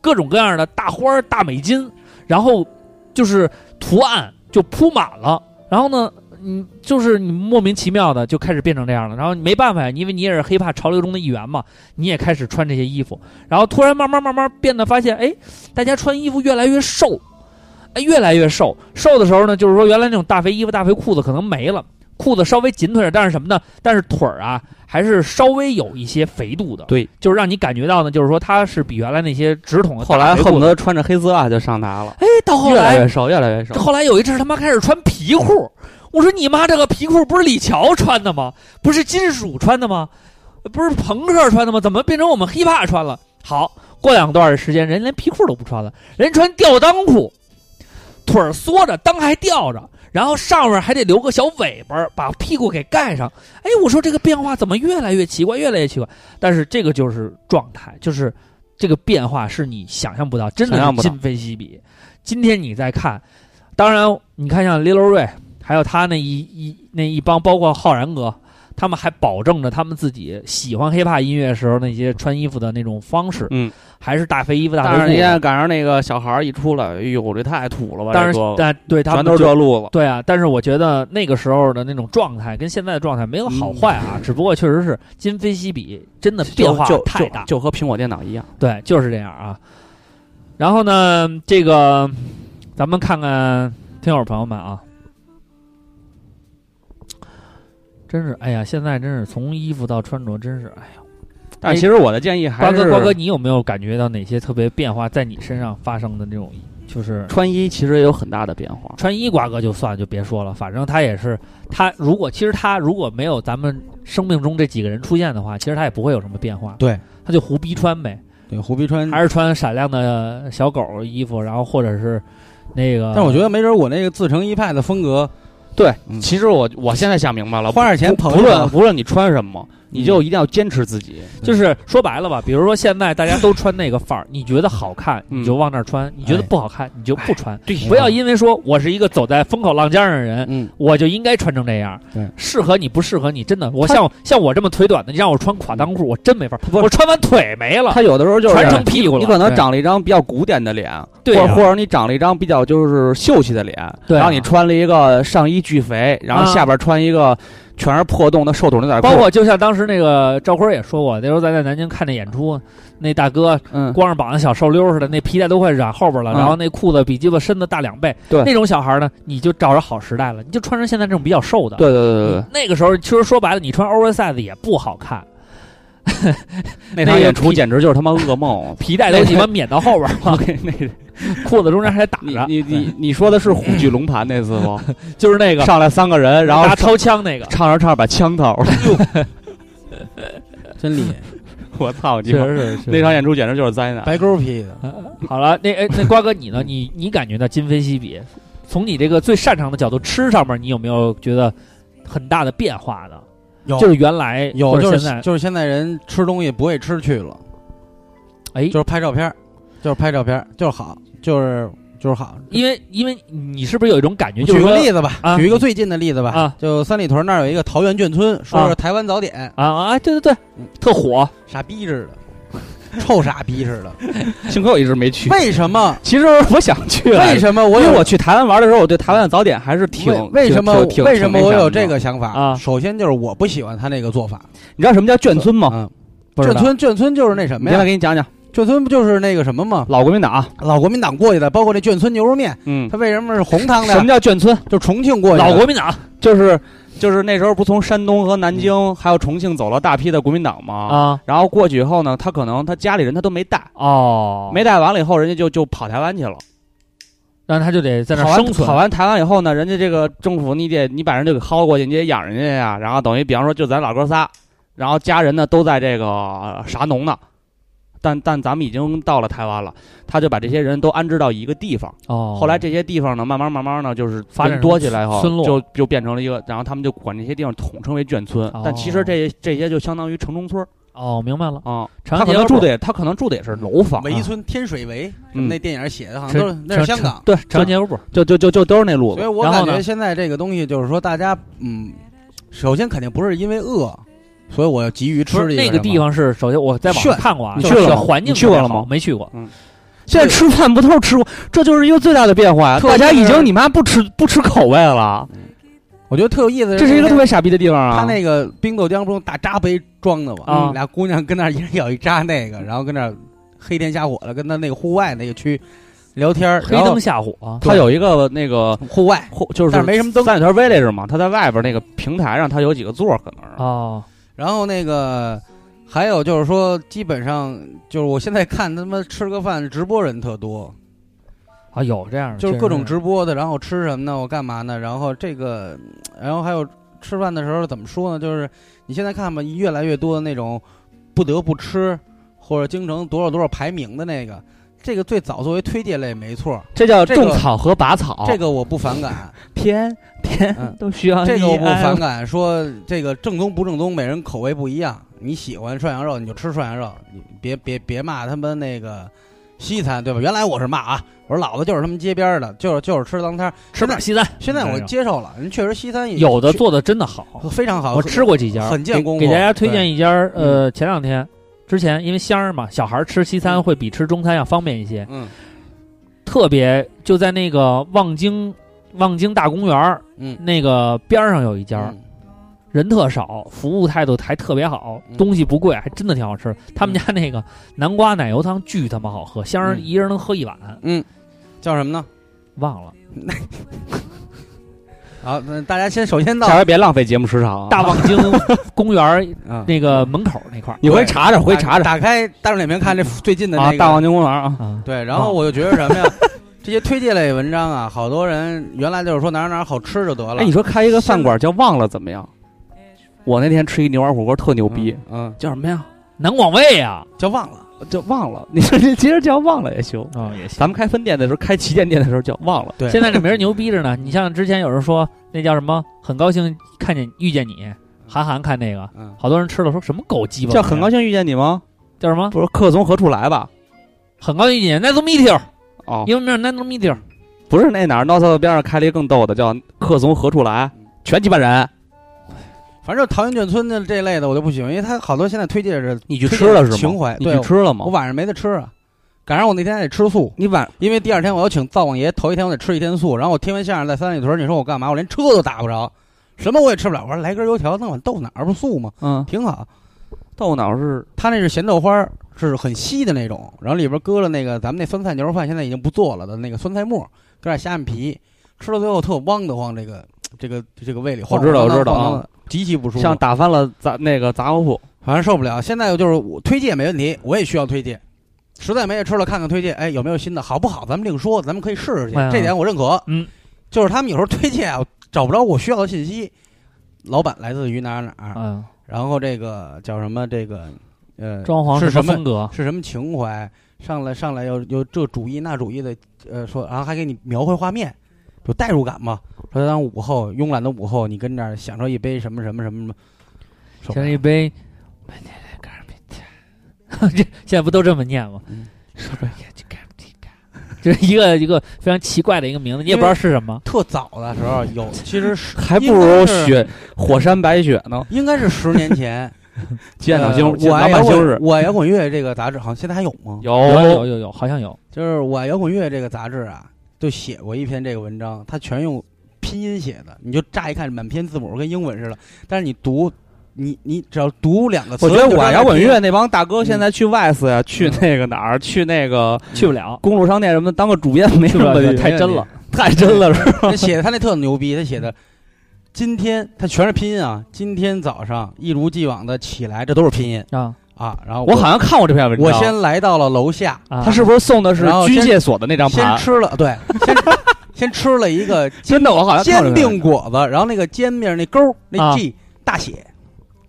C: 各种各样的大花儿、大美金，然后就是图案就铺满了。然后呢，嗯，就是你莫名其妙的就开始变成这样了。然后你没办法呀，因为你也是 hiphop 潮流中的一员嘛，你也开始穿这些衣服。然后突然慢慢慢慢变得发现，哎，大家穿衣服越来越瘦，哎，越来越瘦。瘦的时候呢，就是说原来那种大肥衣服、大肥裤子可能没了，裤子稍微紧腿点，但是什么呢？但是腿儿啊，还是稍微有一些肥度的。
D: 对，
C: 就是让你感觉到呢，就是说它是比原来那些直筒的
D: 后
C: 大
D: 来
C: 肥裤
D: 恨不
C: 子
D: 得穿着黑丝袜就上台了，
C: 哎，到后
D: 越来
C: 来
D: 越瘦，越来越瘦。
C: 后来有一阵儿他妈开始穿皮裤，我说你妈这个皮裤不是李乔穿的吗？不是金属穿的吗？不是朋克穿的吗？怎么变成我们 hiphop 穿了？好，过两段时间人连皮裤都不穿了，人穿吊裆裤，腿儿缩着，裆还吊着，然后上面还得留个小尾巴儿，把屁股给盖上。哎，我说这个变化怎么越来越奇怪，越来越奇怪？但是这个就是状态，就是这个变化是你想象不到，真的
D: 想象
C: 是
D: 不到
C: 今非昔比。今天你再看，当然你看像 Lil Ray，还有他那一一那一帮，包括浩然哥，他们还保证着他们自己喜欢 hiphop 音乐时候那些穿衣服的那种方式，
D: 嗯，
C: 还是大肥衣服大
D: 但是
C: 肥
D: 你
C: 裤子。
D: 看赶上那个小孩儿一出来，哎呦，我这太土了吧！
C: 但
D: 这
C: 是
D: 哥，
C: 但对他
D: 全
C: 们
D: 都是
C: 就
D: 这路子。
C: 对啊，但是我觉得那个时候的那种状态跟现在的状态没有好坏啊，只不过确实是今非昔比，真的变化
D: 嗯就就
C: 太大。
D: 就就和苹果电脑一样。
C: 对，就是这样啊。然后呢，这个咱们看看听友朋友们啊，真是哎呀，现在真是从衣服到穿着，真是哎呀。
D: 但其实我的建议还
C: 瓜
D: 是，
C: 哥，瓜哥，你有没有感觉到哪些特别变化在你身上发生的那种，就是
D: 穿衣其实也有很大的变化。
C: 穿衣瓜哥就算了，就别说了，反正他也是他。如果其实他如果没有咱们生命中这几个人出现的话，其实他也不会有什么变化。
F: 对，
C: 他就胡逼穿呗，
F: 对，胡逼川
C: 还是穿闪亮的小狗衣服，然后或者是那个。
F: 但是我觉得没准我那个自成一派的风格，
D: 对
F: 嗯
D: 其实我我现在想明白了，
F: 花点钱捧
D: 呃不
F: 一
D: 论
F: 捧，
D: 不论你穿什么，你就一定要坚持自己。
C: 就是说白了吧，比如说现在大家都穿那个范儿，你觉得好看
D: 嗯
C: 你就往那儿穿，你觉得
F: 哎
C: 不好看你就不穿。
D: 对
C: 不要因为说我是一个走在风口浪尖上的人，
D: 嗯，
C: 我就应该穿成这样
D: 对。
C: 适合你不适合你，真的。我像像我这么腿短的，你让我穿垮裆裤，我真没法儿。
D: 不是
C: 我穿完腿没
D: [laughs]
C: 了，
D: 他有的时候就是
C: 全成屁股了。
D: 你可能长了一张比较古典的脸，
C: 对
D: 或
C: 啊
D: 或者你长了一张比较就是秀气的脸，
C: 对啊
D: 然后你穿了一个上衣巨肥，然后
C: 啊
D: 下边穿一个全是破洞的瘦腿牛仔裤，
C: 包括就像当时那个赵坤儿也说过，那时候咱在南京看那演出，那大哥
D: 嗯，
C: 光着膀子小瘦溜似的，那皮带都快染后边了，
D: 嗯
C: 然后那裤子比鸡巴身子大两倍。
D: 对
C: 那种小孩呢，你就照着好时代了，你就穿成现在这种比较瘦的。
D: 对对对对对，
C: 那个时候其实说白了，你穿 oversize 也不好看，那
D: 那场
C: 个
D: 演出
C: 皮。
D: 简直就是他妈噩梦 [laughs]
C: 皮带都
D: 那
C: 鸡巴免到后边
D: [laughs]
C: 了，
D: 那个
C: 裤子中间还打
D: 你
C: 着，
D: 你你 [laughs] 你说的是虎踞龙盘那次 [laughs] 吗？
C: 就是那个
D: 上来三个人，然后
C: 拿掏枪那个。
D: 唱着唱着把枪掏了，
C: [laughs]
F: 真厉害，
D: 我操你
C: 确
D: 妈！
C: 实是
D: 那场演出简直就是灾难。
F: 白沟皮的。
C: 好了，那哎，那瓜哥你呢？你你感觉到今非昔比？从你这个最擅长的角度，吃上面你有没有觉得很大的变化呢？
F: 有
C: 就是原来
F: 有
C: 或者
F: 就是
C: 现在，
F: 就是现在人吃东西不为吃去了，
C: 哎
F: 就，是拍照片儿，就是拍照片儿，就是好，就是就是好。
C: 因为因为你是不是有一种感觉，
F: 我
C: 就是
F: 举个
C: 说
F: 例子吧，
C: 啊
F: 举一个最近的例子吧，
C: 啊
F: 就三里屯那儿有一个桃源眷村，说是台湾早点，
C: 啊啊，对对对，特火，
F: 傻逼似的，臭傻逼似的。
D: 幸亏我一直没去，
F: 为什么？
D: 其实我想去来着，
F: 为什么我
D: 因为
F: 有
D: 我去台湾玩的时候，我对台湾的早点还是挺
F: 为为什么
D: 挺挺
F: 为什么
D: 挺那
F: 我
D: 啥
F: 有
D: 的
F: 这？个想法？
C: 啊
F: 首先就是我不喜欢他那个做法。
D: 你知道什么叫眷村吗？
F: 嗯，
C: 不
F: 眷
C: 知道
F: 村眷村就是那什
D: 我
F: 么
D: 现在
F: 呀？
D: 给你讲讲
F: 眷村不就是那个什么吗？
D: 老国民党。啊
F: 老国民党过去的，包括那眷村牛肉面，
D: 嗯，
F: 它为什么是红汤的
D: 什
F: 呀
D: 么？叫眷村？
F: 就重庆过去的，
C: 老国民党
D: 就是就是那时候不从山东和南京还有重庆走了大批的国民党吗？
C: 啊
D: 然后过去以后呢，他可能他家里人他都没带，
C: 哦，
D: 没带完了以后，人家就就跑台湾去了。
C: 那他就得在那
D: 跑
C: 儿
D: 完
C: 生存
D: 跑完台湾以后呢，人家这个政府你得你把人就给薅过去，你得养人家呀。然后等于比方说就咱老哥仨，然后家人呢都在这个呃啥农呢，但但咱们已经到了台湾了，他就把这些人都安置到一个地方。
C: 哦，
D: 后来这些地方呢，慢慢慢慢呢，就是人
C: 发展成
D: 多起来以后，
C: 村落
D: 就就变成了一个，然后他们就管这些地方统称为眷村，
C: 哦
D: 但其实这这些就相当于城中村儿
C: 哦明白了，
D: 啊。
C: 长
D: 他
C: 安
D: 可
C: 街
D: 能
C: 二
D: 住的
C: 部
D: 也，他可能住的也是楼房，啊
F: 围村天水围，
D: 嗯
F: 那电影写的好像
C: 陈
F: 啊都是那是香港，
D: 对，
C: 长
D: 城
C: 安街二部
D: 就就就就都是那路
F: 所
D: 子
F: 以。我
C: 然后
F: 感
C: 呢
F: 觉现在这个东西就是说，大家嗯，首先肯定不是因为饿，所以我要急于吃
C: 不是
F: 这
C: 那个地
F: 方，
C: 方是首先我在网上
F: 炫
C: 看过啊，
D: 你
C: 就
D: 去
C: 是
D: 了吗
C: 环境
D: 你去过
C: 特别
D: 了吗
C: 好没去过，
D: 现在吃饭不都是吃，这就是一个最大的变化呀！
F: 特
D: 大
F: 别
D: 家已
F: 是
D: 经你妈不吃不吃口味了，
F: 我觉得特有意思。
D: 这是一个特
F: 别。
D: 别傻逼的地方啊！
F: 他那个冰豆浆不用大扎杯装的吗？
C: 啊
F: 俩姑娘跟那儿一人咬一扎那个，然后跟那儿黑天瞎火的，跟他那个户外那个区聊天儿，
C: 黑
F: 然后
C: 灯瞎火啊，
D: 他有一个那个
F: 户外，
D: 或就是
F: 但是没什么灯。
D: 三里屯 village 嘛，他在外边那个平台上，他有几个座儿可能啊是。
F: 嗯
C: 哦
F: 然后那个还有就是说，基本上就是我现在看他妈吃个饭直播人特多，
C: 啊有这样的，
F: 就是
C: 确
F: 各
C: 实
F: 种直播的，然后吃什么呢？我干嘛呢？然后这个，然后还有吃饭的时候怎么说呢？就是你现在看吧，越来越多的那种不得不吃或者京城多少多少排名的那个，这个最早作为推介类没错，
C: 哦
D: 这叫
F: 这个
D: 种草和拔草，
F: 这个我不反感，
D: 天天
F: 嗯
D: 都需
C: 啊
D: 要
F: 这个我不
D: 你爱
F: 反感。说这个正宗不正宗，每人口味不一样，你喜欢涮羊肉你就吃涮羊肉，你别别别骂他们那个西餐对吧？原来我是骂啊，我说老子就是他们街边儿的，就是就是吃脏摊儿。
C: 吃不了嗯西餐，
F: 现在我接受了，人确实西餐也
C: 有的
F: 确
C: 做的真的好，
F: 非常好，
C: 我吃过几家，
F: 很见功夫
C: 给给大家推
F: 对嗯
C: 荐一家，呃，前两天之前因为香儿嘛，小孩儿吃西餐会比吃中餐要方便一些，
F: 嗯
C: 特别就在那个望京望京大公园儿
F: 嗯
C: 那个边儿上有一家，
F: 嗯
C: 人特少，服务态度还特别好，
F: 嗯
C: 东西不贵，还真的挺好吃。他们家那
D: 嗯
C: 个南瓜奶油汤巨他妈好喝，香儿
F: 嗯
C: 一人能喝一碗，
F: 叫什么呢？
C: 忘了
F: 好，那大家先首先到
D: 下回别浪费节目时长啊。
C: 大望
D: [laughs]
C: 京公园儿
F: 啊，
C: 那个门口那块儿
D: 你回查查，回查查
F: 打开大众点评看这最近的那
D: 啊！
F: 个
D: 大王金公园啊，
C: 啊，
F: 对，然后我就觉得什么呀？这些推介类文章啊，好多人原来就是说哪儿哪儿好吃就得了。
D: 哎，你说开一个饭馆叫忘了怎么样？我那天吃一牛丸火锅特牛逼，
F: 嗯，嗯，
D: 叫什么呀？
C: 南广啊味呀
F: 就忘了。
D: 叫忘了。 [laughs] 你说这其实叫忘哦了也行。
C: 啊也行。
D: 咱们开分店的时候，开旗舰店的时候叫忘了。
F: 对，
C: 现在这名儿牛逼着呢。你像之前有人说那叫什么，很高兴看见遇见你，韩寒看那个，
F: 嗯，
C: 好多人吃了说什么狗鸡巴玩意
D: 嗯叫
C: 儿，
D: 很高兴遇见你吗？
C: 叫什么？
D: 不是客从何处来吧？
C: 很高兴见 nice to meet you，
D: 哦，
C: 英文名 nice to meet you，
D: 不是那哪儿 n o t 边上开了一更逗的，叫客从何处来，全鸡巴人。
F: 反正桃园眷村的这类的我就不喜欢，因为它好多现在推介是
D: 你去吃了是吗？
F: 情怀
D: 你
F: 对
D: 去吃了吗
F: 我？晚上没得吃啊，赶上我那天还得吃素，
D: 你晚
F: 因为第二天我要请灶王爷，头一天我得吃一天素，然后我听完相声在三里屯，你说我干嘛？我连车都打不着，什么我也吃不了。我说来根油条，弄碗豆腐脑儿不素吗？
D: 嗯，
F: 挺好。
D: 豆脑是
F: 他那是咸豆花儿，是很稀的那种，然后里边搁了那个咱们那酸菜牛肉饭，现在已经不做了的那个酸菜末，搁点虾米皮，吃到最后特汪得慌，这个这个这个胃里
D: 我
F: 晃
D: 知道
F: 晃
D: 我
F: 荡
D: 知道
F: 晃荡
D: 啊
F: 的极其不舒服，
D: 像打翻了杂那个杂货铺，
F: 反正受不了。现在就是我推荐没问题，我也需要推荐，实在没得吃了，看看推荐，哎，有没有新的，好不好？咱们另说，咱们可以试试去，
C: 哎呀
F: 这点我认可。
C: 嗯，
F: 就是他们有时候推荐啊，找不着我需要的信息，老板来自于哪儿哪儿哪儿，
C: 嗯，
F: 然后这个叫什么这个呃
C: 装潢
F: 是
C: 什
F: 什
C: 么
F: 么
C: 风格？
F: 是什么情怀，上来上来要有这主义那主义的，呃，说，然后还给你描绘画面，有代入感嘛。说当午后慵懒的午后，你跟这儿享受一杯什么什么什么什么，受不
C: 现
F: 了
C: 在一杯，这 [laughs] 现在不都这么念吗？
F: 嗯
C: [laughs] 就是一个一个非常奇怪的一个名字，你也不知道是什么。
F: 特早的时候
D: [laughs]
F: 有，其实是
D: 还不
F: 应
D: 如
F: 该是
D: 雪火山白雪呢。
F: 应该是十
D: [laughs]
F: 年前，
D: 见到星
F: 呃，我
D: 老
F: 爱摇
D: 板星
F: 滚
D: 日，
F: 我爱摇滚乐这个杂志好像现在还有吗？
C: 有
D: 有
C: 有有有，好像有。
F: 就是我爱摇滚乐这个杂志啊，就写过一篇这个文章，它全用拼音写的，你就乍一看满篇字母跟英文似的，但是你读，你你只要读两个词，
D: 我觉得
F: 你就知
D: 我
F: 道
D: 摇滚
F: 这是
D: 乐那帮大哥现在去外斯呀，去那个哪儿，去那个
C: 去不了，
D: 公路商店什么的，当个主编没什
C: 去不了
D: 么问题，
C: 太真了，
D: [laughs] 太真了，是吧 [laughs]
F: 他写的他那特牛逼，他写的今天他全是拼音啊，今天早上一如既往的起来，这都是拼音
C: 啊
F: 啊。然后
D: 我好像看过这篇文章。
F: 我先来到了楼下，
C: 啊！
D: 他是不是送的是
F: 然后
D: 军
F: 先
D: 械所的那张
F: 先
D: 盘？
F: 吃了对， [laughs] 先先吃了一个
D: 真的，我好像看过这
F: 煎
D: 篇文
F: 饼果子，然后那个煎饼那勾儿那
C: 啊
F: G、大写，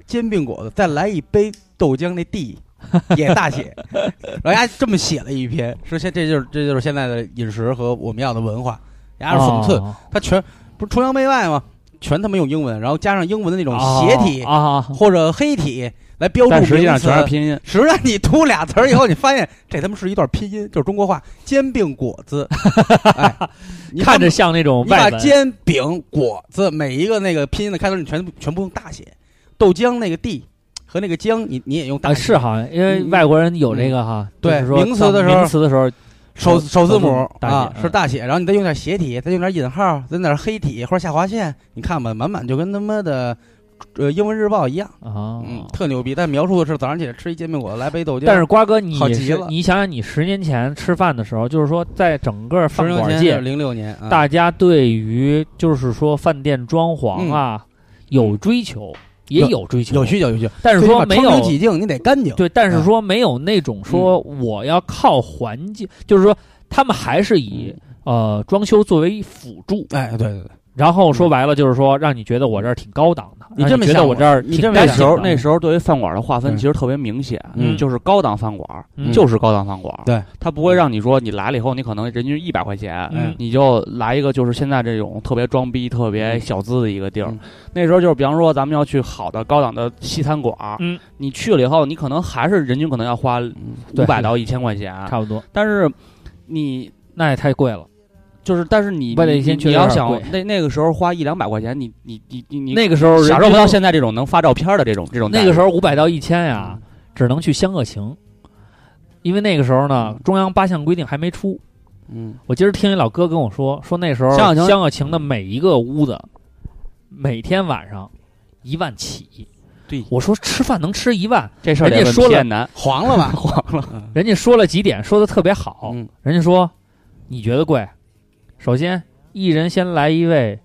F: 煎饼果子再来一杯豆浆那
D: [laughs]
F: D。也大写，然后丫这么写了一篇，说现这就是这就是现在的饮食和我们要的文化，丫是讽刺，
C: 哦
F: 他全不是崇洋媚外吗？全他妈用英文，然后加上英文的那种斜体、
C: 哦啊，
F: 或者黑体来标
D: 章，
F: 注
D: 但实际上
F: 名词
D: 全是。拼音。
F: 实际上你读俩词儿以后，你发现这他妈是一段拼音，就是中国话“煎饼果子”。哎，你把
C: 看着像那种
F: 你把
C: 外文
F: 煎饼果子每一个那个拼音的开头，你全部全部用大写。豆浆那个 D 和那个浆，你你也用大
C: 啊，
F: 写。
C: 是好像因为外国人有这个哈，
F: 对
C: 就是说
F: 嗯名词的时候
C: 当名词的时候，
F: 首首字母
C: 大
F: 啊
C: 写嗯
F: 是大写，然后你再用点斜体，再用点引号，再用点黑体或者下划线，你看吧，满满就跟他妈的呃英文日报一样，
C: 啊，
F: 嗯，特牛逼。但描述的是早上起来吃一煎饼果子，来杯豆浆。
C: 但是瓜哥，你
F: 好极
C: 是
F: 了
C: 你想想，你十年前吃饭的时候，就是说，在整个
F: 十
C: 饭
F: 年
C: 馆
F: 前
C: 界，
F: 零六年啊，
C: 大家对于就是说饭店装潢啊有追求，也
F: 嗯有
C: 有追求，
F: 有需求有需求，
C: 但是
F: 最起
C: 说
F: 码
C: 没
F: 窗明
C: 有
F: 几净，你得干净。
C: 对，但是
F: 嗯
C: 说没有那种说我要靠环境，就是说他们还是以
F: 嗯
C: 呃装修作为辅助，
F: 哎，对对对，
C: 然后说白了就是说让你觉得我这儿挺高档的，
F: 你
C: 让
F: 这么
C: 觉得
F: 想
C: 我
F: 我
C: 这儿
F: 你
C: 挺
F: 这么
C: 干
D: 那
C: 净
F: 想
D: 时候
C: 的
D: 那时候对于饭馆的划分
F: 嗯
D: 其实特别明显，
C: 嗯
D: 就是高档饭馆
C: 嗯
D: 就是高档饭馆，
F: 对，
D: 它不会让你说你来了以后你可能人均一百块钱，
C: 嗯
D: 你就来一个就是现在这种特别装逼、特别小资的一个地儿
F: 嗯。
D: 那时候就是比方说咱们要去好的高档的西餐馆，
C: 嗯，
F: 哎
D: 你去了以后你可能还是人均可能要花五
C: 对
D: 百到一千块钱，
C: 差不多，
D: 但是你。
C: 那也太贵了。
D: 就是，但是你
C: 为了
D: 你
C: 一天
D: 你
C: 确实
D: 你要
C: 有点
D: 想
C: 贵
D: 那那个时候花一两百块钱，你你你你你
C: 那个时候哦人
D: 享受不
C: 均
D: 到现在这种能发照片的这种这种待遇。
C: 那个时候五百到一千
F: 嗯
C: 呀，只能去湘鄂情，因为那个时候呢，中央八项规定还没出。
F: 嗯，
C: 我今儿听一老哥跟我说，说那时候
D: 湘鄂情
C: 湘鄂情的每一个屋子，每天晚上一万起。
D: 对
C: 我说吃饭能吃一万，
D: 这事儿得
C: 人家
D: 问
C: 说了
D: 皮彦南，
F: 黄
C: [laughs]
F: 了吧？
C: 人家说了几点，说的特别好。
F: 嗯
C: 人家说你觉得贵，首先一人先来一味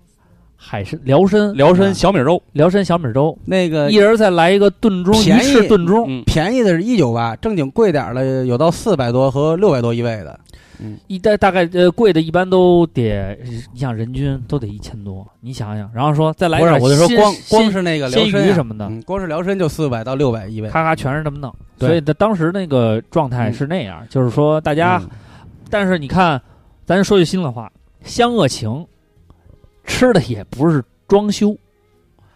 C: 海参辽参
D: 辽参小米粥，
C: 辽参小米粥，
F: 那个
C: 一人再来一个炖盅
F: 呃便
C: 鱼翅
F: 宜
C: 炖盅，
D: 嗯，
F: 便宜的是一九八，正经贵点儿的有到四百多和六百多一位的。
C: 一大大概呃贵的，一般都得你想人均都得一千多，你想想，然后说再来
F: 不是，我就说光光
C: 是
F: 是那个辽
C: 鲜
F: 参
C: 鱼
F: 啊
C: 什么的，
F: 嗯，光是辽参就四百到六百一位。
C: 咔咔全是这么弄，
F: 对
C: 所以他当时那个状态是那样，就是说大家，
F: 嗯
C: 但是你看，咱说句心里话，湘鄂情吃的也不是装修，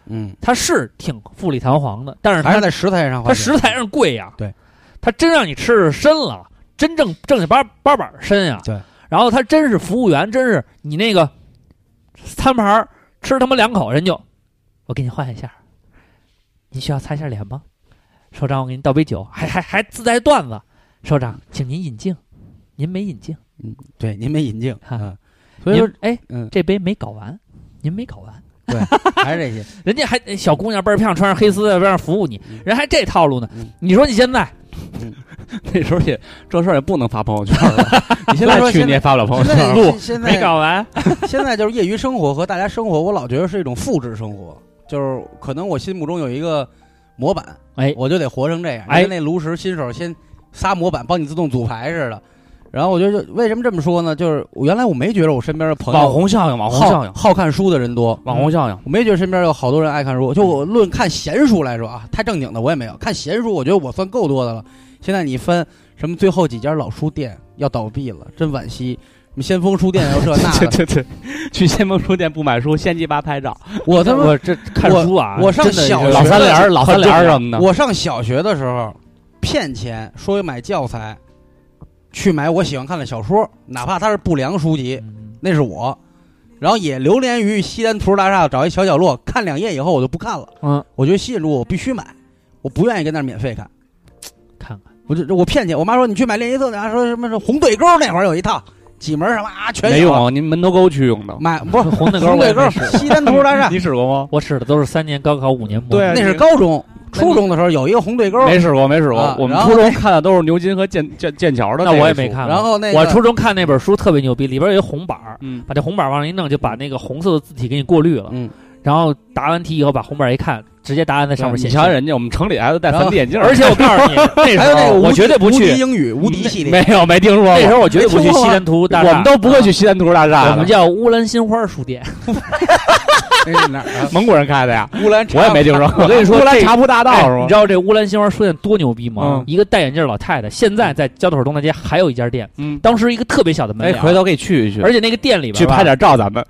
F: 嗯，
C: 它是挺富丽堂皇的，但是
F: 还
C: 它
F: 是在食材上花
C: 它
F: 钱。
C: 食材上贵呀，
F: 对，
C: 它真让你吃是深了，真正正经八八板儿深呀，
F: 对，
C: 然后它真是服务员，真是你那个餐盘儿吃他妈两口，人就我给你换一下，你需要擦一下脸吗？首长，我给您倒杯酒，还还还自带段子，首长，请您引颈，您没引颈，
F: 对，您没引进
C: 哈
F: 啊，所以说
C: 您哎，
F: 嗯
C: 这杯没搞完，您没搞完。
F: 还是这些。 [laughs]
C: 人家还小姑娘倍儿漂亮，穿上黑丝在边上服务你
F: 嗯，
C: 人还这套路呢
F: 嗯。
C: 你说你现在
D: 那时候也这事儿也不能发朋友圈了。你现
F: 所以说
D: 在去
F: 现
D: 你也发不了朋友
F: 现
D: 圈
F: 在
C: [laughs]
D: 了。
F: 现现在
C: 没搞完，
F: [laughs] 现在就是业余生活和大家生活，我老觉得是一种复制生活，就是可能我心目中有一个模板，
C: 哎
F: 我就得活成这样，
C: 哎
F: 跟那炉石新手先撒模板，帮你自动组牌似的。然后我觉得就为什么这么说呢？就是我原来我没觉得我身边的朋友
D: 网红效应，网红效
F: 好
D: 应，
F: 好看书的人多，
D: 网红效应。
F: 我没觉得身边有好多人爱看书，就我论看闲书来说啊，太正经的我也没有。看闲书，我觉得我算够多的了。现在你翻什么最后几家老书店要倒闭了，真惋惜。什么先锋书店要这那的，
D: [laughs] 对对对，去先锋书店不买书，先鸡巴拍照。
F: 我他妈
C: 我这看书啊，
F: 我上
D: 真的
F: 小
D: 是
F: 学
D: 老三
F: 的
D: 联儿、老三联儿
F: 很
D: 什么的。
F: 我上小学的时候，骗钱说买教材，去买我喜欢看的小说，哪怕它是不良书籍，
C: 嗯
F: 那是我。然后也流连于西单图书大厦找一小角落看两页以后，我就不看了。
C: 嗯，
F: 我觉得吸引住我，我必须买，我不愿意跟那儿免费看。
C: 看看
F: 我就我骗钱，我妈说你去买练习册，然后说什么是红对勾那会儿有一套几门什么啊，全有
D: 没用啊，您门头沟区用的。
F: 买不
C: [laughs]
F: 是啊
C: 红的歌
F: 红
C: 我
F: 对
C: 也
F: 勾
C: 没使，
F: 西单图书大厦
D: 你使过吗？
C: 我使的都是三年高考五年模。
D: 对啊
F: 那是高中、初中的时候有一个红对勾，
D: 没使过，没使过
F: 啊。
D: 我们
F: 然后
D: 初中看的都是牛津和剑剑剑桥的。
C: 那我也
D: 个
C: 没
D: 书。
C: 看过。
F: 然后那个
C: 我初中看那本书特别牛逼，里边有一红板儿，
D: 嗯，
C: 把这红板儿往上一弄，就把那个红色的字体给你过滤了。
F: 嗯，
C: 然后答完题以后，把红板儿一看，直接答案在上面
D: 嗯你
C: 显
D: 瞧
C: 示。
D: 人家，我们城里孩子戴
F: 然后
D: 3D 眼镜儿，
C: 而且我告
D: [laughs]
C: 诉你，那
F: 还有
C: 时
F: 那
C: 候
F: 个
C: 哦我
F: 无
C: 绝对不
F: 无敌
C: 去，
F: 英语无敌系列，
D: 没有没听说过。
C: 那时候我绝对不
F: 没
C: 去
F: 听过
C: 西
F: 吗
C: 单图大厦，啊
D: 哎我们都不会去西单图书大厦的。
C: 我们叫乌兰新花书店。 [laughs]
F: 那
C: 哎
F: 是哪儿啊？
D: 蒙古人开的呀，
F: 乌兰察
D: 我也没听说过。我跟你 [laughs] 说，乌兰察布大道是
C: 哎
D: 吗
C: 你知？道这乌兰新花书店多牛逼吗
D: 嗯？
C: 一个戴眼镜老太太，现在在交道口东大街还有一家店，
D: 嗯，
C: 当时一个特别小的门
D: 哎，
C: 脸
D: 回头可以去一去，
C: 而且那个店里边吧
D: 去拍，点照，咱们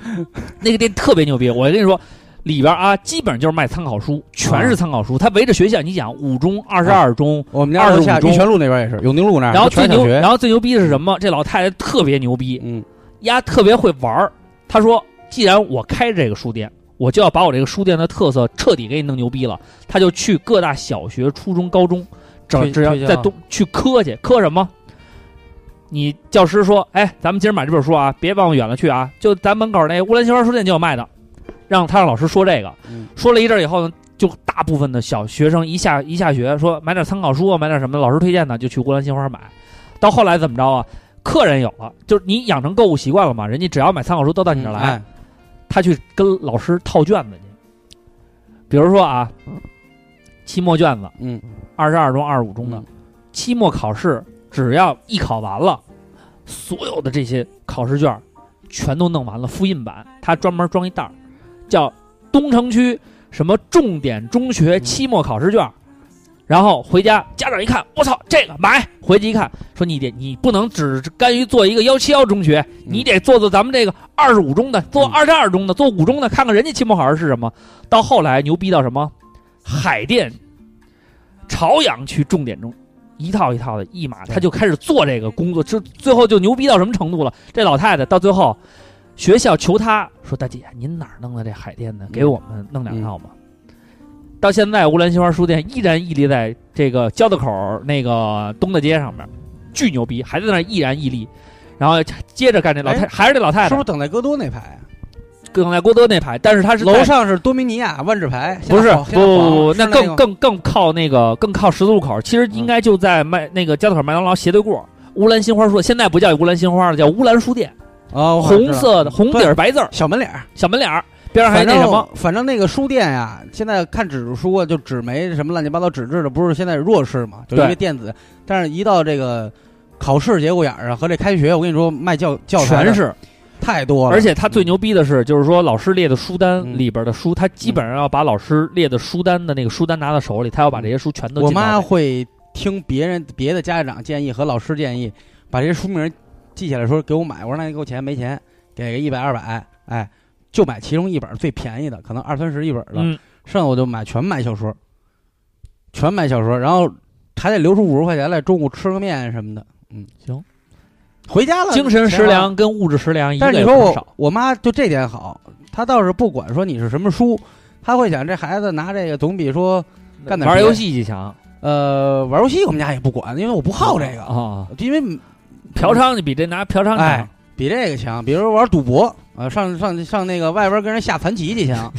C: 那个店特别牛逼。我跟你说，里边啊，基本上就是卖参考书，全是
F: 啊
C: 参考书。它围着学校，你想五中、二十二中，
F: 我们家楼下玉泉路那边也是，永宁路那儿，
C: 然后最
F: 啊全小
C: 牛，
F: 学
C: 然，后最牛逼的是什么？这老太太特别牛逼，
F: 嗯，
C: 丫特别会玩儿。她说：“既然我开这个书店，我就要把我这个书店的特色彻底给你弄牛逼了。”她就去各大小学、初中、高中，找
I: 推
C: 只要
I: 推销
C: 在东去磕去磕什么？你教师说：“哎，咱们今儿买这本书啊，别往远了去啊，就咱门口那乌兰新花书店就有卖的。”让他让老师说这个，
F: 嗯
C: 说了一阵儿以后呢，就大部分的小学生一下一下学说买点参考书啊，买点什么的，老师推荐的就去乌兰新花买。到后来怎么着啊？客人有了，就是你养成购物习惯了嘛，人家只要买参考书都到你这儿来，
F: 哎，
C: 他去跟老师套卷子去。比如说啊，期末卷子，
F: 嗯，
C: 二十二中、二十五中的、
F: 嗯
C: 期末考试，只要一考完了，所有的这些考试卷儿全都弄完了，复印版，他专门装一袋儿，叫东城区什么重点中学期末考试卷儿。然后回家，家长一看，我操，这个买！回去一看，说你得，你不能只甘于做一个幺七幺中学，你得做做咱们这个二十五中的，做二十二中的，做五中的，看看人家期末考试是什么。到后来牛逼到什么？海淀、朝阳区重点中，一套一套的，一码，他就开始做这个工作，这最后就牛逼到什么程度了？这老太太到最后，学校求她说：“大姐，您哪儿弄的这海淀的？给我们弄两套吧。到现在，乌兰新花书店依然屹立在这个交道口儿那个东大街上面，巨牛逼，还在那儿毅然屹立。然后接着干这老太，
F: 哎
C: 还是这老太
F: 是
C: 太
F: 不，是等在戈多那排啊？
C: 耿在郭德那排，但是他是在
F: 楼上是多米尼亚万智牌，
C: 不是
F: 现在
C: 不不不，
F: 现在
C: 那更
F: 黄是嗯
C: 更更靠那个更靠十字路口，其实应该就在麦那个交道口麦当劳斜对过。乌兰新花书现在不叫乌兰新花了，叫乌兰书店，
F: 那个哦，我知
C: 红
F: 道
C: 色的红底儿白字儿，
F: 小门脸儿。
C: 小门脸儿，边上还有
F: 反
C: 那
F: 正
C: 什么，
F: 反正那个书店呀，现在看纸质书啊，就纸媒什么乱七八糟纸质的，不是现在弱势嘛，就因为
C: 对
F: 电子。但是，一到这个考试节骨眼儿啊，和这开学，我跟你说，卖教教材的
C: 全是。
F: 太多了，
C: 而且他最牛逼的是，就是说老师列的书单
F: 嗯
C: 里边的书，他基本上要把老师列的书单的那个书单拿到手里，他要把这些书全都
F: 我
C: 进到
F: 妈
C: 那。
F: 会听别人别的家长建议和老师建议，把这些书名记下来，说给我买。我说那你给我钱没钱，给个一百二百，哎，就买其中一本最便宜的，可能二三十一本的。
C: 嗯，
F: 剩下我就买全买小说，全买小说，然后还得留出五十块钱来，中午吃个面什么的。嗯，
C: 行，
F: 回家了，
C: 精神
F: 挺好
C: 食。粮跟物质食粮一
F: 但
C: 个
F: 是你
C: 也
F: 说
C: 不
F: 我
C: 少。
F: 我妈就这点好，她倒是不管说你是什么书，她会想这孩子拿这个总比说干点
C: 玩
F: 别的
C: 游戏去强
F: 呃玩游戏，我们家也不管，因为我不好这个，
C: 啊，
F: 因为
C: 嫖娼你比这拿嫖娼
F: 哎
C: 强，
F: 比这个强。比如说玩赌博，啊，上上上那个外边跟人下残棋去强，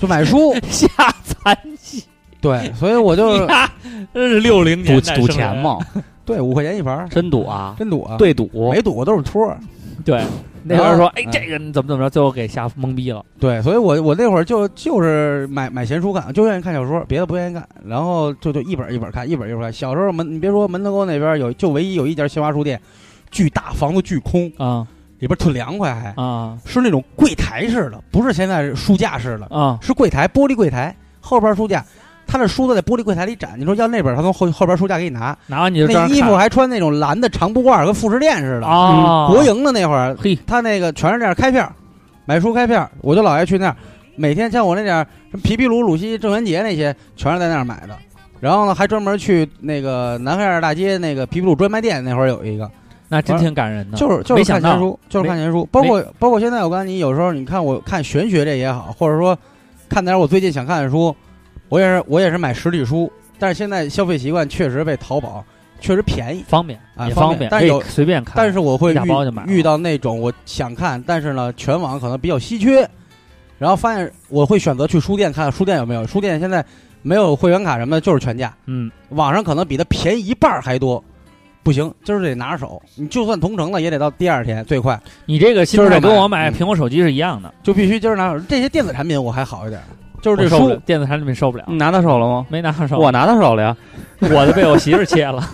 F: 就买书。
C: 下残疾
F: 对，所以我就
C: [laughs] 呀，真是六零
D: 赌
C: 年代
D: 赌
C: 生
D: 钱
C: 人？
D: [laughs] 嘛，
F: 对五块钱一盘儿，
D: 真赌啊，
F: 真赌啊！，
D: [laughs] 对赌，
F: 没赌过都是托儿。
C: 对，那边说哎
F: 嗯
C: 这个你怎么怎么着，最后给吓懵逼了。
F: 对，所以我我那会儿就就是买买闲书看，就愿意看小说，别的不愿意看。然后就就一本一本看，一本一本看。小时候门，你别说门头沟那边有，就唯一有一家新华书店，巨大，房子巨空，
C: 啊
F: 里边特凉快还，
C: 啊
F: 是那种柜台式的，不是现在书架式的，
C: 啊！
F: 是柜台玻璃柜台后边书架，他的书都在玻璃柜台里展。你说要那本，他从后后边书架给你拿。
C: 拿完你就这
F: 那
C: 样
F: 衣服
C: 看
F: 还穿那种蓝的长布褂，跟副食店似的。
C: 啊，
F: 国营的那会儿，
C: 嘿
F: 他那个全是这样开票，买书开票，我就老爱去那儿。每天像我那点儿什么皮皮鲁、鲁西、郑渊洁那些，全是在那儿买的。然后呢，还专门去那个南开二大街那个皮皮鲁专卖店，那会儿有一个，
C: 那真挺感人的。
F: 就是就
C: 嗯没
F: 是
C: 想到
F: 看闲书，就是看闲书。包括包括现在，我告诉你，有时候你看我看玄学这也好，或者说看点儿我最近想看的书，我也是我也是买实体书。但是现在消费习惯确实被淘宝确实便宜，
C: 方便
F: 啊
C: 也
F: 方
C: 方
F: 便但
C: 可
F: 是
C: 以
F: 有
C: 随便看，
F: 但是我会
C: 一大包就买了
F: 遇遇到那种我想看，但是呢，全网可能比较稀缺，然后发现我会选择去书店看，书店有没有？书店现在没有会员卡什么的，就是全价，
C: 嗯
F: 网上可能比它便宜一半儿还多。不行，今儿得拿手，你就算同城了，也得到第二天最快，，
C: 你这个心
F: 就是
C: 态
F: 这
C: 跟
F: 买
C: 我买
F: 嗯
C: 苹果手机是一样的，
F: 就必须今儿拿手。这些电子产品我还好一点，就
C: 就是嗯
F: 这
C: 受不了
F: 书，
C: 电子产品受不了，嗯
D: 你拿到手了吗？
C: 没拿上手，
D: 我拿到手了呀，
C: [laughs] 我的被我媳妇儿切了。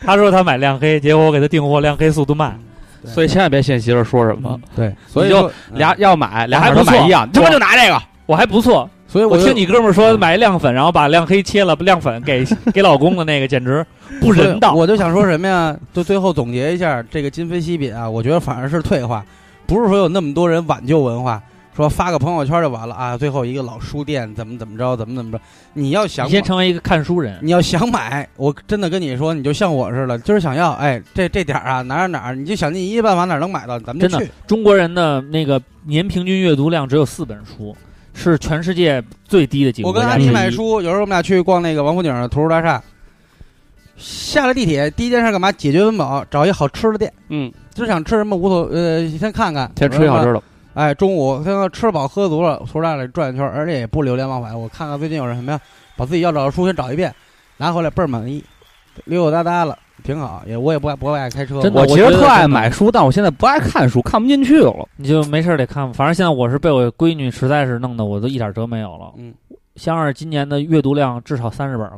C: 她说她买亮黑，结果我给她订货，亮黑速度慢，
F: 对
D: 所以千万别信媳妇儿说什么
C: 嗯，
F: 对，所以
D: 你就
F: 说
D: 俩，要买俩
C: 还
D: 孩
C: 不
D: 都买
C: 错
D: 一样，他妈就拿这个，
C: 我还不错。
F: 所以
C: 我
F: 就
C: 听你哥们儿说买亮粉，然后把亮黑切了，亮粉给 [laughs] 给老公的那个简直不人道。
F: 我就想说什么呀？就最后总结一下，这个今非昔比啊，我觉得反而是退化，不是说有那么多人挽救文化，说发个朋友圈就完了啊。最后一个老书店怎么怎么着，怎么怎么着，你要想
C: 你先
F: 买，
C: 成为一个看书人，
F: 你要想买，我真的跟你说，你就像我似的，今儿想要，哎，这这点儿啊，哪儿哪儿，你就想尽一切办法哪儿能买到，咱们就
C: 真的
F: 去。，
C: 中国人的那个年平均阅读量只有四本书，是全世界最低的几个
F: 我
C: 国
F: 跟
C: 家
F: 阿
C: 之一。
F: 奇买
D: 嗯
F: 书，有时候我们俩去逛那个王府井的图书大厦，下了地铁第一件事干嘛？解决温饱，找一好吃的店，
D: 嗯，
F: 就是想吃什么无所呃，先看看，
D: 先吃一好吃的，
F: 哎，中午他要吃饱喝足了，从那里转一圈，而且也不流连忘返。我看看最近有什么呀，把自己要找的书先找一遍，拿回来倍儿满意，溜溜达达了，挺好。也我也不爱不爱开车，
C: 真的
D: 我
F: 我
D: 其实
C: 我觉得
D: 特
C: 真
D: 爱
C: 的
D: 买书，但我现在不爱看书，看不进去了。
C: 你就没事儿得看吧。反正现在我是被我闺女实在是弄得我都一点辙没有了。
F: 嗯，
C: 香儿今年的阅读量至少三十本了，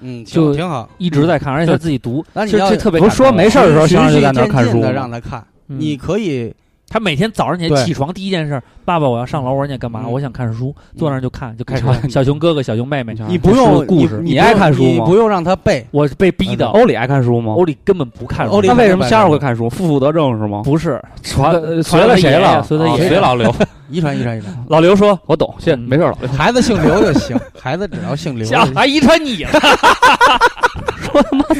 F: 嗯，
C: 就
F: 挺挺好。
C: 一直在看，而且她自己读，
F: 那你
C: 这
F: 要
C: 这特别
D: 不
C: 感
D: 是说
C: 动
D: 没事儿的时候，
F: 循
D: 先生
F: 序
D: 就在那儿
F: 渐
D: 看
F: 进
D: 书
F: 的
D: 吗，
F: 让他看，
C: 嗯
F: 你可以
C: 她每天早上起来
F: 对
C: 起床第一件事，爸爸我要上楼，我说你干嘛？
F: 嗯
C: 我想看书，坐那儿就看，就开始
D: 你瞧
C: 小熊哥哥、小熊妹妹，
D: 瞧
F: 你不用
D: 啊故事
F: 你
D: 你
F: 你
D: 爱
F: 不用
D: 看书
F: 你
D: 吗
F: 不用让他背。
C: 我是被逼的。
D: 欧里爱看书吗？
C: 嗯欧里根本不看书，
F: 欧里
D: 那为什么
F: 看书
D: 瞎儿会看书？负负得正是吗？
C: 不是
D: 传
C: 呃 [laughs]
D: 随
C: 传了
D: 了谁
C: 爷爷
D: 了？
C: 随了哦
D: 啊
C: 爷爷
D: 随老刘。
F: 遗传遗传遗传，
D: 老刘说：“我懂，现在
C: 嗯
D: 没事儿了。
F: 孩子姓刘就 [laughs] 行，孩子只要姓刘就
C: 小
F: 行。
C: 孩遗传你了。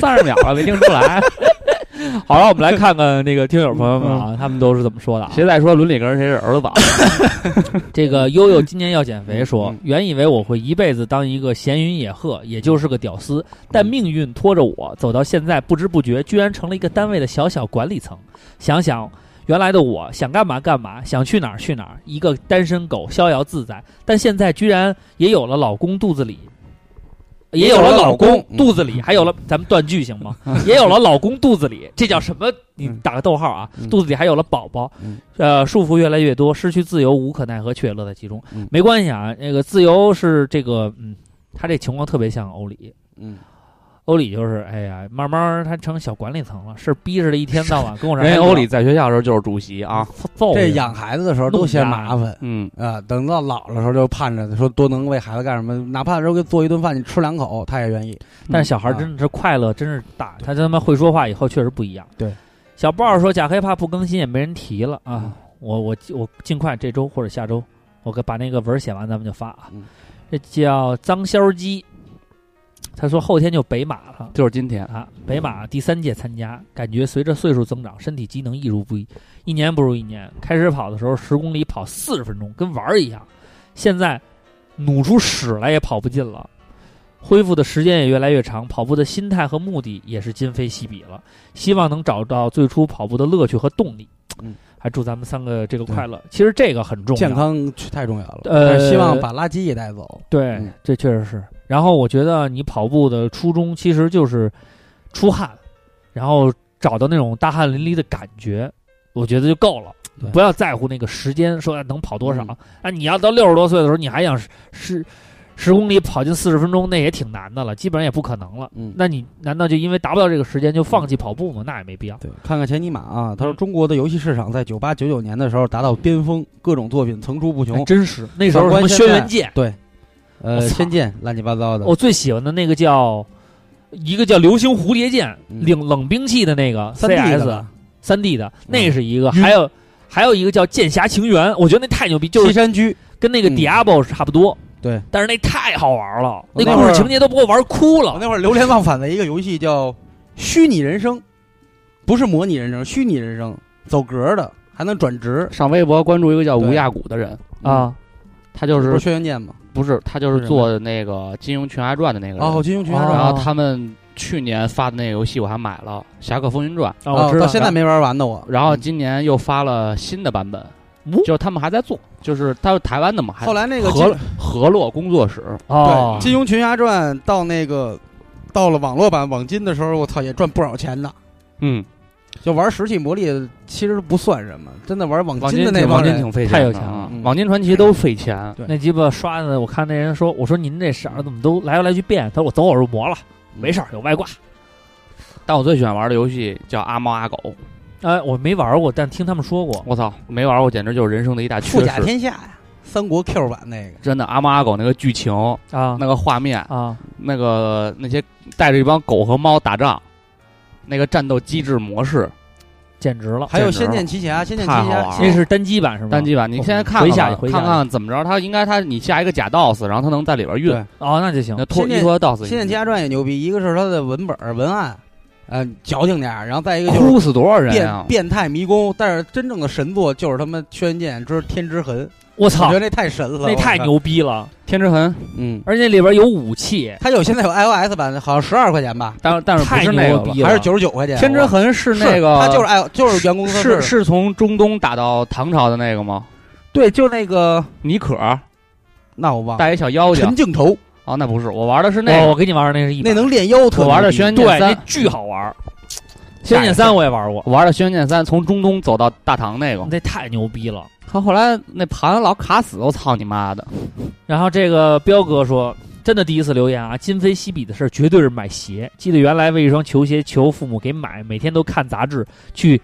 D: 三十秒了，没听出来。
C: [laughs] 好了，我们来看看那个听友朋友们啊，他们都是怎么说的啊？
D: [laughs] 谁再说伦理根儿谁是儿子早？
C: 这个悠悠今年要减肥说，
D: 嗯
C: 原以为我会一辈子当一个闲云野鹤，也就是个屌丝，但命运拖着我走到现在，不知不觉居然成了一个单位的小小管理层。想想原来的我，想干嘛干嘛，想去哪儿去哪儿，一个单身狗逍遥自在，但现在居然也有了老公肚子里。也有了老
F: 也有了
C: 公嗯
F: 老公
C: 肚子里，还有了 [laughs] 咱们断句行吗？也有了老公肚子里，这叫什么？你
F: 嗯
C: 打个逗号啊！
F: 嗯
C: 肚子里还有了宝宝，
F: 嗯
C: 呃，束缚越来越多，失去自由，无可奈何，却乐在其中。
F: 嗯
C: 没关系啊，那个自由是这个，嗯，他这情况特别像欧里，
F: 嗯，
C: 欧里就是，哎呀，慢慢儿他成小管理层了，是逼着的一天到晚跟我这儿
D: 人
C: 挨
D: 家
C: 着
D: 欧里在学校的时候就是主席啊。
C: 揍
F: 这
C: 样，
F: 养孩子的时候都嫌麻烦。
D: 嗯，
F: 啊，等到老了时候就盼着说多能为孩子干什么，哪怕说给做一顿饭，你吃两口，他也愿意。
C: 但是小孩儿真的是快乐，真是大，他他妈会说话以后确实不一样。
F: 对，
C: 小豹说假黑怕不更新也没人提了啊
F: 嗯，
C: 我我我尽快这周或者下周我给把那个文儿写完，咱们就发啊
F: 嗯。
C: 这叫张潇鸡，他说后天就北马了
D: 就是今天，
C: 啊，北马第三届参加，感觉随着岁数增长，身体机能亦如不一，一年不如一年。开始跑的时候，十公里跑四十分钟，跟玩儿一样，现在努出屎来也跑不进了。恢复的时间也越来越长，跑步的心态和目的也是今非昔比了。希望能找到最初跑步的乐趣和动力。
F: 嗯，
C: 还祝咱们三个这个快乐。其实这个很重要，
F: 健康太重要了。
C: 呃
F: 但是希望把垃圾也带走。
C: 对
F: 嗯，
C: 这确实是。然后我觉得你跑步的初衷其实就是出汗，然后找到那种大汗淋漓的感觉，我觉得就够了
F: 对。
C: 不要在乎那个时间，说哎能跑多少
F: 嗯。
C: 那你要到六十多岁的时候，你还想十十十公里跑进四十分钟，那也挺难的了，基本上也不可能了。
F: 嗯，
C: 那你难道就因为达不到这个时间就放弃跑步吗？那也没必要。
F: 对，看看钱尼玛啊，他说中国的游戏市场在九八九九年的时候达到巅峰，各种作品层出不穷。
C: 真是那时候什么
F: 哦反观
C: 《
F: 现
C: 轩
F: 在
C: 辕剑》，
F: 对，哎呃，
C: 我操
F: 仙剑乱七八糟的。
C: 我最喜欢的那个叫一个叫《流星蝴蝶剑》
F: 嗯
C: 冷冷兵器的那个
F: 三 D 的嗯
C: CS
F: 吧
C: 三 D 的，那是一个，
F: 晕
C: 还有还有一个叫《剑侠情缘》，我觉得那太牛逼，就
F: 西
C: 是
F: 山居，
C: 跟那个
F: 嗯
C: Diablo 差不多。
F: 对，
C: 但是那太好玩了，
F: 我
C: 那
F: 那
C: 故
F: 会
C: 事
F: 儿
C: 情节都把我玩哭
F: 我
C: 了。
F: 那会儿流连忘返的一个游戏叫《虚拟人生》，不是模拟人生，虚拟人生，走格的，还能转职。
D: 上微博关注一个叫
F: 对
D: 吴亚谷的人
C: 啊，
D: 他就
F: 不
D: 是
F: 是轩辕剑吗？
D: 不是他就是做的那个《金庸群侠传》的那个人，
F: 哦，金庸群侠
C: 哦
F: 传
D: 然后他们去年发的那个游戏我还买了《侠客风云传》，
C: 啊
F: 哦
C: 我知
F: 到
C: 道。
F: 现在没玩完呢，我。
D: 然后今年又发了新的版本，
C: 哦
D: 就是他们还在做，就是他是台湾的嘛，还
F: 后来那个金
D: 河河洛工作室，
C: 哦
F: 对，《金庸群侠传》到那个到了网络版网金的时候，我操也赚不少钱呢。
D: 嗯，
F: 就玩石器魔力其实不算什么，真的玩网
D: 网
F: 金
D: 金
F: 的那
D: 网
F: 帮
D: 金
F: 人，
D: 挺费钱的，
C: 太有钱了
D: 啊
F: 嗯
D: 网金传奇都费钱，
F: 对
C: 那鸡巴刷的，我看那人说，我说您这色儿怎么都来来去变？他说我走火入魔了，
F: 嗯
C: 没事儿，有外挂。
D: 但我最喜欢玩的游戏叫《阿猫阿狗》，
C: 哎，我没玩过，但听他们说过。
D: 我操，没玩过简直就是人生的一大缺
F: 富甲
D: 失。
F: 天下呀，三国 Q 版那个。
D: 真的，《阿猫阿狗》那个剧情、
C: 啊
D: 那个画面、
C: 啊，
D: 那个那些带着一帮狗和猫打仗，那个战斗机制模式，
C: 简直了！
F: 还有《
D: 简直
F: 仙
D: 了
F: 剑奇侠》，《仙剑奇
D: 太好
F: 侠
D: 玩》
C: 那是单机版是吗？
D: 单机版，你现在看
C: 回
D: 看
C: 下
D: 吧
C: 回下
D: 看看怎么着，它应该它你下一个假 DOS，然后它能在里边运
F: 对，
C: 哦，那就行
D: 那。脱
F: 仙剑
D: 依托 DOS，
F: 《仙剑奇侠传》也牛逼，一个是它的文本儿文案，呃，矫情点儿，然后再一个就是
D: 哭死多少人
F: 变
D: 啊！
F: 变态迷宫，但是真正的神作就是他妈《轩辕剑之天之痕》，
C: 我
F: 我
C: 操
F: 觉，得那太神了，
C: 那太
F: 我操！
C: 牛逼了！
D: 天之痕，
F: 嗯，
C: 而且里边有武器，
F: 它有现在有 iOS 版的，好像十二块钱吧，
D: 但但是不
C: 太
D: 是那
C: 牛
D: 个
C: 逼了。
D: 了。
F: 还是九十九块钱？
D: 天之痕是
F: 我
D: 那个，
F: 它就是 i 就是员工测
D: 是
F: 试，
D: 是从中东打到唐朝的那个吗？
F: 对，就那个
D: 尼可儿
F: 那我忘了，
D: 带一小妖精
F: 啊陈敬仇
D: 哦，那不是，我玩的是那
C: 哦我
D: 个，
C: 我跟你玩的那是一
F: 那
C: 版
F: 能炼妖特牛逼，
D: 我玩的轩辕
C: 对那
D: 剑三，
C: 巨好玩儿，《仙剑三》我也玩过，
D: 我玩的轩辕剑三，从中东走到大唐那
F: 嗯
D: 个，
C: 那太牛逼了。
D: 他后来那盘老卡死，我操你妈的！
C: 然后这个彪哥说，真的第一次留言啊，今非昔比的事儿绝对是买鞋。记得原来为一双球鞋求父母给买，每天都看杂志去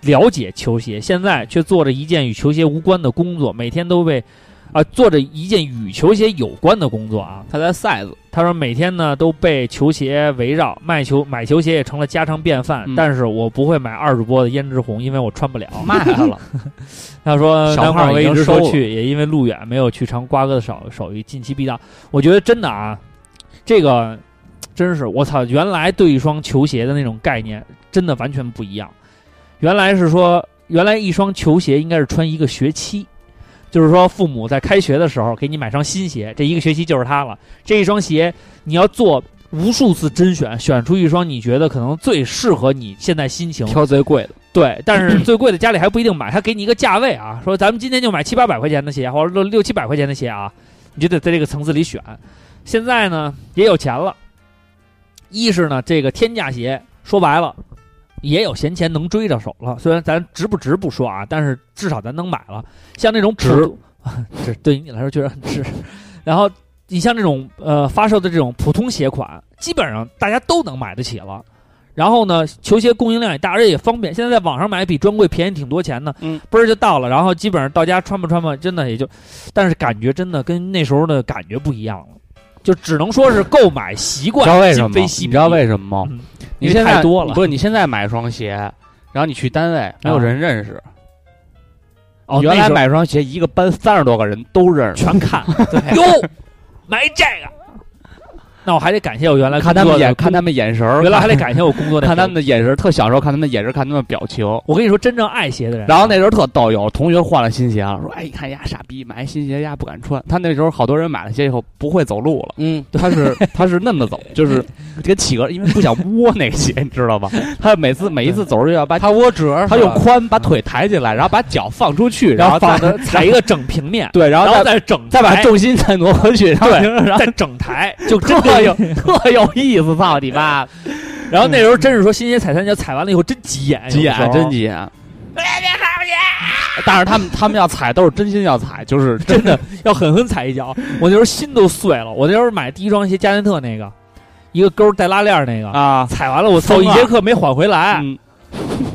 C: 了解球鞋，现在却做着一件与球鞋无关的工作，每天都被啊、做着一件与球鞋有关的工作啊。
D: 他在 size，
C: 他说每天呢都被球鞋围绕，卖球买球鞋也成了家常便饭。
D: 嗯
C: 但是我不会买二主播的胭脂红，因为我穿不了。
D: [laughs] 卖了，
C: [laughs] 他说呃
D: 小
C: 南
D: 胖
C: 广威
D: 已
C: 一
D: 经
C: 直说
D: 收了
C: 去，也因为路远没有去尝瓜哥的手手艺，近期必到。我觉得真的啊，这个真是我操！原来对一双球鞋的那种概念真的完全不一样。原来是说，原来一双球鞋应该是穿一个学期，就是说父母在开学的时候给你买双新鞋，这一个学期就是它了。这一双鞋你要做无数次甄选，选出一双你觉得可能最适合你现在心情
D: 挑最贵的，
C: 对，但是最贵的家里还不一定买，他给你一个价位
D: [clears throat]
C: 啊，说咱们今天就买七八百块钱的鞋，或者六六七百块钱的鞋啊，你就得在这个层次里选。现在呢，也有钱了，一是呢，这个天价鞋说白了也有闲钱能追着手了，虽然咱值不值不说啊，但是至少咱能买了。像那种普 [laughs]
D: 值，
C: 值对于你来说确实很值。然后你像这种呃发售的这种普通鞋款，基本上大家都能买得起了。然后呢，球鞋供应量也大，而且也方便。现在在网上买比专柜便宜挺多钱呢，
D: 嗯，
C: 嘣儿就到了。然后基本上到家穿吧穿吧，真的也就，但是感觉真的跟那时候的感觉不一样了，就只能说是购买习
D: 你
C: 惯
D: 知道为什
C: 今
D: 么吗？
C: 非
D: 你
C: 昔比。
D: 知道为什么吗？
C: 嗯
D: 你
C: 因为
D: 现在
C: 太多了
D: 啊不是你现在买双鞋，然后你去单位没有人认识，
C: 哦，
D: 原
C: 那
D: 来
C: 时候
D: 买双鞋，一个班三十多个人都认识，
C: 全看，哟，买这个，那我还得感谢我原来
D: 看他
C: 工
D: 们
C: 作的
D: 眼，看他们眼神儿，
C: 原来还得感谢我工作那
D: 看他
C: 朋友。
D: 们的眼神儿，特享受，看他们的眼神儿，看他们的表情。
C: 我跟你说，真正爱鞋的人，
D: 然后那时候特逗，有同学换了新鞋了，说：“哎，一看呀，傻逼，买新鞋呀不敢穿。”他那时候好多人买了鞋以后不会走路了，
F: 嗯，
D: 他 [laughs] 是他是那么走，就是 [laughs] 跟企鹅，因为不想窝那个鞋，你知道吧？他每次每一次走路要把
F: 他窝折，
D: 他用髋把腿抬起来，然后把脚放出去，然后
C: 放
D: 再
C: 踩一个整平面，
D: 对，然
C: 然后
D: 后再
C: 再整
D: 再把
C: 台
D: 重心再挪回去，然后
C: 对
D: 然后
C: 再整
D: [laughs]
C: 台，就真
D: 特
C: 的
D: 有特有
C: [laughs]
D: 意思，操你妈！嗯
C: 然后那时候真是说新鞋踩三脚，踩完了以后真急眼，
D: 急
C: 有的时
D: 眼，
C: 候
D: 啊真。急眼。但是他们他们要踩都是真心要踩，就是
C: [laughs] 真的要狠狠踩一脚，我那时候心都碎了。我那时候买第一双鞋加内特那个，一个勾带拉链那个，
D: [laughs] 啊，
C: 踩完了我
D: 疯
C: 走一
D: 了
C: 节课没缓回来，
D: 嗯，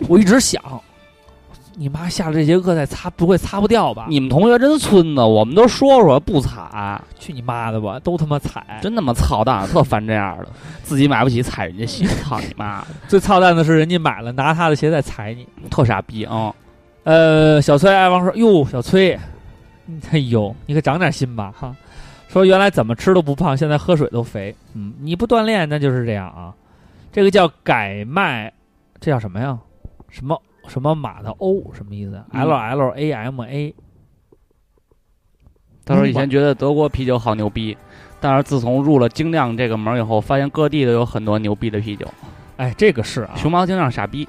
C: 我一直想，你妈下了这节课再擦不会擦不掉吧？
D: 你们同学真孙子，我们都说说不踩，
C: 去你妈的吧，都他妈踩。
D: 真他妈操蛋，特烦这样的，自己买不起踩人家鞋，操你妈的，
C: 最操蛋的是人家买了拿他的鞋再踩你。
D: 特傻逼啊！
C: 呃，小崔爱王说：“哟，小崔，嗯哎呦，你可长点心吧哈！说原来怎么吃都不胖，现在喝水都肥。嗯，你不锻炼那就是这样啊。这个叫改卖，这叫什么呀？什么什么马的 O 什么意思
D: 嗯
C: ？L L A M A
D: 他说以前觉得德国啤酒好牛逼，但是自从入了精酿这个门以后，发现各地都有很多牛逼的啤酒。
C: 哎，这个是啊，
D: 熊猫精酿傻逼，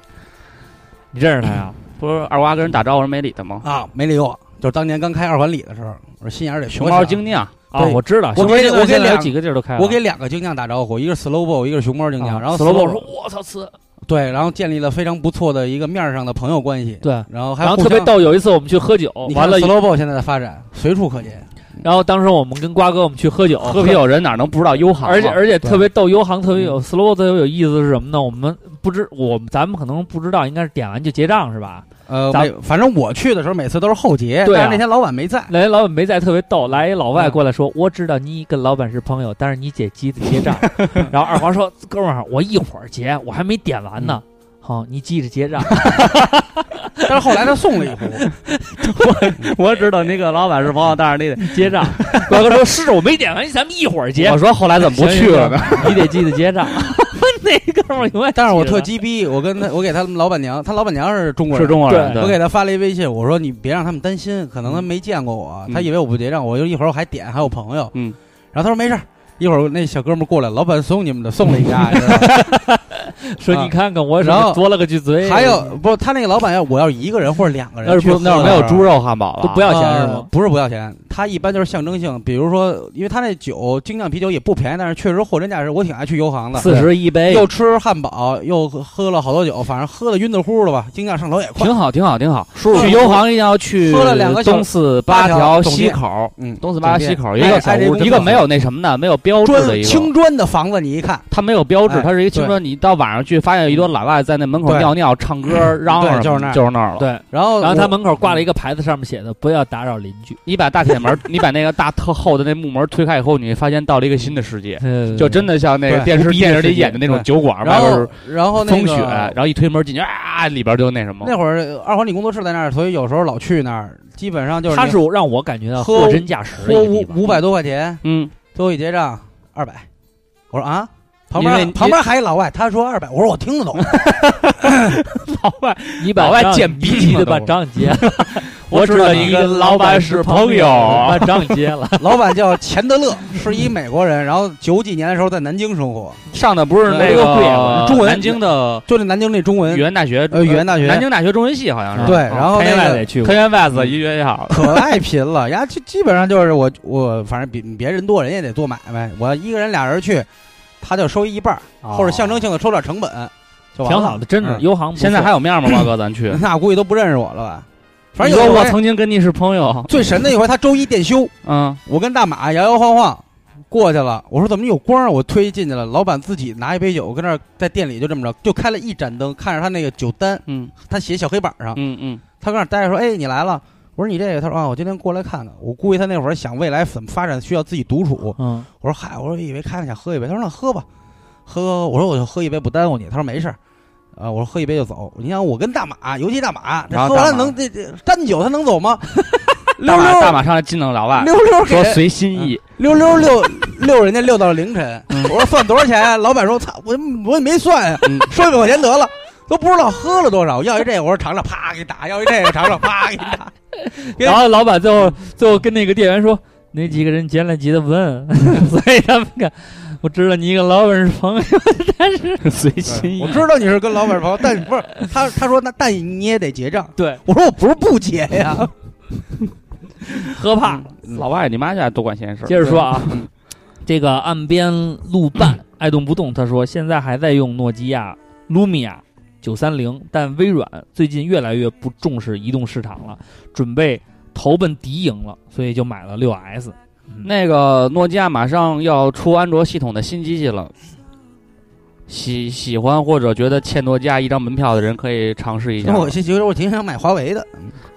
C: 你认识他 [laughs] 呀？
D: 不是二瓜跟人打招呼人没理他吗？
F: 啊，没理我。就是当年刚开二环里的时候，我说心眼儿得多
D: 熊猫
F: 小
D: 精酿，
C: 啊，
F: 对
C: 我知道，
F: 我
C: 熊猫
F: 给
C: 这个
F: 我给
C: 现在有
F: 两
C: 几个地儿都开了。
F: 我给两个精酿打招呼，一个是 Slowbo，一个是熊猫精酿。
C: 啊
F: 然后
C: Slowbo
F: Slowbo
C: 说：“我操，呲！”
F: 对，然后建立了非常不错的一个面儿上的朋友关系。
C: 对，
F: 然后还
C: 然后
F: 互
C: 特别
F: 相。
C: 逗，有一次我们去喝酒，
F: 你
C: 完
F: 看
C: 了，
F: Slowbo 现在的发展随处可见，
C: 然后当时我们跟瓜哥我们去喝酒，
D: 喝啤酒人哪能不知道优航啊？
C: 而且而且
F: 对
C: 特别逗，优航特别有 slow 特别有意思是什么呢？我们不知我们咱们可能不知道，应该是点完就结账是吧？
F: 呃，
C: 咱
F: 每反正我去的时候每次都是后结，
C: 对啊
F: 但是那天老板没在，
C: 那人老板没在，特别逗，来一老外过来说：“我知道你跟老板是朋友，但是你姐急着结账。”然后二华说：“哥们儿，我一会儿结，我还没点完呢。好、你记着结账。
F: 但是后来他送了一壶，
D: 我知道那个老板是朋友，但是你得
C: 你结账。瓜哥说：“是，啊我没点完，咱们一会儿结。
D: 我说后来怎么不去了 [laughs] 呢？
C: 行？行行你得记得结账。 [laughs] 那哥们儿永远记着呢，
F: 但是我特鸡逼，我跟他我给他们老板娘，他老板娘是中国人，
D: 中国
C: 对
F: 我给他发了一微信，我说你别让他们担心，可能他没见过我，
D: 嗯
F: 他以为我不结账，我就一会儿我还点，还有朋友，
D: 嗯，
F: 然后他说没事儿，一会儿那小哥们儿过来，老板怂恿你们的，送了一家，你知道吗
C: 说：“
F: 啊
C: 你看看我是
F: 然后
C: 多了个句嘴。”
F: 还有不，他那个老板要我要一个人或者两个人
C: 哎那是
F: 去
C: 不
F: 喝的
D: 那
F: 时
D: 儿
F: 候，
D: 没有猪肉汉堡了，
C: 都不要钱是
F: 呃
C: 吗？
F: 不是不要钱，他一般就是象征性，比如说，因为他那酒精酿啤酒也不便宜，但是确实货真价实，我挺爱去油行的。
D: 四十一
C: 哎
D: 杯，
F: 啊又吃汉堡，又喝喝了好多酒，反正喝的晕的乎的吧，精酿上头也快。
D: 挺好，挺好，挺好。
F: 舒
D: 去油行一定要去
F: 喝了两个小
D: 东四八条西口，
F: 嗯，
D: 东四八条西口有一
F: 哎
D: 个小
F: 哎这
D: 屋，
F: 个
D: 一个没有那什么的，没有标志的
F: 砖
D: 一
F: 青
D: 个，
F: 砖的房子，你一看，
D: 它没有标志
F: 哎，嗯
D: 它是一个青砖。你到晚上去，发现有一堆老外在那门口
F: 对
D: 尿尿、唱歌、嚷嚷什么，
F: 对就是那儿
D: 就是那儿了。
C: 对。
F: 然后
C: 然后
F: 我嗯
C: 他门口挂了一个牌子，上面写的“不要打扰邻居
D: 你把大铁
F: [laughs]
D: 门，你把那个大特厚的那木门推开以后，你会发现到了一个新的世界”，，就真的像那个
F: 嗯对
D: 电视电视
C: 世
D: 里
C: 界
D: 演的那种
F: 对
D: 酒馆，外
F: 然
D: 边是
F: 后然后那
D: 风
F: 个
D: 雪，然后一推门进去啊，里边就那什么。
F: 那会儿二环里工作室在那儿，所以有时候老去那儿，基本上就是
C: 他
F: 你
C: 是让我感觉到
F: 喝
C: 货真价实的
F: 花
C: 一个
F: 五
C: 地方
F: 五百多块钱，
D: 嗯，
F: 最后一结账二百，我说啊。旁
D: 因为
F: 边旁边还一老外，他说二百，我说我听
D: [laughs]
F: 得懂，
D: 老外，
C: 你把
D: 老外
C: 账
D: 贱逼
C: 你记
D: 嘛
C: 得
E: [laughs]
D: 都
C: 把
D: 是
C: 账
F: [laughs]
C: 结了。
D: 我
C: 只
D: 知道
C: 能
D: 你
C: 一
D: 跟
C: 个
D: 老板
C: 板
D: 是朋
C: 朋
D: 友
C: 把账结
F: [laughs]
C: 了。
F: 老板叫钱德勒，是一美国人，然后九几年的时候在南京生活，
D: 上的不是那
F: 那
C: 个贵
D: 个
F: 中文
D: 南京的
F: 就这南京那中文
D: 语，言大学，
F: 呃，语言大学，
D: 南京大学中文系好像是。
F: 啊对，然后
C: 开
F: 那
C: 外
F: 个
C: 得去过
D: 科，研 v s 一学校，
F: 可爱贫了，呀，就基本上就是我我反正比别人多，人也得做买卖，我一个人俩人去，他就收一半儿，
D: 哦
F: 或者象征性的收点成本，就完
C: 哦
F: 了
C: 挺好的，真的。
F: 嗯
C: 优航不错
D: 现在还有面吗？瓜哥，咱去。
F: 那估计都不认识我了吧？反
D: 你
F: 正
D: 说
F: 有
D: 我
F: 回
D: 曾经跟你是朋友，
F: 最神的一回，他周一电休，
D: 嗯，
F: 我跟大马摇摇晃晃过去了，我说怎么有光啊？我推进去了，老板自己拿一杯酒，跟那儿在店里就这么着，就开了一盏灯，看着他那个酒单，
D: 嗯
F: 他写小黑板上，
D: 嗯嗯，
F: 他搁那儿待着说：“哎，你来了。”我说：“你这个。”他说：“啊，我今天过来看看。”我估计他那会儿想未来怎么发展，需要自己独处。
C: 嗯，
F: 我说：“嗨，我说以为看看想喝一杯。”他说：“那喝吧，喝。”我说：“我就喝一杯，不耽误你。”他说：“没事儿。”啊，我说喝一杯就走。你想我跟大马，尤其大马，这
D: 然后
F: 喝完
D: 大
F: 了
D: 马
F: 能这这单酒他能走吗？溜
D: 大马大
F: 溜
D: 马上来进了老外，
F: 溜溜给
D: 说随心 [laughs] 意，
F: 溜溜
C: [laughs]
F: 溜溜人家溜到凌晨。
C: 嗯
F: 我说算多少钱啊？老板说操，我我也没算呀
D: 嗯，
F: 收一百块钱得了，都不知道喝了多少。要一这个，我说尝尝，啪给打；要一这个，尝尝，啪给
C: [laughs]
F: 打。
C: 然后老板最
D: 嗯
C: 后最后跟那个店员说，那几个人捡来急的问， [laughs] 所以他们看，我知道你一个老板是朋友，但是
D: 随
C: 哎
D: 心意
F: 我。知道你是跟老板朋友，但不是他他说那但你也得结账。
C: [laughs] 对嗯
F: 我说我不是不结呀，
C: 喝怕。
D: 老外，你妈现在多管闲事儿。
C: 接着说啊，
D: 嗯
C: 这个岸边路伴爱动不动，他说现在还在用诺基亚 Lumia 九三零，但微软最近越来越不重视移动市场了，准备投奔敌营了，所以就买了六 S。
D: 那个诺基亚马上要出安卓系统的新机器了，喜喜欢或者觉得欠诺基亚一张门票的人可以尝试一下。
F: 我其实我挺想买华为的。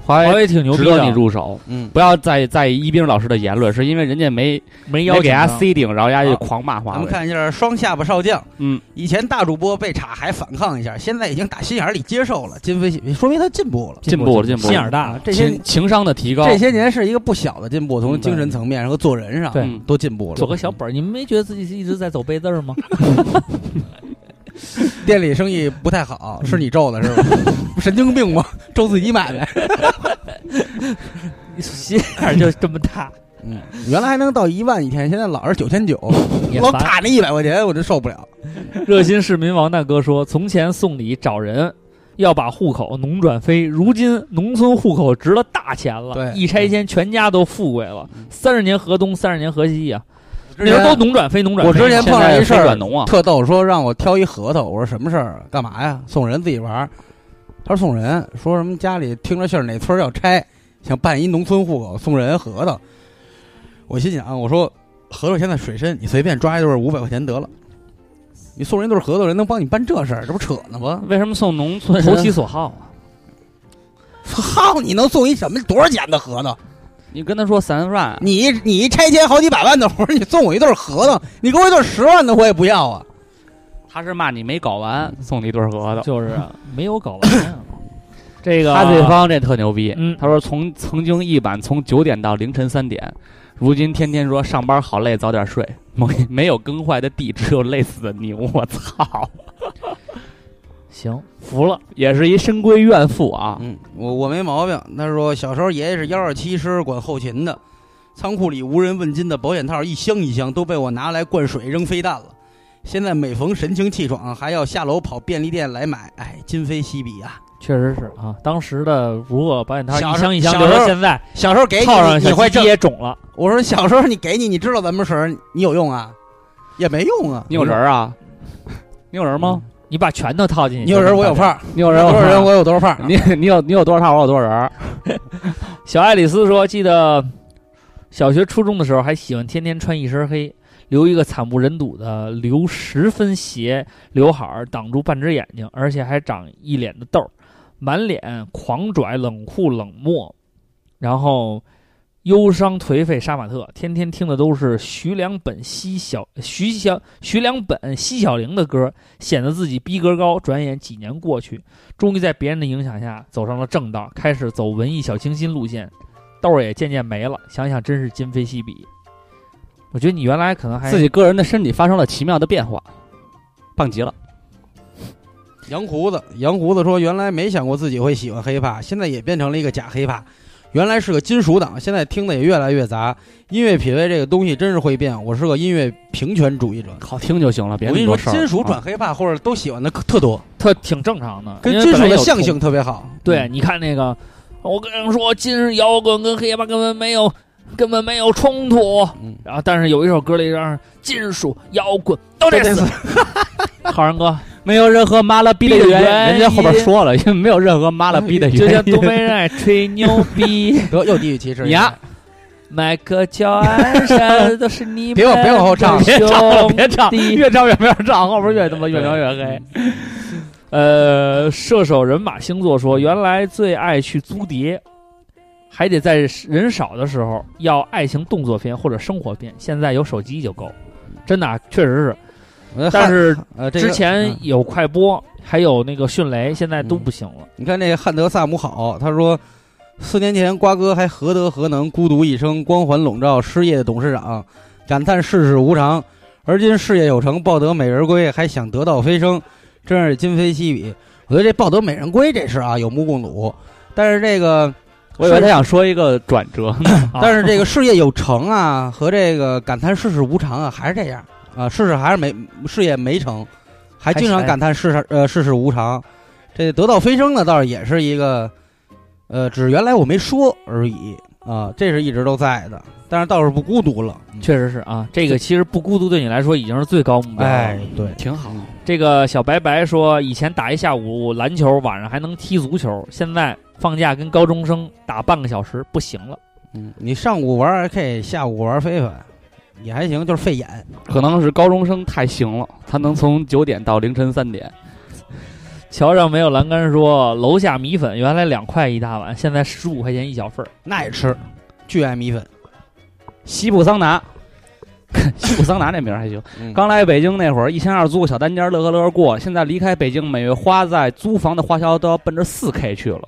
D: 华
C: 华
D: 为
C: 为挺牛逼
D: 哎值得你
C: 的，啊
D: 入手，
F: 嗯，
D: 不要再在意一冰老师的言论，是因为人家没
C: 没啊邀
D: 没给
C: 请
D: 他
C: 他
D: C 顶，然后人家就狂骂华
F: 咱
D: 为。
F: 们看一下双下巴少将。
D: 嗯，
F: 以前大主播被查还反抗一下，现在已经打心眼儿里接受了，今非昔比，说明他进步了。
D: 进步了进步了
C: 心眼儿大。
F: 这些
D: 情情商的提高，
F: 这些年是一个不小的进步，从
C: 嗯
F: 精神层面和做人上
C: 对
D: 嗯
F: 都进步了。
C: 走个小本儿，你们没觉得自己是一直在走背字儿吗？ [laughs]
F: 店里生意不太
C: 嗯
F: 好，是你咒的是吧？
C: [laughs]
F: 神经病吗？咒自己买卖。
C: 心眼儿就这么大，
F: 嗯，原来还能到一万一天，现在老是九千九，
C: 也
F: 老
C: 烦
F: 卡那一百块钱，我真受不了。
C: 热心市民王大哥说：“从前送礼找人，要把户口农转非，如今农村户口值了大钱了，
F: 对嗯
C: 一拆迁全家都富贵了。三十年河东，三十年河西呀、那
F: 之
C: 时
F: 前
C: 候都农转非，农转非。
F: 我之前碰上一事
D: 现在非
F: 儿
D: 转，
C: 哦
D: 农啊，
F: 特逗，说让我挑一核桃，我说什么事儿？干嘛呀？送人自己玩儿。他说送人，说什么家里听着信儿哪村儿要拆，想办一农村户口，送人核桃。我心想，我说核桃现在水深，你随便抓一对五百块钱得了。你送人一对核桃，人能帮你办这事儿，这不扯呢吗？
D: 为什么送农村
C: 投其所好啊，
F: [laughs] 操，你能送一什么多少钱的核桃？
D: 你跟他说三万，
F: 你你一拆迁好几百万的活儿，你 [laughs] 送我一对核桃，你给我一对十万的我也不要啊！
D: 他是骂你没搞完，送你一对核桃。
C: 就是啊没有搞完
F: [laughs]
C: 啊。这个
D: 他对啊方这特牛逼，
C: 嗯
D: 他说从曾经一晚从九点到凌晨三点，如今天天说上班好累，早点睡。没没有耕坏的地，只有累死的牛。我操，
C: 行服了，
D: 也是一深闺怨妇啊！
F: 嗯，我我没毛病。他说小时候爷爷是幺二七师，管后勤的，仓库里无人问津的保险套一箱一箱都被我拿来灌水扔飞弹了。现在每逢神清气爽，还要下楼跑便利店来买，哎，今非昔比啊！
C: 确实是啊。当时的如果保险套一
F: 小时候
C: 箱一箱
F: 小
C: 留
F: 时
C: 到
F: 候
C: 现在，
F: 小时候给你
C: 套上
F: 你
C: 小
F: 会
C: 鸡
F: 挣，
C: 也肿了。
F: 我说小时候你给你，你知道咱们时候你有用啊，也没用啊。
D: 你有人啊？你有人吗？
C: 你把拳头套进去，
F: 嗯你有人我有范儿，
D: 你有
F: 多
D: 人？
F: 少人我有多少范儿。啊
D: 你 [laughs] 你有你有多少套？我有多少人？
C: 小爱丽丝说：“记得小学、初中的时候，还喜欢天天穿一身黑，留一个惨不忍睹的留十分斜刘海儿挡住半只眼睛，而且还长一脸的痘儿，满脸狂拽、冷酷、冷漠，然后忧伤、颓废、杀马特。天天听的都是徐良本、西小呃徐小徐良本、西小玲的歌，显得自己逼格高。转眼几年过去，终于在别人的影响下走上了正道，开始走文艺小清新路线，豆儿也渐渐没了。想想真是今非昔比。我觉得你原来可能还
D: 自己个人的身体发生了奇妙的变化，棒极了。
F: 杨胡子，杨胡子说，原来没想过自己会喜欢黑怕，现在也变成了一个假黑怕。原来是个金属党，现在听的也越来越杂。音乐品味这个东西真是会变，我是个音乐平权主义者。
D: 好听就行了，别
F: 我
D: 那
F: 跟
D: 么多
F: 你说，
D: 事儿。
F: 金属转
D: 啊
F: 黑怕或者都喜欢的可特多，
C: 特挺正常的，
F: 跟
C: 因为
F: 金
C: 本
F: 属
C: 来
F: 的
C: 有
F: 象
C: 同
F: 性特别好。
C: 对，你看那个，我跟你说，今日摇滚跟黑怕根本没有，根本没有冲突。
F: 嗯，
C: 然后，但是有一首歌里让人金属摇滚都得死。浩然 [laughs] 哥，
D: 没有任何妈了逼的
C: 逼的
D: 原因，
C: 原
D: 人家后边
C: 因
D: 说了，因为没有任何妈了逼的
C: 就像
D: 原
C: 东
D: 因。
C: 北
D: [laughs]
C: 人爱吹牛逼，
F: 得又地域歧视
D: 呀！
C: 迈克乔安山都是你们
F: 别往别往后唱
D: 别唱了，别唱，
C: 弟
D: 越唱越没有唱，后边越他妈越描越
C: [laughs]
D: 黑。
C: 呃，射手人马星座说，原来最爱去租碟，还得在人少的时候要爱情动作片或者生活片，现在有手机就够。真的啊、确实是
F: 呃
C: 但是
F: 汉呃，这个
C: 之前
F: 嗯
C: 有快播，还有那个迅雷，现在都不行了。
F: 你看这汉德萨姆好，他说四年前瓜哥还何德何能，孤独一生，光环笼罩失业的董事长，感叹世事无常。而今事业有成，抱得美人归，还想得道飞升，真是今非昔比。我觉得这抱得美人归这事啊，有目共睹。但是这个，
D: 我以为他想说一个转折， [laughs]
C: 啊
F: 但是这个事业有成 [laughs] 啊，和这个感叹世事无常啊，还是这样啊，世事还是没事业没成，还经常感叹世事呃世事无常。这得道飞升呢，倒是也是一个，呃，只是原来我没说而已啊，这是一直都在的，但是倒是不孤独了。嗯
C: 确实是啊，这个其实不孤独对你来说已经是最高目标了。
F: 哎，对，
D: 挺好。
C: 这个小白白说，以前打一下午篮球，晚上还能踢足球，现在放假跟高中生打半个小时不行了。
F: 嗯，你上午玩 RK，下午玩非凡，也还行，就是费眼。
D: 可能是高中生太行了，他能从九点到凌晨三点。
C: 桥上没有栏杆说，楼下米粉原来两块一大碗，现在十五块钱一小份儿。
F: 那也吃，巨爱米粉。
D: 西部桑拿， [laughs] 西部桑拿这名儿还行。
F: 嗯
D: 刚来北京那会儿，一千二租个小单间，乐呵乐呵过。现在离开北京，每月花在租房的花销都要奔着四 K 去了。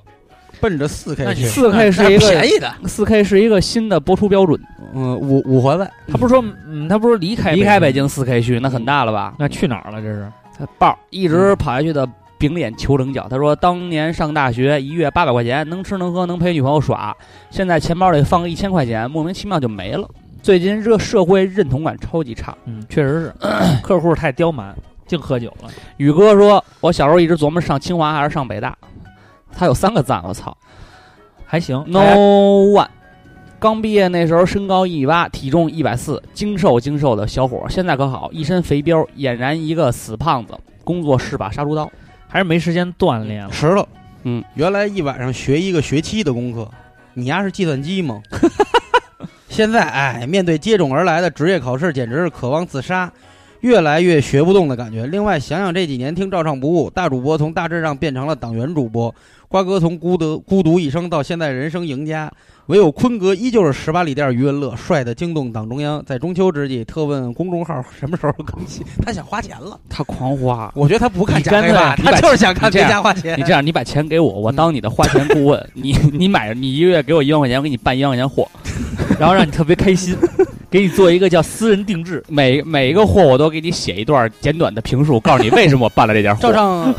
F: 奔着四 K 去，
D: 四 K 是一个
F: 宜的，
D: 四 K 是一个新的播出标准。
F: 嗯，五五环外。
C: 他不是说，嗯，他不是离开
D: 离开北
C: 京吗，
D: 京四 K 去，那很大了吧？
C: 那去哪儿了？这是
D: 豹一直跑下去的饼脸求棱角。他说，当年上大学一月八百块钱，能吃能喝能陪女朋友耍，现在钱包里放个一千块钱，莫名其妙就没了。最近这社会认同感超级差。
C: 嗯，确实 [clears throat] 是客户太刁蛮，净喝酒了。
D: 宇哥说，我小时候一直琢磨上清华还是上北大，他有三个赞，我操
C: 还行
D: ，no
C: 哎
D: one。刚毕业那时候身高一米八，体重一百四，精瘦精瘦的小伙儿，现在可好，一身肥膘，俨然一个死胖子。工作是把杀猪刀。
C: 还是没时间锻炼了。
F: 迟了。
D: 啊嗯，
F: 原来一晚上学一个学期的功课，你丫是计算
D: [laughs]
F: 机吗？现在哎，面对接踵而来的职业考试，简直是渴望自杀，越来越学不动的感觉。另外，想想这几年听照唱不误，大主播从大致上变成了党员主播，瓜哥从孤独孤独一生到现在人生赢家，唯有坤哥依旧是十八里店余文乐，帅的惊动党中央。在中秋之际，特问公众号什么时候更新？他想花钱了，
D: 他狂花。
F: 我觉得他不看
D: 你
F: 加
D: 干
F: 黑吧，
D: 脆你把
F: 他就是想看
D: 你这
F: 别
D: 样
F: 家花钱。
D: 你这样，你把钱给我，我当你的花钱顾问。你你买，你一个月给我一万块钱，我给你办一万块钱 [laughs] 货。
C: 然后让你特别开
D: [laughs]
C: 心，给你做一个叫私人定制。
D: 每每一个货我都给你写一段简短的评述，告诉你为什么我办了这件货
F: 照。唱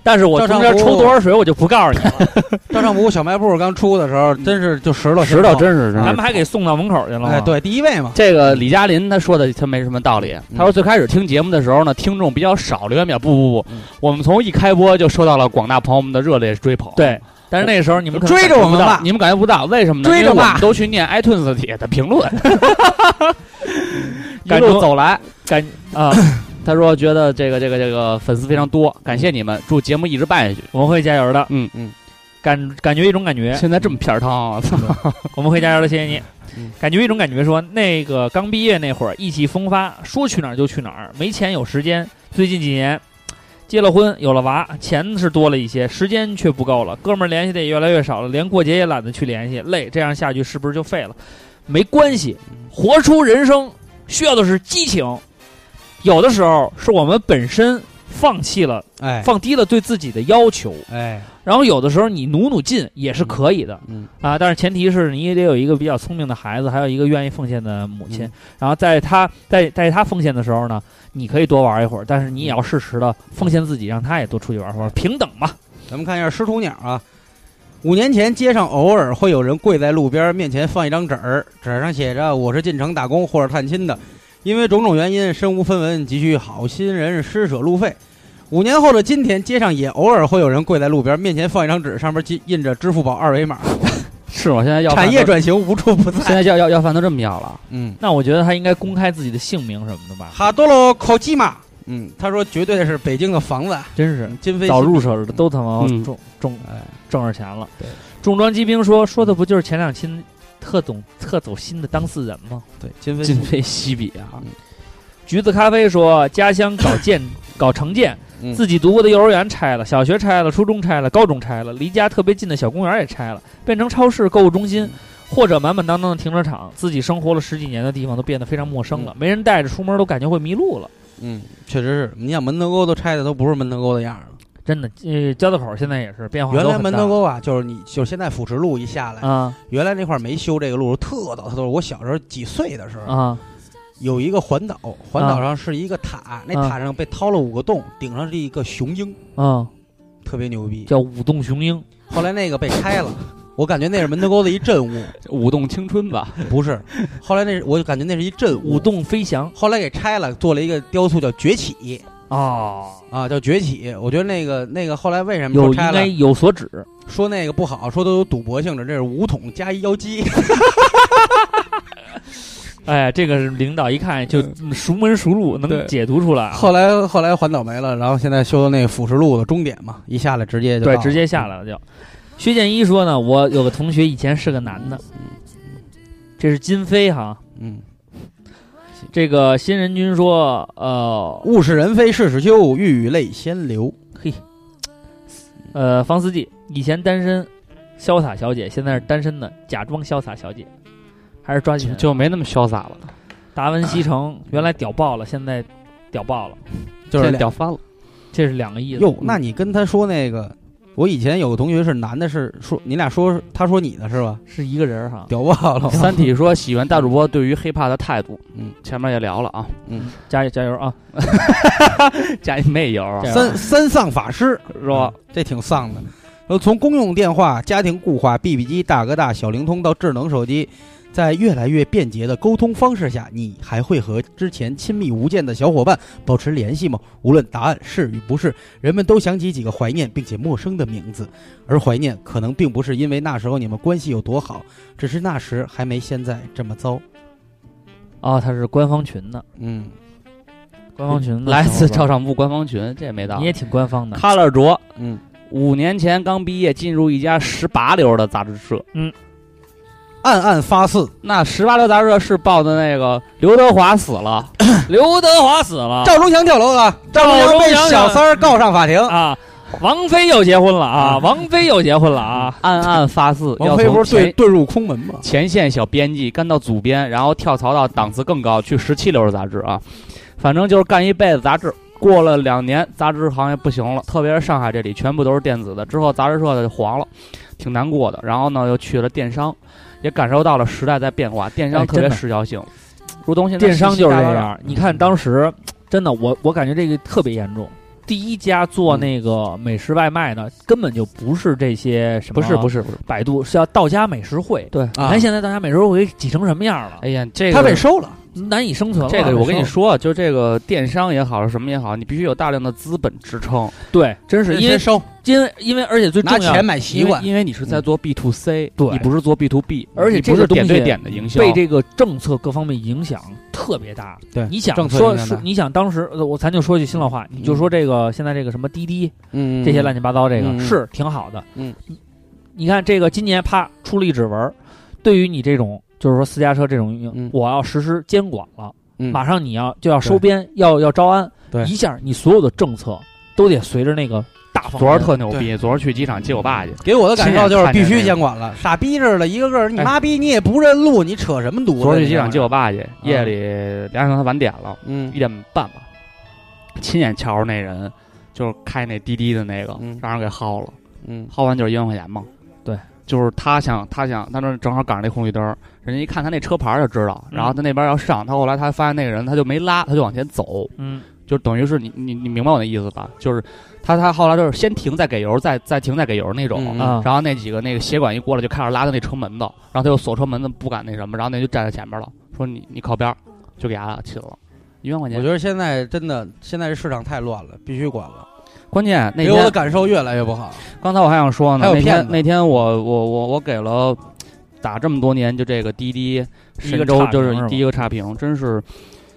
C: 但是我
F: 照
C: 中
F: 常
C: 间
F: 服
C: 抽
F: 务
C: 多少水，我就不告诉你了。
F: 照唱不误小卖部刚出的时候，真是就石头
D: 石头
F: 真
D: 真是真
C: 咱
D: 是。
C: 们还给送到门口去了吗
F: 哎，，对，第一位嘛，
D: 这个李嘉林他说的他没什么道理。
C: 嗯
D: 他说最开始听节目的时候呢，听众比较少，留言比较不不
C: 嗯
D: 不，我们从一开播就受到了广大朋友们的热烈追捧。嗯
C: 对。但是那时候你们可能
F: 追着我们吧，
D: 你们感觉不到，为什么呢？
F: 追着吧
D: 因为我们都去念 iTunes 底下的评 [laughs] 论，一
C: 感
D: 路
C: 动
D: 走来，
C: 感 [laughs] 啊，
D: 他说觉得这个这个这个粉丝非常多，感谢你们，祝节目一直办下去。
C: 我们会加油的。
D: 嗯
F: 嗯，
C: 感感觉一种感觉，
D: 现在这么片儿汤，啊 [laughs] 我操！
C: 我们会加油的，谢谢你
F: 嗯。
C: 感觉一种感觉说，那个刚毕业那会儿意气风发，说去哪儿就去哪儿，没钱有时间。最近几年结了婚，有了娃，钱是多了一些，时间却不够了。哥们儿联系的也越来越少了，连过节也懒得去联系，累。这样下去是不是就废了？没关系，活出人生需要的是激情。有的时候是我们本身放弃了、
F: 哎
C: 放低了对自己的要求，
F: 哎，
C: 然后有的时候你努努劲也是可以的，
F: 嗯
C: 啊，但是前提是你也得有一个比较聪明的孩子，还有一个愿意奉献的母亲。
F: 嗯
C: 然后在他在在他奉献的时候呢，你可以多玩一会儿，但是你也要适时的奉献自己，让他也多出去玩会儿，平等嘛。
F: 咱们看一下师徒鸟啊。五年前，街上偶尔会有人跪在路边面前放一张纸儿，纸上写着“我是进城打工或者探亲的”，因为种种原因身无分文，急需好心人施舍路费。五年后的今天，街上也偶尔会有人跪在路边面前放一张纸，上面印印着支付宝二维码。
D: 是我现在要饭
F: 产业
D: 都
F: 转型无处不
D: 现
F: 在。
D: 在要要要饭都这么要了，
F: [laughs] 嗯，
C: 那我觉得他应该公开自己的姓名什么的吧，
F: 哈多罗口基玛。嗯，他说绝对是北京的房子啊，
C: 真是
F: 今非昔
C: 早入
F: 比
C: 手的都他妈
D: 嗯
C: 中中
F: 哎
C: 挣着钱了
F: 对。
C: 重装机兵说说的不就是前两期特懂特走心的当事人吗？
F: 对，今非昔
D: 今
F: 比
D: 非昔比啊！
C: 橘子咖啡说，家乡搞
F: [laughs]
C: 建搞城建
F: 嗯，
C: 自己读过的幼儿园拆了，小学拆了，初中拆了，高中拆了，离家特别近的小公园也拆了，变成超市、购物中
F: 嗯
C: 心。或者满满当当的停车场，自己生活了十几年的地方都变得非常陌生了，没人带着出门都感觉会迷路了。
F: 嗯，确实是你想门头沟都拆的都不是门头沟的样儿了。
C: 真的，呃，交道口现在也是变化都
F: 原
C: 很大。
F: 来门头沟啊，就是你就是现在辅驰路一下来，
C: 啊
F: 原来那块儿没修这个路特早，它都是我小时候几岁的时候，
C: 啊
F: 有一个环岛，环
C: 啊
F: 岛上是一个塔，那
C: 啊
F: 塔上被掏了五个洞，顶上是一个雄鹰，
C: 啊，
F: 特别牛逼。
C: 叫舞动雄鹰
F: 后来那个被开了，我感觉那是门头沟的一镇物，
D: 舞动青春吧，
C: [laughs]
F: 不是。后来那是我感觉那是一镇
C: 舞
F: 物，
C: 动飞翔
F: 后来给拆了，做了一个雕塑叫崛起
C: 哦，
F: 啊，叫崛起。我觉得那个那个后来为什么
C: 有
F: 说
C: 应
F: 拆
C: 该
F: 了？
C: 有所指，
F: 说那个不好，说都有赌博性质，这是五桶加一妖姬。
C: 哎，这个领导一看就熟门熟路，能
F: 嗯对
C: 解读出来啊。
F: 后来后来环岛没了，然后现在修的那个辅食路的终点嘛，一下来直接就
C: 对
F: 到，了嗯
C: 直接下来了就。薛建一说呢，我有个同学以前是个男的，这是金飞哈。
F: 嗯。
C: 这个新人君说，呃
F: 物是人非事事休，欲语泪先流。
C: 呃，方思季以前单身，潇洒小姐，现在是单身的，假装潇洒小姐，还是抓紧
D: 就没那么潇洒了，
C: 达文西 [clears throat] 城，原来屌爆了，现在屌爆了，
F: 就
D: 现
F: 是
D: 在屌翻了。，
C: 这是两个意思。嗯
F: 哟，那你跟他说那个，我以前有个同学是男的是，说你俩说他说你的是吧？
C: 是一个人儿哈。
F: 屌爆了
D: [laughs] 三体说喜欢大主播对于黑怕的态度，
F: 嗯，
D: 前面也聊了啊，
C: 加油加油
D: [laughs]
C: 啊！
D: 加嗯一妹友啊
C: 这样
F: 三三丧法师
D: 说
F: 这挺丧的。说从公用电话、家庭固话、BB 机、大哥大、小灵通到智能手机，在越来越便捷的沟通方式下，你还会和之前亲密无间的小伙伴保持联系吗？无论答案是与不是，人们都想起几个怀念并且陌生的名字，而怀念可能并不是因为那时候你们关系有多好，只是那时还没现在这么糟。
C: 哦，他是官方群的，
F: 嗯，
C: 官方群的
D: 来自
C: 小
D: 照
C: 伙
D: 上部官方群，这也没道
C: 伴，
D: 理。
C: 你也挺官方的。
D: 卡勒卓，
F: 嗯，
D: 五年前刚毕业进入一家十八流的杂志社，
F: 暗暗发誓，
D: 那十八流杂志社是报的那个刘德华死 [coughs] 了，
C: 刘德华死了
F: 赵忠祥跳楼了，赵忠祥被小三儿告上法庭。
C: 啊，王菲又结婚了啊，王菲又结婚了啊，
D: 暗暗发誓要
F: 王菲
D: 从哎
F: 不是对
D: 前
F: 遁入空门吗？
D: 前线小编辑干到组编，然后跳槽到档次更高，去十七流的杂志啊，反正就是干一辈子杂志。过了两年，杂志行业不行了，特别是上海这里，全部都是电子的。之后杂志社的就黄了，挺难过的。然后呢，又去了电商，也感受到了时代在变化，电
C: 哎
D: 商特别
C: 真的
D: 时效性。如东现在
C: 电商就是这
D: 信息大爆炸
C: 样。你看当时真的，我我感觉这个特别严重。第一家做那个美食外卖的，根本就不是这些什么，
D: 不是不
C: 是
D: 是不是，
C: 百度，是要到家美食会。
D: 对
F: 啊
C: 你看现在到家美食会挤成什么样了，
D: 哎呀，这个
F: 他被收了。
C: 难以生存了。
D: 这个我跟你
C: 说，
D: 说，就这个电商也好，什么也好，你必须有大量的资本支撑，
C: 对，真是因为
F: 先收，
C: 因为因为而且最重
F: 拿
C: 要的
F: 钱买习
D: 因为
F: 惯。
D: 因为你是在做 B to C，
C: 对
D: 你不是做 B to B，
C: 而且
D: 你
C: 这
D: 不
C: 个
D: 是
C: 东西
D: 点对点的营销，
C: 被这个政策各方面影响特别大。
F: 对
C: 你想
F: 政策
C: 说
F: 影响
C: 说
F: 大
C: 你想当时，呃我咱就说句心里话，你就说这个现在这个什么滴滴
F: 嗯
C: 这些乱七八糟，这个
F: 嗯嗯
C: 是挺好的。
F: 嗯
C: 你，你看这个今年啪出了一指纹儿，对于你这种就是说私家车这种运营
F: 嗯，
C: 我要实施监管了，
F: 嗯
C: 马上你要就要收编，要要招安，
F: 对
C: 一下你所有的政策都得随着那个大方向。
D: 昨儿特牛逼，昨儿去机场接我爸去，
F: 给我的感受就是必
D: 亲眼看见那
F: 须
D: 个
F: 监管了，傻逼似的，一个个你
D: 哎
F: 妈逼你也不认路，你扯什么犊子？
D: 昨儿去
F: 你
D: 机
F: 这
D: 场接我
F: 玩意儿，
D: 爸去，夜里两点钟他晚点了，
F: 嗯
D: 一点半吧，亲眼瞧着那人就是开那滴滴的那个
F: 嗯，
D: 让人给薅了，
F: 嗯
D: 薅完就是一万块钱嘛。
C: 对，
D: 就是他想他想，他那正好赶上那红绿灯儿，人家一看他那车牌儿就知道，然后他那边要上，他后来他发现那个人他就没拉，他就往前走，
C: 嗯，
D: 就等于是你你你明白我的意思吧？就是他他后来就是先停再给油，再再停再给油那种。
F: 嗯
C: 啊
D: 然后那几个那个协管一过来就开始拉他那车门子，然后他又锁车门子不敢那什么，然后那就站在前面了，说你你靠边儿，就给他擒了，一万块
F: 我
D: 钱
F: 觉。得现在真的，现在这市场太乱了，必须管了。
D: 关键那
F: 给哎我的
D: 天
F: 感受越来越不好。
D: 刚才我还想说呢，
F: 还有
D: 那
F: 骗
D: 天
F: 子
D: 那天我我我我给了打这么多年就这个滴滴
C: 第一个
D: 神州
C: 差评
D: 就是
C: 是吗
D: 第一个差评，真是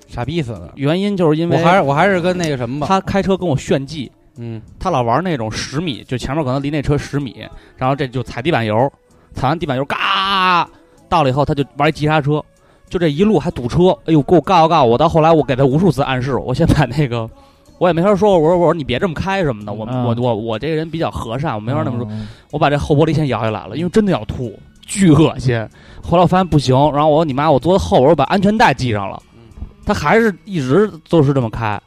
F: 傻逼死了！
D: 原因就是因
F: 我
D: 为
F: 还是我还是跟那个什么吧，
D: 他开车跟我炫技，
F: 嗯，
D: 他老玩那种十米，就前面可能离那车十米，然后这就踩地板油，踩完地板油嘎到了以后，他就玩一急刹车，就这一路还堵车，哎呦给我告告我！到后来我给他无数次暗示，我先把那个我也没法说，我说我说你别这么开什么的，我、
C: 嗯
D: 我我我这个人比较和善，我没法那么说，
C: 嗯。
D: 我把这后玻璃先摇下来了，因为真的要吐，巨恶心。后来我发现不行，
C: 嗯
D: 然后我说你妈，我坐后边，我把安全带系上了，他还是一直都是这么开。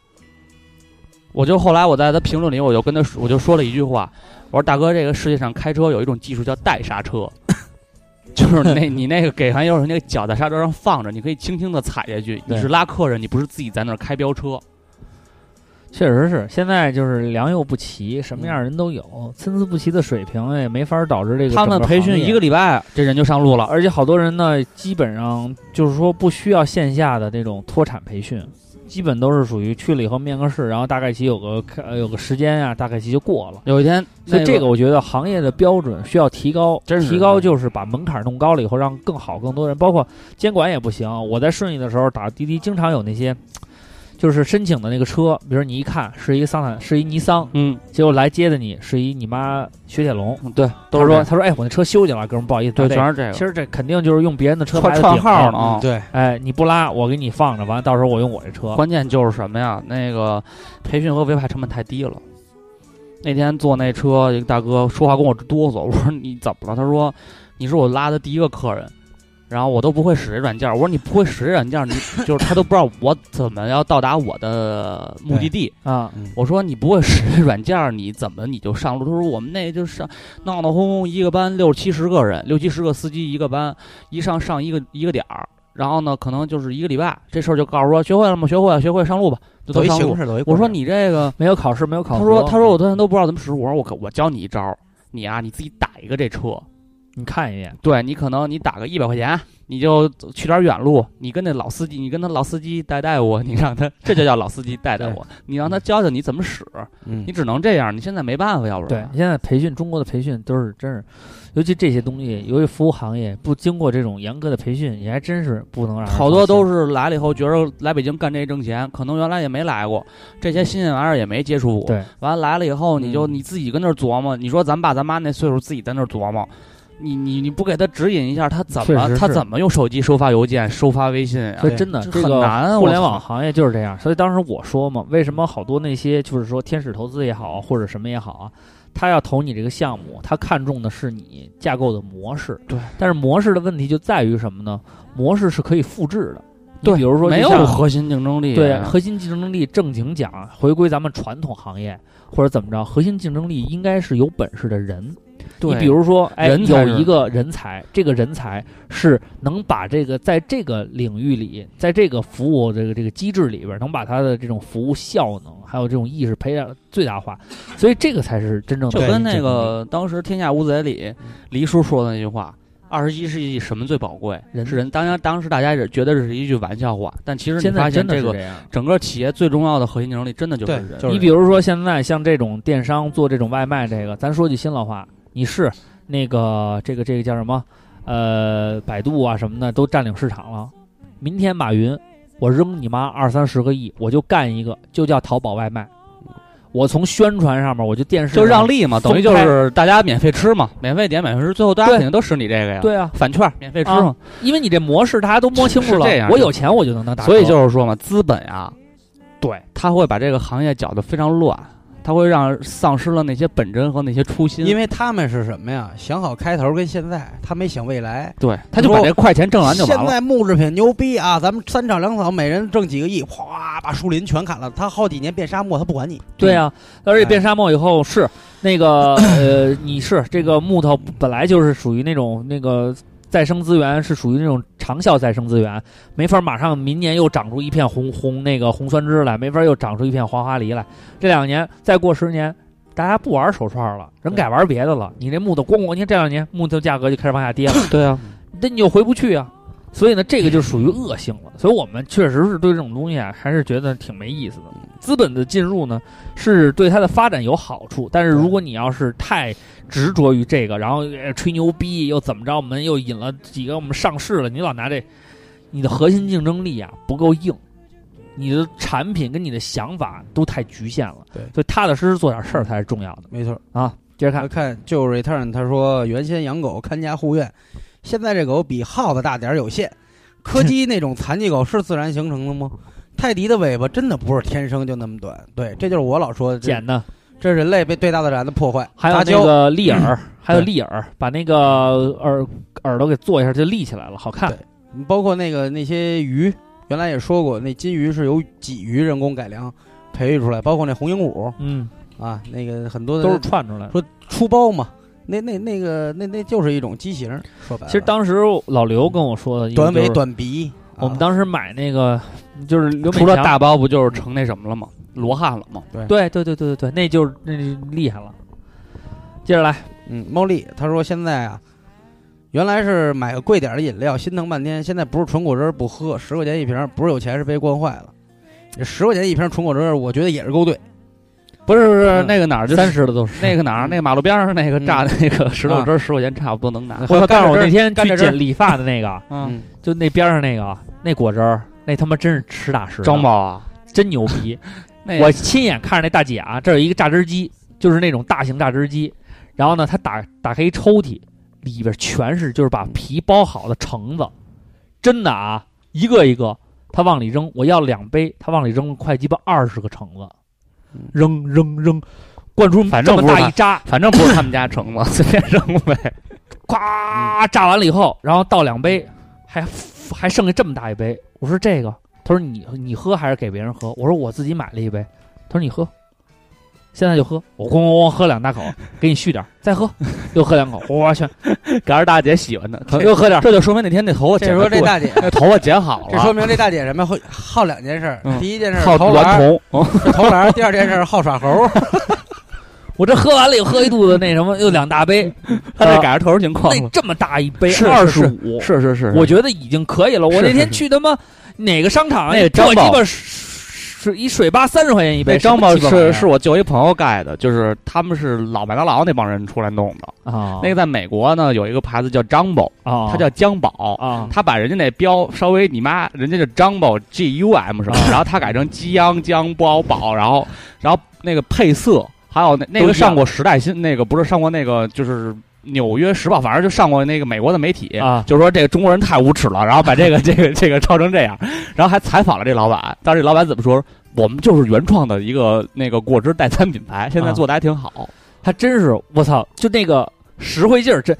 D: 我就后来我在他评论里，我就跟他说，我就说了一句话，我说大哥，这个世界上开车有一种技术叫带刹
C: [laughs]
D: 车，就是那你那个给完油时候，那个脚在刹车上放着，你可以轻轻的踩下去，
C: 对
D: 你是拉客人，你不是自己在那儿开飙车。
C: 确实是，现在就是良莠不齐，什
D: 嗯
C: 么样的人都有，参差不齐的水平也没法导致这个
D: 他们
C: 整个
D: 培
C: 行
D: 训
C: 业
D: 一个礼拜，这人就上路了。
C: 而且好多人呢，基本上就是说不需要线下的这种脱产培训，基本都是属于去了以后面个试，然后大概其有个呃有个时间啊，大概其就过了。
D: 有一天，
C: 所以
D: 那
C: 这个我觉得行业的标准需要提高，
D: 真是
C: 提高就是把门槛弄高了以后，让更好更多人，包括监管也不行。我在顺义的时候打滴滴，经常有那些。就是申请的那个车，比如你一看是一桑塔，是一尼桑，
D: 嗯，
C: 结果来接的你是一你妈雪铁龙，
D: 对，
C: 都是说他说哎我那车修去了，哥们儿不好意思，
D: 对，
C: 打这
D: 全是这
C: 啊其
D: 个
C: 实这肯定就是用别人的车牌
D: 串
C: 子
D: 串
C: 顶
D: 号
C: 着
D: 呢啊。
F: 对，
C: 哎，你不拉，我给你放着，完了到时候我用我这车。
D: 关键就是什么呀？那个培训和违法成本太低了。那天坐那车，一个大哥说话跟我哆嗦，我说你怎么了？他说你是我拉的第一个客人，然后我都不会使这软件。我说你不会使这软件，你 [laughs] 就是他都不知道我怎么要到达我的目的地。
C: 啊，
D: 我说你不会使这软件，你怎么你就上路？他说我们那就上闹闹哄哄一个班六七十个人，六七十个司机一个班，一上上一个一个点儿，然后呢可能就是一个礼拜，这事儿就告诉说学会了吗？学会了，学会上路吧，就
F: 走
D: 都
F: 一
D: 上
F: 形
D: 路。
F: 式，走一
D: 我
F: 过
D: 说
F: 程
D: 你这个，
C: 没有考试，没有考
D: 他
C: 核。
D: 说他说我到现在都不知道怎么使，我说我可我教你一招儿，你啊你自己打一个这车，
C: 你看一眼，
D: 对你可能你打个一百块钱，你就去点远路，你跟那老司机，你跟他老司机带带我，你让他这就叫老司机带带我，你让他教教你怎么使，
F: 嗯
D: 你只能这样，你现在没办法，要不
C: 对
D: 然，
C: 现在培训中国的培训都是真是，尤其这些东西，由于服务行业不经过这种严格的培训，你还真是不能让人
D: 好多都
C: 是
D: 是来了以后觉着来北京干这挣钱，可能原来也没来过，这些新鲜玩意儿也没接触过。
C: 对，
D: 完了来了以后，你就
F: 嗯
D: 你自己跟那儿琢磨。你说咱爸咱妈那岁数自己在那儿琢磨，你你你不给他指引一下，他怎
C: 确实
D: 么
C: 是
D: 他怎么用手机收发邮件、收发微信啊
C: 所？以真的
D: 这
C: 这
D: 很
C: 个
D: 难啊
C: 互
D: 我
C: 联
D: 操
C: 网行业就是这样。所以当时我说嘛，为什么好多那些就是说天使投资也好，或者什么也好啊，他要投你这个项目，他看中的是你架构的模式。
D: 对，
C: 但是模式的问题就在于什么呢？模式是可以复制的。你
D: 对，
C: 比如说就
D: 没有
C: 像
D: 核心啊竞争力。
C: 对，核心竞争力正经讲，回归咱们传统行业或者怎么着，核心竞争力应该是有本事的人。
D: 对
C: 你比如说，哎，
D: 人才
C: 有
D: 是
C: 一个人才，这个人才是能把这个在这个领域里，在这个服务这个这个机制里边儿，能把他的这种服务效能还有这种意识培养最大化，所以这个才是真正的
D: 就跟
C: 核心
D: 那
C: 竞争力
D: 个当时《天下无贼》里黎叔说的那句话。二十一世纪什么最宝贵？
C: 人
D: 是人。当然，当时大家也觉得这是一句玩笑话，但其实你
C: 现
D: 发
C: 在真
D: 现
C: 的
D: 这
C: 是
D: 个
C: 这样。
D: 整个企业最重要的核心竞争力，真的就是
F: 对
D: 人。
F: 就是
C: 你比如说现在像这种电商做这种外卖，这个咱说句心里话，你是那个这个这个叫什么？呃，百度啊什么的都占领市场了。明天马云，我扔你妈二三十个亿，我就干一个，就叫淘宝外卖。我从宣传上面，我就电视
D: 就
C: 上
D: 让利嘛，等于就是大家免费吃嘛，免费点免费吃，最后大家
C: 对
D: 肯定都使你这个呀。，
C: 对啊，
D: 返券免费吃嘛。
C: 因为你这模式大家都摸清楚
D: 是
C: 了
D: 这样，的
C: 我有钱我就能能打折。
D: 所以就是说嘛，资本啊，
C: 对，
D: 他会把这个行业搅得非常乱，他会让丧失了那些本真和那些初心。
F: 因
D: 为
F: 为他们是什么呀？想好开头跟现在，他没想未来。
D: 对，他就把这块钱挣完就完
F: 现
D: 了。
F: 在木制品牛逼啊！咱们三长两草，每人挣几个亿，哗，把树林全砍了。他好几年变沙漠，他不管你。
C: 对啊，
D: 嗯
C: 而
D: 哎
C: 且变沙漠以后是那个呃，你是这个木头本来就是属于那种那个再生资源，是属于那种长效再生资源，没法马上明年又长出一片红红那个红酸枝来，没法又长出一片黄花梨来。这两年再过十年。大家不玩手串了，人改玩别的了。你这木头咣咣，你看这两年木头价格就开始往下跌了，
D: 对啊，
C: 那你就回不去啊。所以呢，这个就属于恶性了。所以我们确实是对这种东西啊，还是觉得挺没意思的。资本的进入呢，是对它的发展有好处，但是如果你要是太执着于这个，然后呃吹牛逼又怎么着，我们又引了几个我们上市了，你老拿这，你的核心竞争力啊不够硬，你的产品跟你的想法都太局限了。
F: 对
C: 所以踏踏实实做点事儿才是重要的
F: 没错，
C: 啊。接着看
F: 他，看就 return，他说原先养狗看家护院，现在这狗比耗子大点儿有限。柯基那种残疾狗是自然形成的吗？泰迪的尾巴真的不是天生就那么短，对，这就是我老说的，这
C: 简单。
F: 这是人类被对大自然的破坏。
C: 还有
F: 杂
C: 那
F: 交，
C: 个立
F: [clears throat]
C: 耳，还有立耳，把那个耳耳朵给做一下就立起来了，好看
F: 对。包括那个那些鱼，原来也说过，那金鱼是由鲫鱼人工改良培育出来，包括那红鹦鹉
C: 嗯，
F: 啊，那个很多的
C: 都是串出来的。
F: 说出包嘛，那那那个那那就是一种畸形，说白了，
C: 其实当时老刘跟我说的，
F: 短
C: 就是
F: 尾、短鼻，啊
C: 我们当时买那个就是刘美
D: 除了
C: 强
D: 大包，不就是成那什么了吗？罗汉了吗？
C: 对对对对对对，那就是那就厉害了。接着来，
F: 嗯，猫丽他说现在啊，原来是买个贵点儿的饮料心疼半天，现在不是纯果汁儿不喝，十块钱一瓶儿，不是有钱是被惯坏了。这十块钱一瓶儿纯果汁儿，我觉得也是勾兑。
D: 不是不是
F: 嗯
D: 那个哪儿就
C: 三十的都是。
D: 那个哪儿那个马路边上那个
F: 嗯
D: 榨的那个石头
F: 啊
D: 汁儿十块钱差不多能拿。
C: [laughs] 我告诉我那天
D: 甘蔗
C: 去
D: 汁儿
C: 剪理发的那个，
D: 嗯，
C: [laughs] 就那边上那个那果汁儿，那他妈真是实打实的，
D: 张宝啊，
C: 真牛逼！
D: 那
C: 我亲眼看着那大姐啊，这儿有一个榨汁机，就是那种大型榨汁机，然后呢，她打打开一抽屉，里边全是就是把皮包好的橙子，真的啊，一个一个，她往里扔，我要了两杯，她往里扔了快鸡巴二十个橙子，扔扔扔，灌出
D: 嗯反
C: 这
D: 正
C: 么
D: 不是
C: 大一扎，
D: 反正不是他们家橙子，随便 [laughs] 扔呗。
C: 咵榨完了以后，然后倒两
D: 嗯
C: 杯，还还剩下这么大一杯。我说这个，他说你你喝还是给别人喝？我说我自己买了一杯，他说你喝，现在就喝。我咣咣咣喝两大口，给你续点儿，再喝，又喝两口，我去，
D: 赶上大姐喜欢的，可能
C: 又喝点儿。
D: 这就说明那天那头发
F: 这
D: 剪
F: 说
D: 得
F: 这
D: 对
C: [laughs]
F: 大姐，
D: 那头发剪好
F: 这说
D: 了，
F: 明这大姐什么会好两件事儿
D: 嗯，
F: 第一件事
D: 好
F: 儿投篮儿，
D: 娈童，
F: 这投篮儿；第二件事儿好耍猴。
C: [laughs] 我这喝完了以后，喝一肚子那什么，又两大
D: [laughs]
C: 杯，
D: [laughs] 他这赶上特殊情况
C: 那
D: 了。
C: 这么大一杯
D: 是
C: 二
D: 是
C: 十五，
D: 啊是是是，
C: 我觉得已经可以了。我
D: 是
C: 那天
D: 是是
C: 去他妈哪个商场啊，
D: 那个
C: 破
D: 张
C: 鸡
D: 宝
C: 巴水一水吧三十块钱一杯，
D: 那张宝
C: 什么鸡巴玩意
D: 是
C: 儿
D: 是我舅一朋友盖的，就是他们是老麦当劳那帮人出来弄的。
C: 啊，
D: 那个在美国呢，有一个牌子叫张宝，
C: 啊，
D: 它叫江宝。
C: 啊
D: 他把人家那标稍微你妈，人家就张宝 G U M 什么，
C: 啊
D: 然后他改成激昂江宝宝，然后然后那个配色，还有那那
C: 都一
D: 个
C: 样
D: 上过时代新，那个不是上过那个就是纽约时报，反正就上过那个美国的媒体，
C: 啊
D: 就说这个中国人太无耻了，然后把这个 [laughs] 这个这个抄成这样，然后还采访了这老板，但是这老板怎么说？我们就是原创的一个那个果汁代餐品牌，现在
C: 啊
D: 做的还挺好。
C: 还真是我操，就那个实惠劲儿，真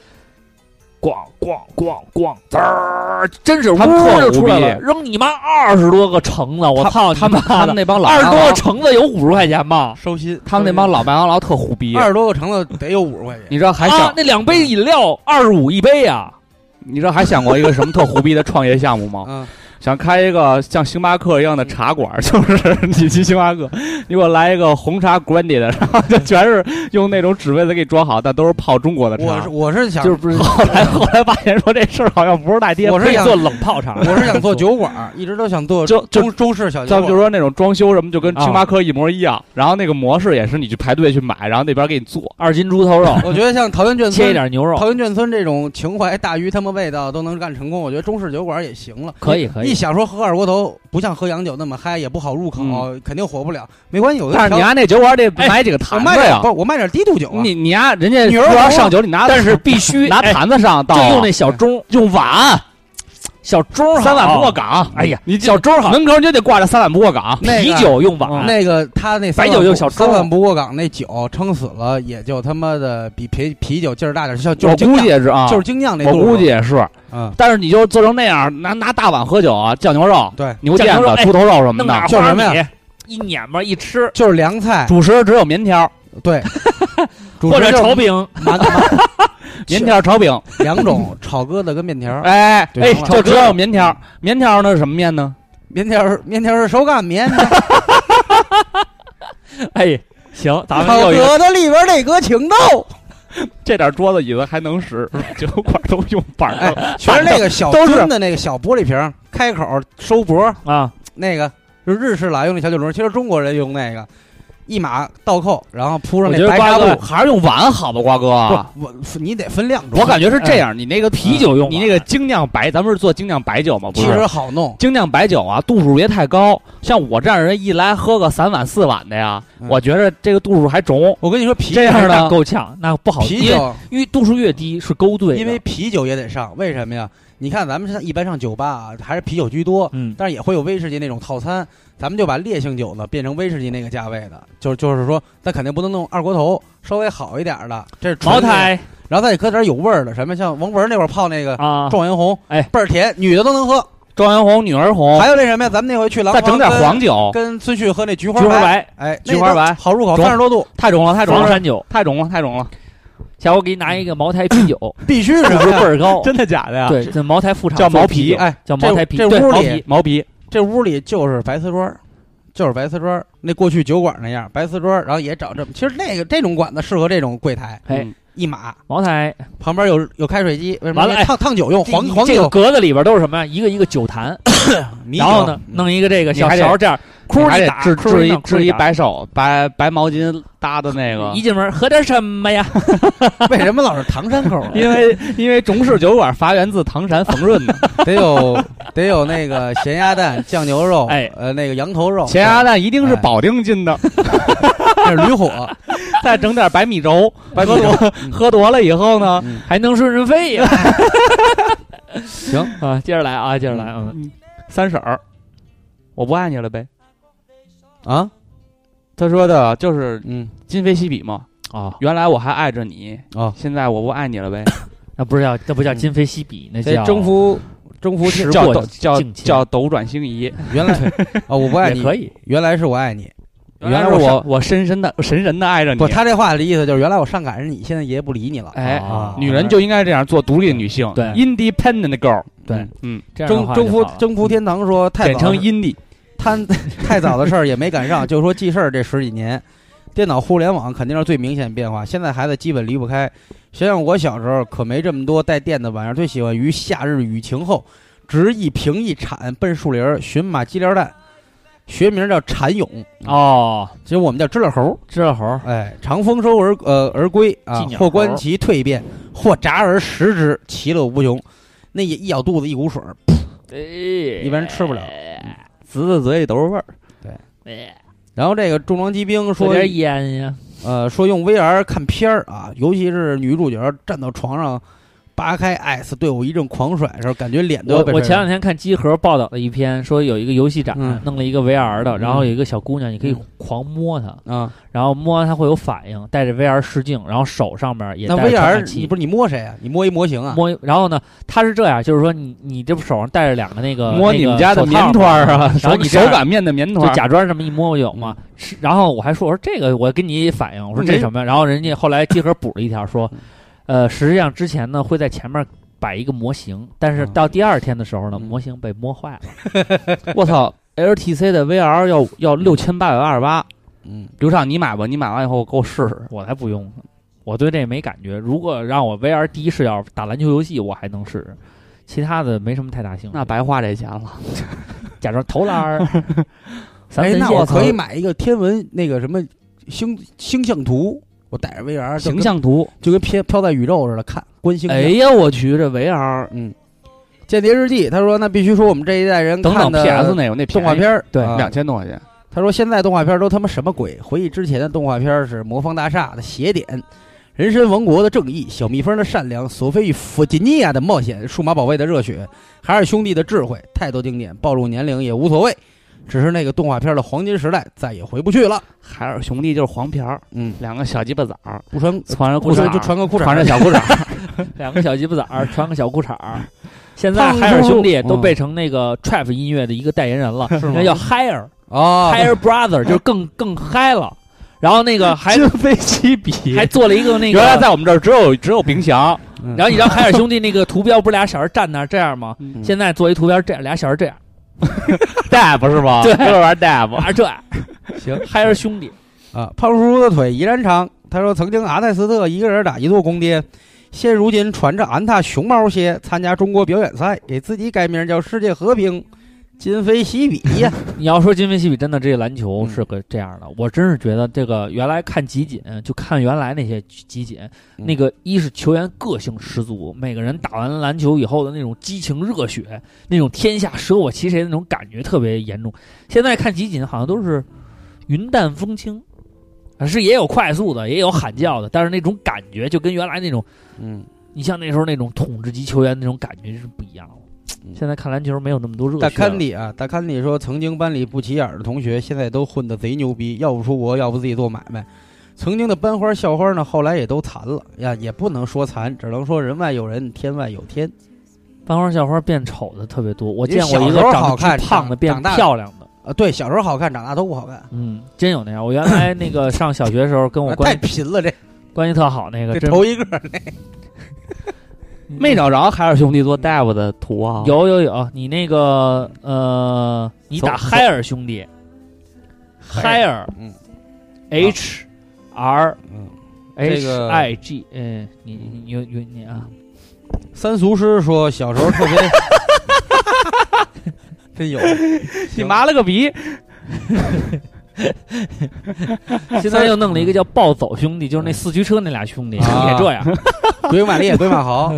C: 咣咣咣咣，滋儿，真是呜
D: 他们特
C: 就出来
D: 牛
C: 了，
D: 逼
C: 扔你妈二十多个橙子，我啊操你
D: 他们他
C: 妈的！
D: 们那帮老
C: 二十多
D: 麦
C: 个
D: 当劳
C: 橙子有五十块钱吗？
F: 收心，
D: 他们那帮老麦当劳特虎逼，
F: 二十多个橙子得有五十块钱。
D: 你知道还想
C: 啊，那两杯饮料二十五一杯啊！
D: 你知道还想过一个什么特胡逼的创业项目
C: 哦
F: [laughs]
D: 吗？
F: 嗯，
D: 想开一个像星巴克一样的茶馆儿， [laughs] 就是你去星巴克，你给我来一个红茶 grande 的，然后就全是用那种纸杯子给你装好，但都是泡中国的
F: 我是
D: 茶。
F: 我是想，
C: 就是不是
D: 后来后来发现说这事儿好像不是大爹，
F: 我是
C: 可以
F: 想
C: 做冷泡茶，
F: 我是想
C: [laughs]
F: 做酒馆儿，一直都想做
D: 就就
F: 中中式小酒
D: 咱们
F: 馆
D: 就
F: 儿。
D: 说那种装修什么就跟
C: 啊
D: 星巴克一模一样，然后那个模式也是你去排队去买，然后那边给你做。
C: 二斤猪头肉，
F: 我觉得像桃园眷
C: 切一
F: 村
C: 点牛肉，
F: 桃园眷村这种情怀大于他们味道都能干成功，我觉得中式酒馆也行了。
C: 可以可
F: 一
C: 以。
F: 想说喝二锅头不像喝洋酒那么嗨，也不好入口，
D: 嗯
F: 肯定火不了。没关系，我就
D: 但是你
F: 调
D: 按那酒馆得
C: 哎
D: 买几个
F: 我
D: 坛
F: 卖
D: 子
F: 点
D: 呀
F: 不，，我卖点低度酒啊。
D: 你你按人家
F: 牛肉
D: 如果要
F: 啊
D: 上酒，你拿
C: 但是必须
D: [laughs] 拿
C: 哎
D: 坛子上倒
C: 就
D: 啊，
C: 用那小盅，
D: 用碗。
C: 小盅好
D: 三碗不过岗。
C: 哎呀，
D: 你
C: 小盅好，嗯
D: 门口你就得挂着三碗不过岗。
F: 那
C: 啤
F: 个
C: 酒用碗，
F: 那个他那三
C: 白
F: 碗
C: 酒就
F: 不
C: 小
F: 三
C: 盅
F: 碗不过岗那酒撑死了，也就他妈的比啤啤酒劲儿大点，像就是
D: 我
F: 精
D: 估计
F: 酿，
D: 也是啊，
F: 就是精酿那
D: 我
F: 度数
D: 估计也是。
F: 嗯，
D: 但是你就做成那样，拿拿大碗喝酒啊，酱牛肉、
F: 对，
D: 牛
C: 酱
D: 腱
C: 牛肉
D: 子、
C: 哎
D: 猪头肉什么
C: 弄
D: 的
C: 点。
F: 叫
C: 花
F: 什么呀
C: 米，一碾吧一吃，
F: 就是凉菜，
D: 主食只有棉条， [laughs]
F: 对，主
C: 或
F: 食
C: 者
F: 就是
C: 炒饼，
F: 馒头
D: 棉条炒饼。
F: 两种，炒鸽子跟面条儿。
D: 哎
F: 对
D: 哎，
F: 炒
D: 就只有棉条。
C: 嗯
D: 棉条呢是什么面呢？
F: 面条儿面条儿是手擀面的，
C: 哎，行，咱们
F: 炒
C: 又一个
F: 鸽子里边儿得搁情豆，
D: 这点桌子椅子还能 [laughs] 使，酒馆都用板
C: 哎
D: 凳。
F: 全是那个小
D: 都是
F: 樽的那个小玻璃瓶儿，开口儿收脖儿
C: 啊，
F: 那个，就是日式老用那小酒盅，其实中国人用那个。一码倒扣，然后铺上
C: 我觉
F: 那
C: 得
F: 白
C: 瓜
F: 纱
D: 瓜
F: 布
D: 哥，还是用碗好吧，瓜哥。
F: 不，我你得分量装。
D: 我感觉是这样，你那个
C: 嗯啤酒用啊
D: 你
C: 碗
D: 那个精酿白，咱们是做精酿白酒吗？不
F: 其
D: 是。
F: 实好弄，
D: 精酿白酒啊，度数别太高。像我这样人，一来喝个三碗四碗的呀，
F: 嗯
D: 我觉着这个度数还中。
F: 我跟你说啤
D: 这样
C: 那
D: 呢，
C: 够呛，那不好，
F: 啤
C: 因为
F: 酒，
C: 因为度数越低是勾兑的，
F: 因为啤酒也得上，为什么呀？你看咱们上一般上酒吧啊，还是啤酒居多，
C: 嗯
F: 但是也会有威士忌那种套餐，咱们就把烈性酒呢变成威士忌那个价位的，就是就是说，咱肯定不能弄二锅头，稍微好一点的，这是纯
C: 茅
F: 的，
C: 台
F: 然后再搁点有味儿的，什么像王文那会儿泡那个
C: 啊，
F: 状元红，
C: 哎
F: 倍儿甜，女的都能喝，
D: 朝阳红、女儿红，
F: 还有那什么呀？咱们那回去廊
D: 哦再整
F: 坊
D: 点黄酒，
F: 跟孙旭喝那菊花
C: 菊花，白、
F: 哎，
D: 菊花白
F: 好入口，
D: 中
F: 三十多度，
D: 太中了，太中
C: 黄
D: 了，
C: 山酒，
D: 太中了，太中了，
C: 下回我给你拿一个茅台啤酒，
D: [laughs]
F: 必须 [laughs] 是啊
C: 度数倍儿
F: [laughs]
C: 高。
D: 真的假的呀？
C: 对，这茅台副厂
D: 叫毛
C: 啤
D: 皮
C: 酒，
F: 哎，
C: 叫茅
F: 这
C: 台啤
F: 这
C: 酒，对
F: 屋
C: 毛
F: 里
C: 啤
D: 毛皮，
F: 这屋里就是白瓷砖儿，就是白瓷砖儿，那过去酒馆那样白瓷砖儿，然后也长这么。其实那个这种馆子适合这种柜台，
C: 哎
D: 嗯
F: 一码
C: 茅台。
F: 旁边有有开水机，为什么？
C: 完了哎
F: 因为烫烫酒用，黄黄
C: 这个
F: 酒，
C: 格子里边都是什么呀？一个一个酒坛，
F: 米酒
C: 然后呢，弄一个这个小勺这样，
D: 你
C: 哭
D: 还
C: 一
D: 得
C: 打，
D: 制
C: 窟儿
D: 制
C: 一
D: 一
C: 弄窟儿
D: 制一
C: 打嗯
D: 白啊手白白毛巾搭的那个
C: 一，进门喝点什么呀？
F: [laughs] 为什么老是唐山口儿？啊
D: 因为因为中式酒馆发源自唐山冯润
C: [laughs]
D: 的
C: 哦
F: 得有得有那个咸鸭蛋、酱牛肉，
C: 哎
F: 呃，那个羊头肉，
D: 咸鸭蛋，一定是保定进的，
F: 这是
C: [laughs]
F: 驴火，
D: [laughs] 再整点白米粥，
F: 白
D: 喝
F: 米粥
D: 多
F: 嗯
D: 喝多了以后呢，
F: 嗯
C: 还能顺顺肺呀？
F: 行
C: 啊，接着来啊，接着来，嗯，
D: 三婶儿，我不爱你了呗。
F: 啊，
D: 他说的就是
F: 嗯，
D: 今非昔比嘛，
C: 哦，
D: 原来我还爱着你，
F: 哦
D: 现在我不爱你了呗。
C: 那不是叫那不叫今非昔比，那
D: 这
C: 叫
D: 征服征服
C: 时
D: 天叫
C: 过
D: 斗叫
C: 境迁
D: 叫斗转星移，
F: 原
C: [laughs]
F: 来啊，我不爱
C: 也
F: 你，
C: 可以。
F: 原来是我爱你。
D: 原来
F: 我
D: 我我深深的深深的爱着你。
F: 不，他这话的意思就是原来我上赶着你，现在爷不理你了。
D: 哎
C: 啊，
D: 女人就应该这样做独立的女性，
C: 对
D: ，independent girl，
C: 对，
D: 嗯，
C: 这样的话
F: 征
C: 就
F: 征服
C: 好了嗯
F: 征服天堂说太
D: 简
F: 早
D: 称
F: 的事
D: indie，
F: 贪太早的事儿也没赶上，就说记事儿这十几年，电脑互联网肯定是最明显变化。现在孩子基本离不开。想想我小时候可没这么多带电的玩意儿，最喜欢于夏日雨晴后，执一平一铲奔树林儿寻马鸡撩蛋，学名叫蝉蛹，
C: 哦，
F: 其实我们叫知了猴。
C: 知了猴，
F: 哎，常丰收而呃而归啊
C: 寄，鸟
F: 或观其蜕变，或炸而食之，其乐无穷。那也一咬肚子一股水儿，
C: 一
F: 一般人吃不了。嗯
D: 呲在嘴里都是味儿。
F: 然后这个重装机兵
C: 说
F: 说，
C: 点烟呀，
F: 呃，说用 VR 看片儿啊，尤其是女主角站到床上，扒开 S 队伍一阵狂甩的时候，感觉脸都
C: 我
F: 要被
C: 我
F: 甩
C: 前两天看集合报道的一篇，说有一个游戏展、
F: 嗯
C: 弄了一个 VR 的，
F: 嗯
C: 然后有一个小姑娘，你可以
F: 嗯
C: 狂摸她，
F: 啊，
C: 然后摸完她会有反应，带着 VR 试镜，然后手上面也
F: 那
C: 带着传感
F: VR 你
C: 器
F: 不。是你摸谁啊？你摸一模型啊？
C: 摸一，然后呢？它是这样，就是说你你这不手上带着两个呃那个
D: 摸你们家的棉团儿啊，
C: 然后
D: 手
C: 你这
D: 手
C: 样
D: 擀面的棉
C: 那个
D: 团
C: 就
D: 儿，
C: 假装这么一摸不有
D: 嗯
C: 吗？是，然后我还说我说这个我跟你反映，我说这
F: 嗯
C: 什么？然后人家后来集合补了一条
D: 嗯
C: 说，呃，实际上之前呢会在前面摆一个模型，但是
F: 嗯
C: 到第二天的时候呢，
F: 嗯
C: 模型被摸坏了，
D: [laughs] 我操！LTC 的 VR 要要六千八百八十八，
F: 嗯，
D: 刘畅你买吧，你买完以后给我试试。
C: 我才不用呢，我对这没感觉。如果让我 VR 第一视角打篮球游戏，我还能试试，其他的没什么太大兴趣。
D: 那白花这钱了，
C: 假装投篮
D: [laughs]
C: 儿，三
F: 哎，
C: 分
F: 那
C: 线
F: 我可以买一个天文那个什么星星象图，我带着 VR 就
D: 形
F: 跟
D: 象图。
F: 就跟飘飘在宇宙似的看观星象。
D: 哎呀，我去，这 VR
F: 嗯，《间谍日记》，他说那必须说我们这一代人
D: 等等
F: 看的
D: PS 那个那
F: 动画片儿
C: 对
F: 啊
D: 两千多块钱，
F: 他说现在动画片儿都他妈什么鬼？回忆之前的动画片儿是《魔方大厦》的邪典，《人参王国》的正义，《小蜜蜂的善良》，《索菲与弗吉尼亚的冒险》，《数码宝贝》的热血，《海尔兄弟》的智慧，太多经典，暴露年龄也无所谓，只是那个动画片儿的黄金时代再也回不去了。
D: 海尔兄弟就是黄片儿，
F: 嗯，
D: 两个小鸡巴崽儿，
F: 不穿
D: 穿着
F: 不
D: 裤衩
F: 穿
D: 儿
F: 就穿个裤衩
D: 穿
F: 儿
D: 着，小裤衩儿，
C: 两个小鸡巴崽儿，穿个小裤衩儿。现在海尔兄弟都变成那个 trap 音乐的一个代言人了，那叫 Higher
F: 哦，
C: Higher Brother，就是更更嗨了。然后那个还
D: 今非昔比
C: 还。做了一个那个，
D: [laughs] 原来在我们这儿只有只有冰 [laughs] 箱，
C: 然后你知道海尔兄弟那个图标不是俩小孩站那儿这样吗？
D: 嗯
C: 现在做一图标这样，俩小孩这样，
D: dab 是吧？
C: 对
D: 就是玩 dab。
C: 玩这样，
F: 行。
C: 海尔兄弟
F: 啊，胖叔叔的腿依然长。他说，曾经阿泰斯特一个人打一座宫殿，现如今穿着安踏熊猫鞋参加中国表演赛，给自己改名叫世界和平，今非昔比
C: [laughs]
F: 呀。
C: 你要说今非昔比，真的这个篮球
F: 嗯
C: 是个这样的，我真是觉得这个原来看集锦就看原来那些集锦，
F: 嗯
C: 那个一是球员个性十足，每个人打完篮球以后的那种激情热血，那种天下舍我其谁的那种感觉特别严重。现在看集锦好像都是云淡风轻，啊是也有快速的，也有喊叫的，但是那种感觉就跟原来那种，
F: 嗯，
C: 你像那时候那种统治级球员那种感觉是不一样了。
F: 嗯
C: 现在看篮球没有那么多热血
F: 大
C: 了。
F: 坎里啊，大坎里说，曾经班里不起眼儿的同学，现在都混得贼牛逼，要不出国，要不自己做买卖。曾经的班花校花呢，后来也都残了呀，也不能说残，只能说人外有人，天外有天。
C: 班花校花变丑的特别多，我
F: 因为
C: 见过一
F: 小
C: 个
F: 时候
C: 长得
F: 好看
C: 巨胖的
F: 长
C: 变
F: 长大了
C: 漂亮的，
F: 呃，对，小时候好看，长大都不好看，
C: 嗯，真有那样。我原来那个上小学的时候，跟我
F: 哎太
C: 哦关
F: 贫了，这
C: 关系特好那个，
F: 这
C: 真
F: 头一个那
D: 没找着海尔兄弟做大夫的图啊？
C: 有有有，你那个呃，你打
D: 走
C: 海尔兄弟，海尔，
F: 嗯
C: ，H R
F: 嗯
C: H
F: 这个
C: I G，嗯，你你你你你
F: [laughs]
C: 啊，
F: 三俗师说小时
C: [laughs]
F: 候特别，真有
D: 你麻了个逼！
C: 现在又弄了一个叫暴走兄弟，就是那四驱车那俩兄弟
F: 嗯啊
C: 也这
F: [laughs]
C: 样，
F: 鬼马烈，鬼马
C: [laughs]
F: 豪，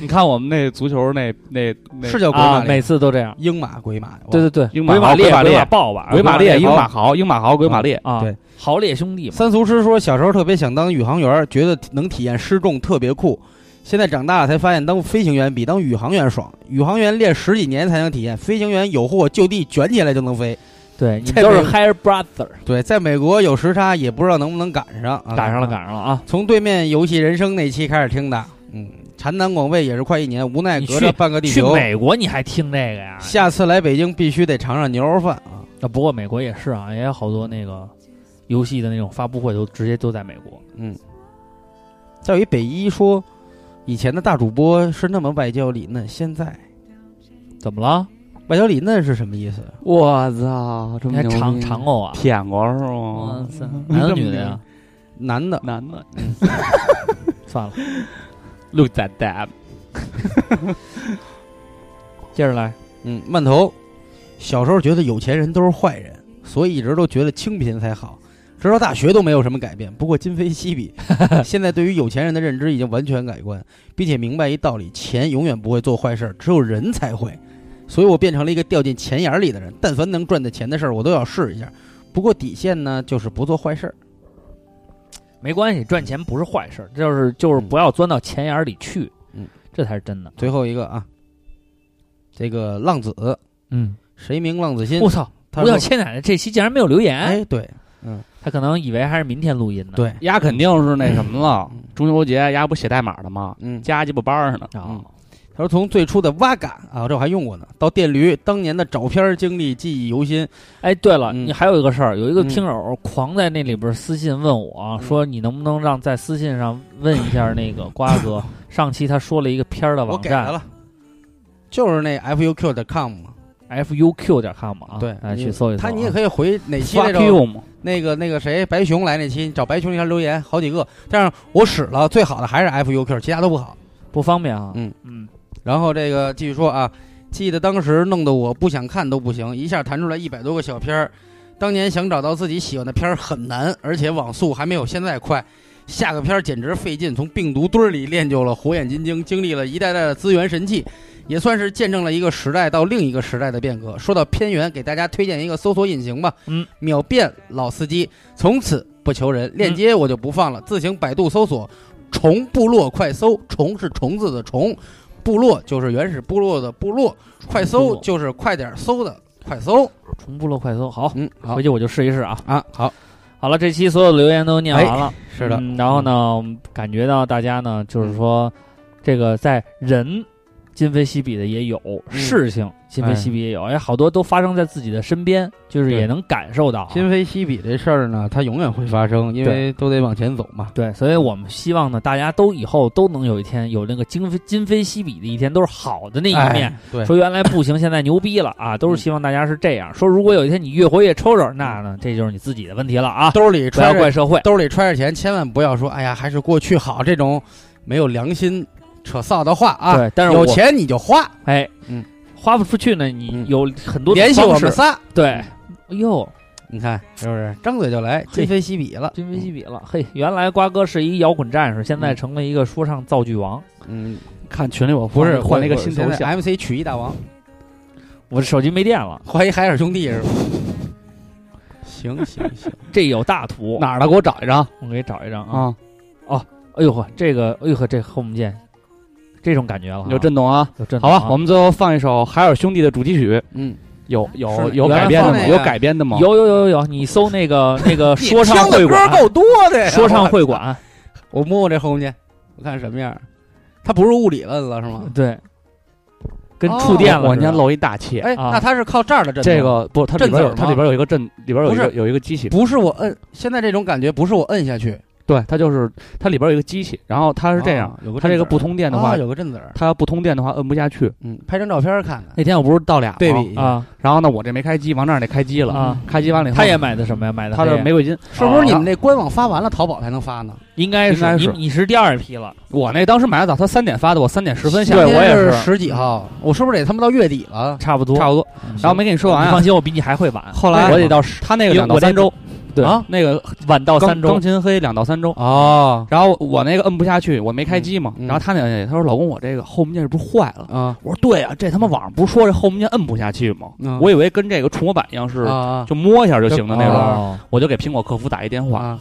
D: 你看我们那足球那那那
F: 是叫鬼
C: 啊，
F: 马
C: 每
F: 烈，
C: 次都这样。
F: 英马鬼马，
C: 对对对，
D: 英马
C: 鬼马
D: 豪
C: 烈、
D: 啊鬼马
C: 鬼
D: 烈
C: 马豹吧，
D: 鬼马哦烈、英
C: 豹
F: 哦
D: 马豪、英马豪、鬼马烈。
C: 啊
F: 对，
C: 豪烈兄弟嘛。
F: 三俗师说，小时候特别想当宇航员，觉得能体验失重特别酷。现在长大了才发现，当飞行员比当宇航员爽。宇航员练十几年才能体验，飞行员有货就地卷起来就能飞。
C: 对，你
F: 这
C: 们都是
F: 辈子
C: Hair Brother，
F: 对，在美国有时差，也不知道能不能赶上。啊、
C: 赶上了，赶上了啊！
F: 从对面游戏人生那期开始听的，嗯，缠南广卫也是快一年，无奈
C: 你
F: 隔
C: 去
F: 着半个地
C: 去
F: 球。
C: 美国你还听这个呀？
F: 下次来北京必须得尝尝牛肉饭啊！
C: 啊，不过美国也是啊，也有好多那个游戏的那种发布会都直接都在美国。
F: 再有一北一说，以前的大主播是那么外焦里嫩，现在
C: 怎么了？
F: 外焦里嫩是什么意思？
D: 我操，这
F: 嗯
C: 你还
D: 牛
C: 尝
D: 逼
C: 尝过啊？
D: 舔哦过是
C: 哇
D: 吗？
F: 哦 [laughs]
C: 塞，男的
D: 这么
C: 女的
D: 牛
C: 呀？
F: 男的
D: 男的，
F: 嗯
C: 算了，
D: 陆仔蛋，
C: 接着来。
F: 嗯，慢头，小时候觉得有钱人都是坏人，所以一直都觉得清贫才好，直到大学都没有什么改变。不过今非昔
C: [laughs]
F: 比，现在对于有钱人的认知已经完全改观，并且明白一道理：钱永远不会做坏事儿，只有人才会。所以我变成了一个掉进钱眼儿里的人，但凡能赚的钱的事儿，我都要试一下。不过底线呢，就是不做坏事儿。
C: 没关系，赚钱不是坏事儿，就是就是不要钻到钱眼儿里去，
F: 嗯，
C: 这才是真的。
F: 最后一个啊，这个浪子，
C: 嗯，
F: 谁名浪子心
C: 我？操，
F: 他
C: 不要
F: 说，
C: 切奶奶这期竟然没有留言，
F: 哎，对
C: 他可能以为还是明天录音呢。
F: 对，
D: 丫肯定是那什么了。中秋节丫不写代码的吗？
F: 嗯，
D: 加鸡巴班儿呢。
C: 啊
F: 嗯，他说从最初的哇嘎啊，这我还用过呢，到电驴，当年的找片儿经历记忆犹新。
C: 哎，对了，
F: 嗯
C: 你还有一个事儿，有一个
F: 嗯
C: 听友狂在那里边私信问我，啊说你能不能让在私信上问一下那个瓜
F: [laughs]
C: 哥，上期他说了一个片儿的
F: 我
C: 网
F: 改了
C: 站
F: 了，就是那 fuq 的 com 嘛。
C: fuq 点 com 啊，
F: 对
C: 哎，
F: 你
C: 去搜一搜啊。
F: 他你也可以回哪期那
D: Fuck
F: 种
D: you 嘛！
F: 那个那个谁白熊来那期，你找白熊那条留言好几个，但是我使了最好的还是 fuq，其他都不好。
C: 不方便啊。
F: 嗯
C: 嗯，
F: 然后这个继续说啊，记得当时弄得我不想看都不行，一下弹出来一百多个小片儿。当年想找到自己喜欢的片儿很难，而且网速还没有现在快。下个片儿简直费劲，从病毒堆儿里练就了火眼金睛，经历了一代代的资源神器，也算是见证了一个时代到另一个时代的变革。说到偏远，给大家推荐一个搜索引擎吧，
C: 嗯，
F: 秒变老司机，从此不求人，链接我就不放了，自行百度搜索“虫部落快搜”，虫是虫子的虫，部落就是原始部落的部落，快
C: 部
F: 搜
C: 落
F: 就是快点搜的快搜。
C: 重部落快搜，好，
F: 嗯，好
C: 回去我就试一试啊。
F: 啊，好，哎
C: 好了，这期所有的留言都念完了，
F: 是的，嗯
C: 嗯然后呢，我们感觉到大家呢，就是说，这个在人今非昔比的也有，
F: 嗯
C: 事情今非昔比也有，哎，好多都发生在自己的身边，就是也
F: 对
C: 能感受到啊。
F: 今非昔比这事儿呢，它永远会发生，因为都得往前走嘛。
C: 对，所以我们希望呢，大家都以后都能有一天有那个今非今非昔比的一天，都是好的那一面。
F: 哎，对，嗯
C: 说原来不行，现在牛逼了啊！都是希望大家是这样说。如果有一天你越活越抽抽，那呢，这就是你自己的问题了啊！
F: [laughs] 兜里
C: 不要
F: 揣
C: 怪
F: 着
C: 社会。
F: 兜里揣着钱，千万不要说“哎呀，还是过去好”这种没有良心、扯臊的话啊。
C: 对，但是
F: 有
C: 我
F: 钱你就花，
C: 哎，
F: 嗯，
C: 花不出去呢，你
F: 嗯
C: 有很多的
F: 联系我
C: 方式
F: 们仨，
C: 对，哎呦，
F: 你看是不是？张嘴就来，今非昔比
D: 嗯
F: 了。
C: 今非昔比了。嘿，原来瓜哥是一摇滚战士，现在
F: 嗯
C: 成了一个说唱造句王。
F: 嗯，
D: 看群里我
F: 不是
D: 换了一个新头
F: 现
D: 像，
F: 在 MC 曲艺大王，
C: 我手机没电了，
F: 怀疑海尔兄弟是吧？行行
C: [laughs]
F: 行，
C: 这有大图，
D: 哪儿的？给我找一张
C: 我给你找一张啊。
D: 啊！
C: 哎呦呵，这个，哎呦呵，这后母舰，这种感觉了啊，
D: 有震动啊！
C: 有震
D: 好
C: 动
D: 吧，我们最后放一首海尔兄弟的主题曲，
F: 嗯，
D: 有
C: 是
D: 有有
C: 原来
D: 改编的
F: 放
D: 吗？
F: 那
D: 有
F: 个
D: 改编的吗？
C: 有有有有有，你搜那
D: [laughs]
C: 个那个说唱
F: 你
C: 会
F: 听的歌
C: 馆，
F: 够多的呀，
C: 说唱会馆，啊
F: 我摸摸这后面，我看什么样儿。他不是物理问了是吗？
C: 对，跟
D: 哦
C: 触电了似的。
D: 往前漏一大气。
F: 哎，
C: 啊
F: 那它是靠这儿的震动。
D: 这个不，它里边有
F: 震子儿吗
D: 它里边有一个震，里边有一个
F: 不
D: 有一个机器，
F: 不是我摁，现在这种感觉不是我摁下去，
D: 对，它就是它里边有一个机器，然后它是这样
F: 啊，有个
D: 它这
F: 震子
D: 个
F: 儿
D: 不通电的话
F: 啊，有个震子儿，
D: 它要不通电的话摁不下去。
F: 嗯，拍张照片儿看看，
D: 那天我不是到俩吗
F: 对比一下，
C: 啊
D: 然后呢，我这没开机，王那儿那开机了，
C: 啊
D: 开机完了以后，
C: 他也买的什么呀？买的
D: 他
C: 黑
D: 的
C: 呀
D: 玫瑰金，
F: 是不是你们这官网发完了，淘宝才能发呢？
C: 应该
D: 应该
C: 你
D: 是
C: 你是第二批了，
D: 我那当时买的早，他三点发的，我三点十分下，
F: 今天
D: 我也
F: 是十几号，我是不是得他妈到月底了？
C: 差不多。嗯
D: 差不多。然后没跟你说完
C: 你
D: 啊
C: 放，心，我比你还会晚，
D: 后来啊
C: 我得到十
D: 他那个
C: 因为
D: 两到
C: 我那
D: 三周，对
F: 啊，
D: 那个
C: 晚到三
D: 钢
C: 周
D: 钢。琴黑两到三周。
F: 哦，
D: 然后我那个摁不下去，我没开机嘛。
F: 嗯嗯
D: 然后他那摁下去，他说：“老公，我这个 home 键是不是坏了
F: 啊？”
D: 我说：“对啊，这他妈网上不是说这 home 键摁不下去吗？
F: 嗯
D: 我以为跟这个触摸板一样是
F: 啊
D: 就摸一下就行的那种。
C: 哦，
D: 我就给苹果客服打一电话，
F: 啊，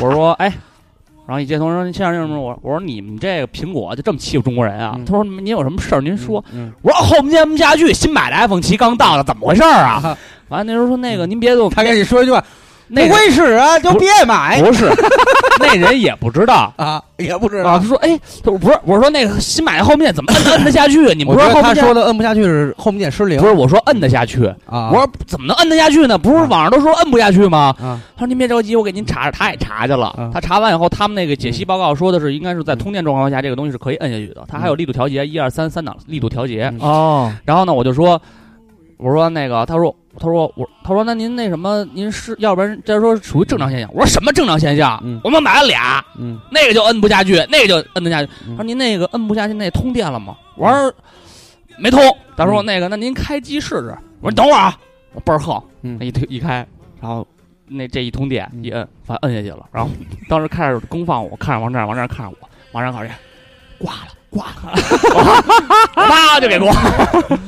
D: 我说：“哎。”然后一接通说：“您先生，您什么？”我我说：“你们这个苹果就这么欺负中国人啊？”
F: 嗯
D: 他说：“您有什么事儿您说。
F: 嗯，
D: 我说：“home 键摁不下去，新买的 iPhone 七刚到的，怎么回事儿啊？”完了，那时候说：“
C: 嗯
D: 那个您别动，
F: 他跟你说一句话，
D: 那
F: 不
D: 个
F: 会使啊，就别买
D: 不是， [laughs] 那人也不知道。”
F: [laughs] 啊，也不知
D: 啊，
F: 道
D: 他。说：“哎，他说不是，我说那个新买的后面怎么摁摁得下去啊？你们
F: 我
D: 不
F: 觉
D: 是
F: 得
D: 后
F: 他
D: 面
F: 说的摁不下去是后面键失灵
D: 不是我说摁得下去，
F: 啊，
D: 我说怎么能摁得下去呢？不是网上都说摁不下去吗？
F: 啊
D: 他说您别着急，我给您查查。他也查去了，
F: 嗯
D: 他查完以后，他们那个解析报告说的是应该是在通电状况下这个东西是可以摁下去的。他还有力度调节，一二三三档力度调节。
F: 嗯
C: 哦，
D: 然后呢，我就说，我说那个，他说。”他说我，他说那您那什么，您是要不然这说属于正常现象。我说什么正常现象？
F: 嗯
D: 我们买了俩，
F: 嗯
D: 那个就摁不下去，那个就摁得下去。
F: 嗯
D: 他说您那个摁不下去，那通电了吗？我说没通。他说那个，那您开机试试。我说你等会儿啊，我倍儿横，
F: 嗯
D: 那一推一开，然后那这一通电
F: 嗯
D: 一摁，反正摁下去了。然后当时看着公放我，看着王站，王站看着我，王站看着挂了，挂了，我啪就给挂了。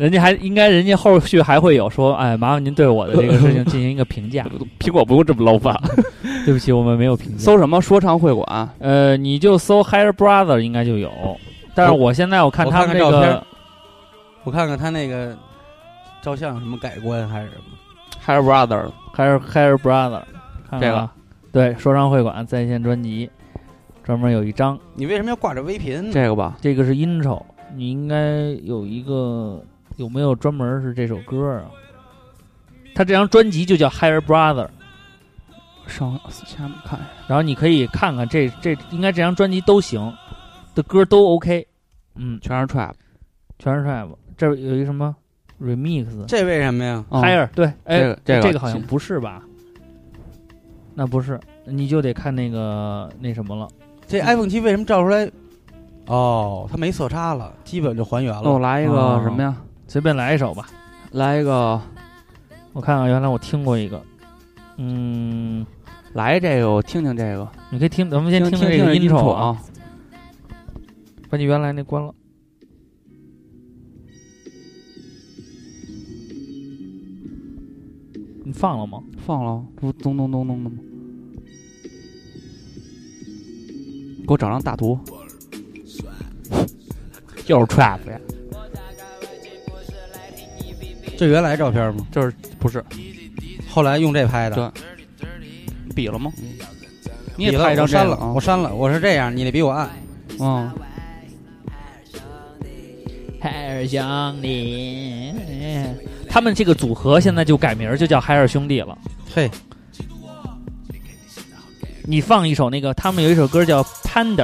C: 人家还应该，人家后续还会有说，哎，麻烦您对我的这个事情进行一个评
D: [laughs]
C: 价。
D: 苹果不用这么 low 吧？
C: 对不起，我们没有评价。
D: 搜什么说唱会馆？
C: 呃，你就搜 Hair Brother 应该就有，但是我现在我看
F: 我
C: 他们
F: 看看
C: 这
F: 照片
C: 个
F: 儿我看看他那个照相有什么改观还是什么，
D: h a r Brother，
C: Hair Hair Brother，看看啊
D: 这个
C: 对说唱会馆在线专辑，专门有一张，
F: 你为什么要挂着微频？
D: 这个吧，
C: 这个是 intro，你应该有一个有没有专门是这首歌啊？他这张专辑就叫 Hair Brother，
D: 上下面看一下。
C: 然后你可以看看这这应该这张专辑都行，的歌都 OK，嗯，
D: 全是 trap，
C: 全是 trap，这儿有一个什么 remix，
F: 这为什么呀？
D: 嗯
C: Hair 对，哎
D: 这，个这个
C: 好像不是吧？那不是，你就得看那个那什么了。
F: 这 iPhone 七为什么照出来？哦，它没色差了，基本就还原
D: 那我
F: 了。
D: 来一
C: 哦
D: 个什么呀？
C: 随便来一首吧，
D: 来一个，
C: 我看看，啊原来我听过一个，嗯，
D: 来这个，我听听这个，
C: 你可以听，咱们先
D: 听
C: 这
D: 听
C: 个
D: 音
C: intro 啊，
D: 啊。
C: 把你原来那关了。你放了吗？
D: 放了，不咚咚咚咚的吗？给我找张大图。 [laughs] 又是 trap 呀？
F: 这原来照片吗？
D: 这是不是？
F: 后来用这拍的
D: 对。你比了吗？你
F: 比
D: 也
F: 了
D: 拍一张啊这
F: 我删
D: 个
F: 了，我删了，我是这样，你得比我暗。
D: 啊。
C: 海尔兄弟，他们这个组合现在就改名儿就叫海尔兄弟了。
F: 嘿，
C: 你放一首那个，他们有一首歌叫《Pander》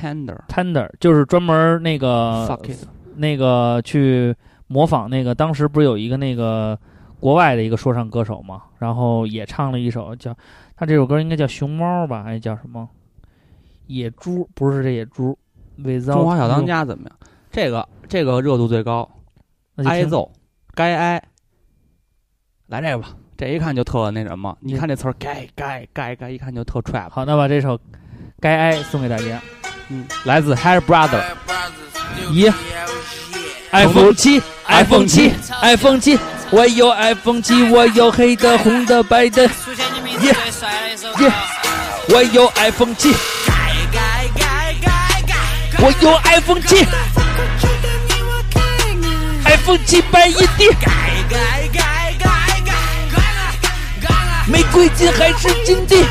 D: 嗯，Tender
C: ，Pander 就是专门儿那个
D: fuck it，
C: 那个去模仿那个，当时不是有一个那个国外的一个说唱歌手嘛，然后也唱了一首叫他这首歌应该叫《熊猫》吧，还是叫什么？野猪不是这野猪，伪造
D: 中华嗯小当，家怎么样？这个这个热度最高，
C: 那就听
D: 挨揍，该挨。来这个吧，这一看就特那什么，你看这词儿，该该该该，一看就特 trap。
C: 好，那把这首《该挨》送给大家。
D: 嗯，来自 Hair Brother，
C: 一 iPhone 七，iPhone 七，iPhone 七，我有 iPhone 七，我有黑的、红的、白的，
B: 出现你名
C: 字
B: 最帅的一首
C: 歌我有 iPhone 七，
B: 该该该该。
C: 我有 iPhone 七，iPhone 七白一地，玫瑰金还是金地。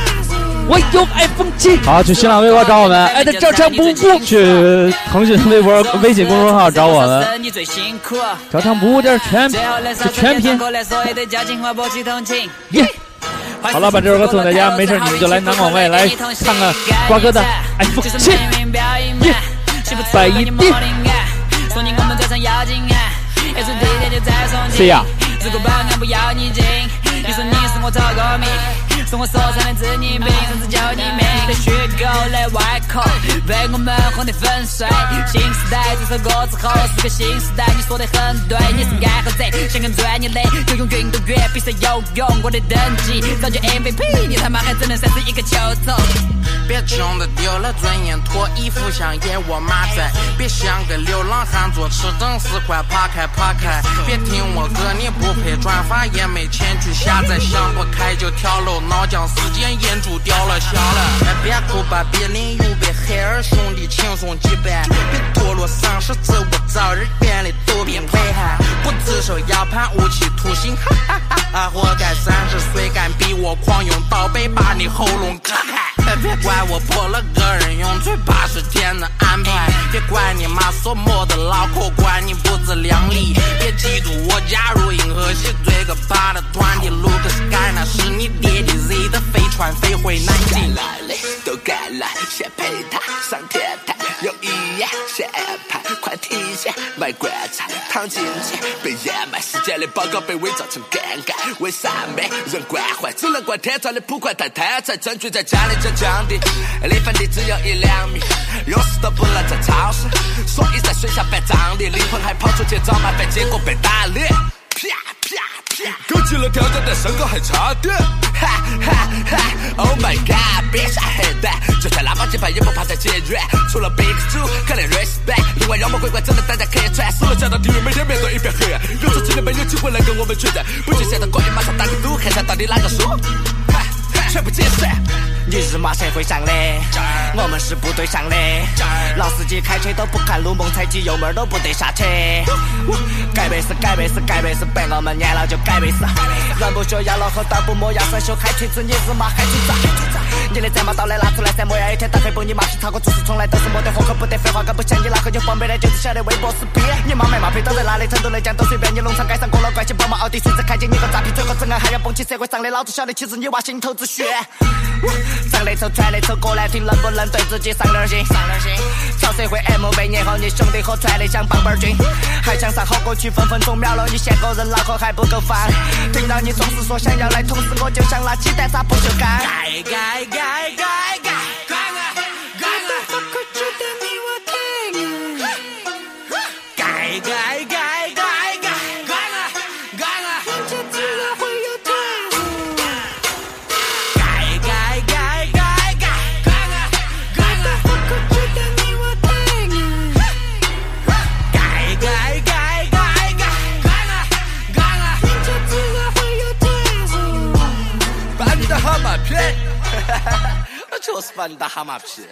I: 我有 iPhone 七。
D: 好，去新浪微博找我们，
I: 哎，这照唱不误。
D: 去腾讯微博、微信公众号找我们，
B: 你最辛苦。
I: 照唱不误，这是全
B: 最后来
I: 这全拼。
B: 过来，所有的交情划拨起同情。
I: 耶
B: 好了，把这首歌送给大家，没事你们就来南广卫来看看瓜哥的哎 iPhone 七。耶，百亿帝。
I: 谁呀？
B: 如果保安不要你进，你说你是我草歌迷，说我手上的治你病，甚至救你命。被虚构的外壳被我们哄得粉碎。新时代这首歌之后是个新时代，你说的很对，你是爱好者，想跟专业的游泳运动员比赛游泳，我的等级早就 MVP，你他妈还只能算是一个球头。
J: 别穷的丢了尊严，脱衣服想演我妈仔，别像个流浪汉，坐吃等死，快爬开爬开！别听我歌，你不配，转发也没钱去下载，想不开就跳楼，脑浆时间眼珠掉了翔了。哎，别哭吧，别淋雨，别海尔兄弟轻松几百，别堕落丧失自我，早日变得逗比危害，不自首要判无期徒刑，哈哈哈哈！活该三十岁敢逼我狂用刀背把你喉咙割开。哎，别怪我破了个人用最八十天的安排，别怪你妈说磨的脑壳，怪你不自量力。别嫉妒我加入银河系最个巴的团体，Lucas g a n a 是你爹地 Z 的飞船飞回南京。
K: 来了，都该来，先陪他上天台，有一夜先安排，快提前买棺材，躺进去被掩埋，时间的报告被伪造成尴尬，为啥没人关怀？只能怪天朝的捕快太贪财，争取在家里讲讲的，离分的只有一两米，钥匙都不能在超市，所以在水下办葬礼，灵魂还跑出去找麻烦，结果被打脸，啪啪。
A: 勾起了条件，但身高还差点。
K: 哈哈哈！Oh my god！别瞎黑蛋，就算喇叭几排也不怕再结怨。除了 Big Two，可能 Respect，另外妖魔鬼怪真的大家可以穿。
A: 死了下到地狱，每天面对一片黑暗。有出去的没有机会来跟我们确认。
K: 不去现的国语，马上打个赌，看看到底哪个输。哈全部解释。
J: 你日妈谁会上嘞？我们是部队上嘞。老司机开车都不看路，猛踩机油门都不得刹车。该背是该背是该背是，被我们年老就该背是。人不学养老和道不磨牙，生锈开裙子，你日妈还去咋？你的战马刀来拿出来噻，莫要一天到黑不你妈是炒过做事从来都是没得火候，不得废话，更不像你那个有防备的，就是晓得微博是憋。你妈卖马屁都在哪里？成都的江都随便你，农场街上过了关系，宝马奥迪，甚至看见你个诈骗，嘴个整案还要蹦起社会上的，老子晓得其实你娃心头之 [laughs] 血。长得丑，穿得丑，过来听，能不能对自己上点心？上点心。潮社会 MV，然后你兄弟伙穿得像棒棒军，还想上好歌曲，分分钟秒了你嫌个人脑壳还不够放。听到你总是说想要来，同时我就想拿鸡蛋砸不锈钢。
B: 该该该该该，干啊干啊！快出点给我听啊！该该该该该，干啊干啊！人家自然会有退路。该该该该该，干啊干啊！快出点给我听啊！该该该该该，干啊干啊！人家自然会有退路。
K: 把你的蛤蟆骗，我就是把你的蛤蟆骗。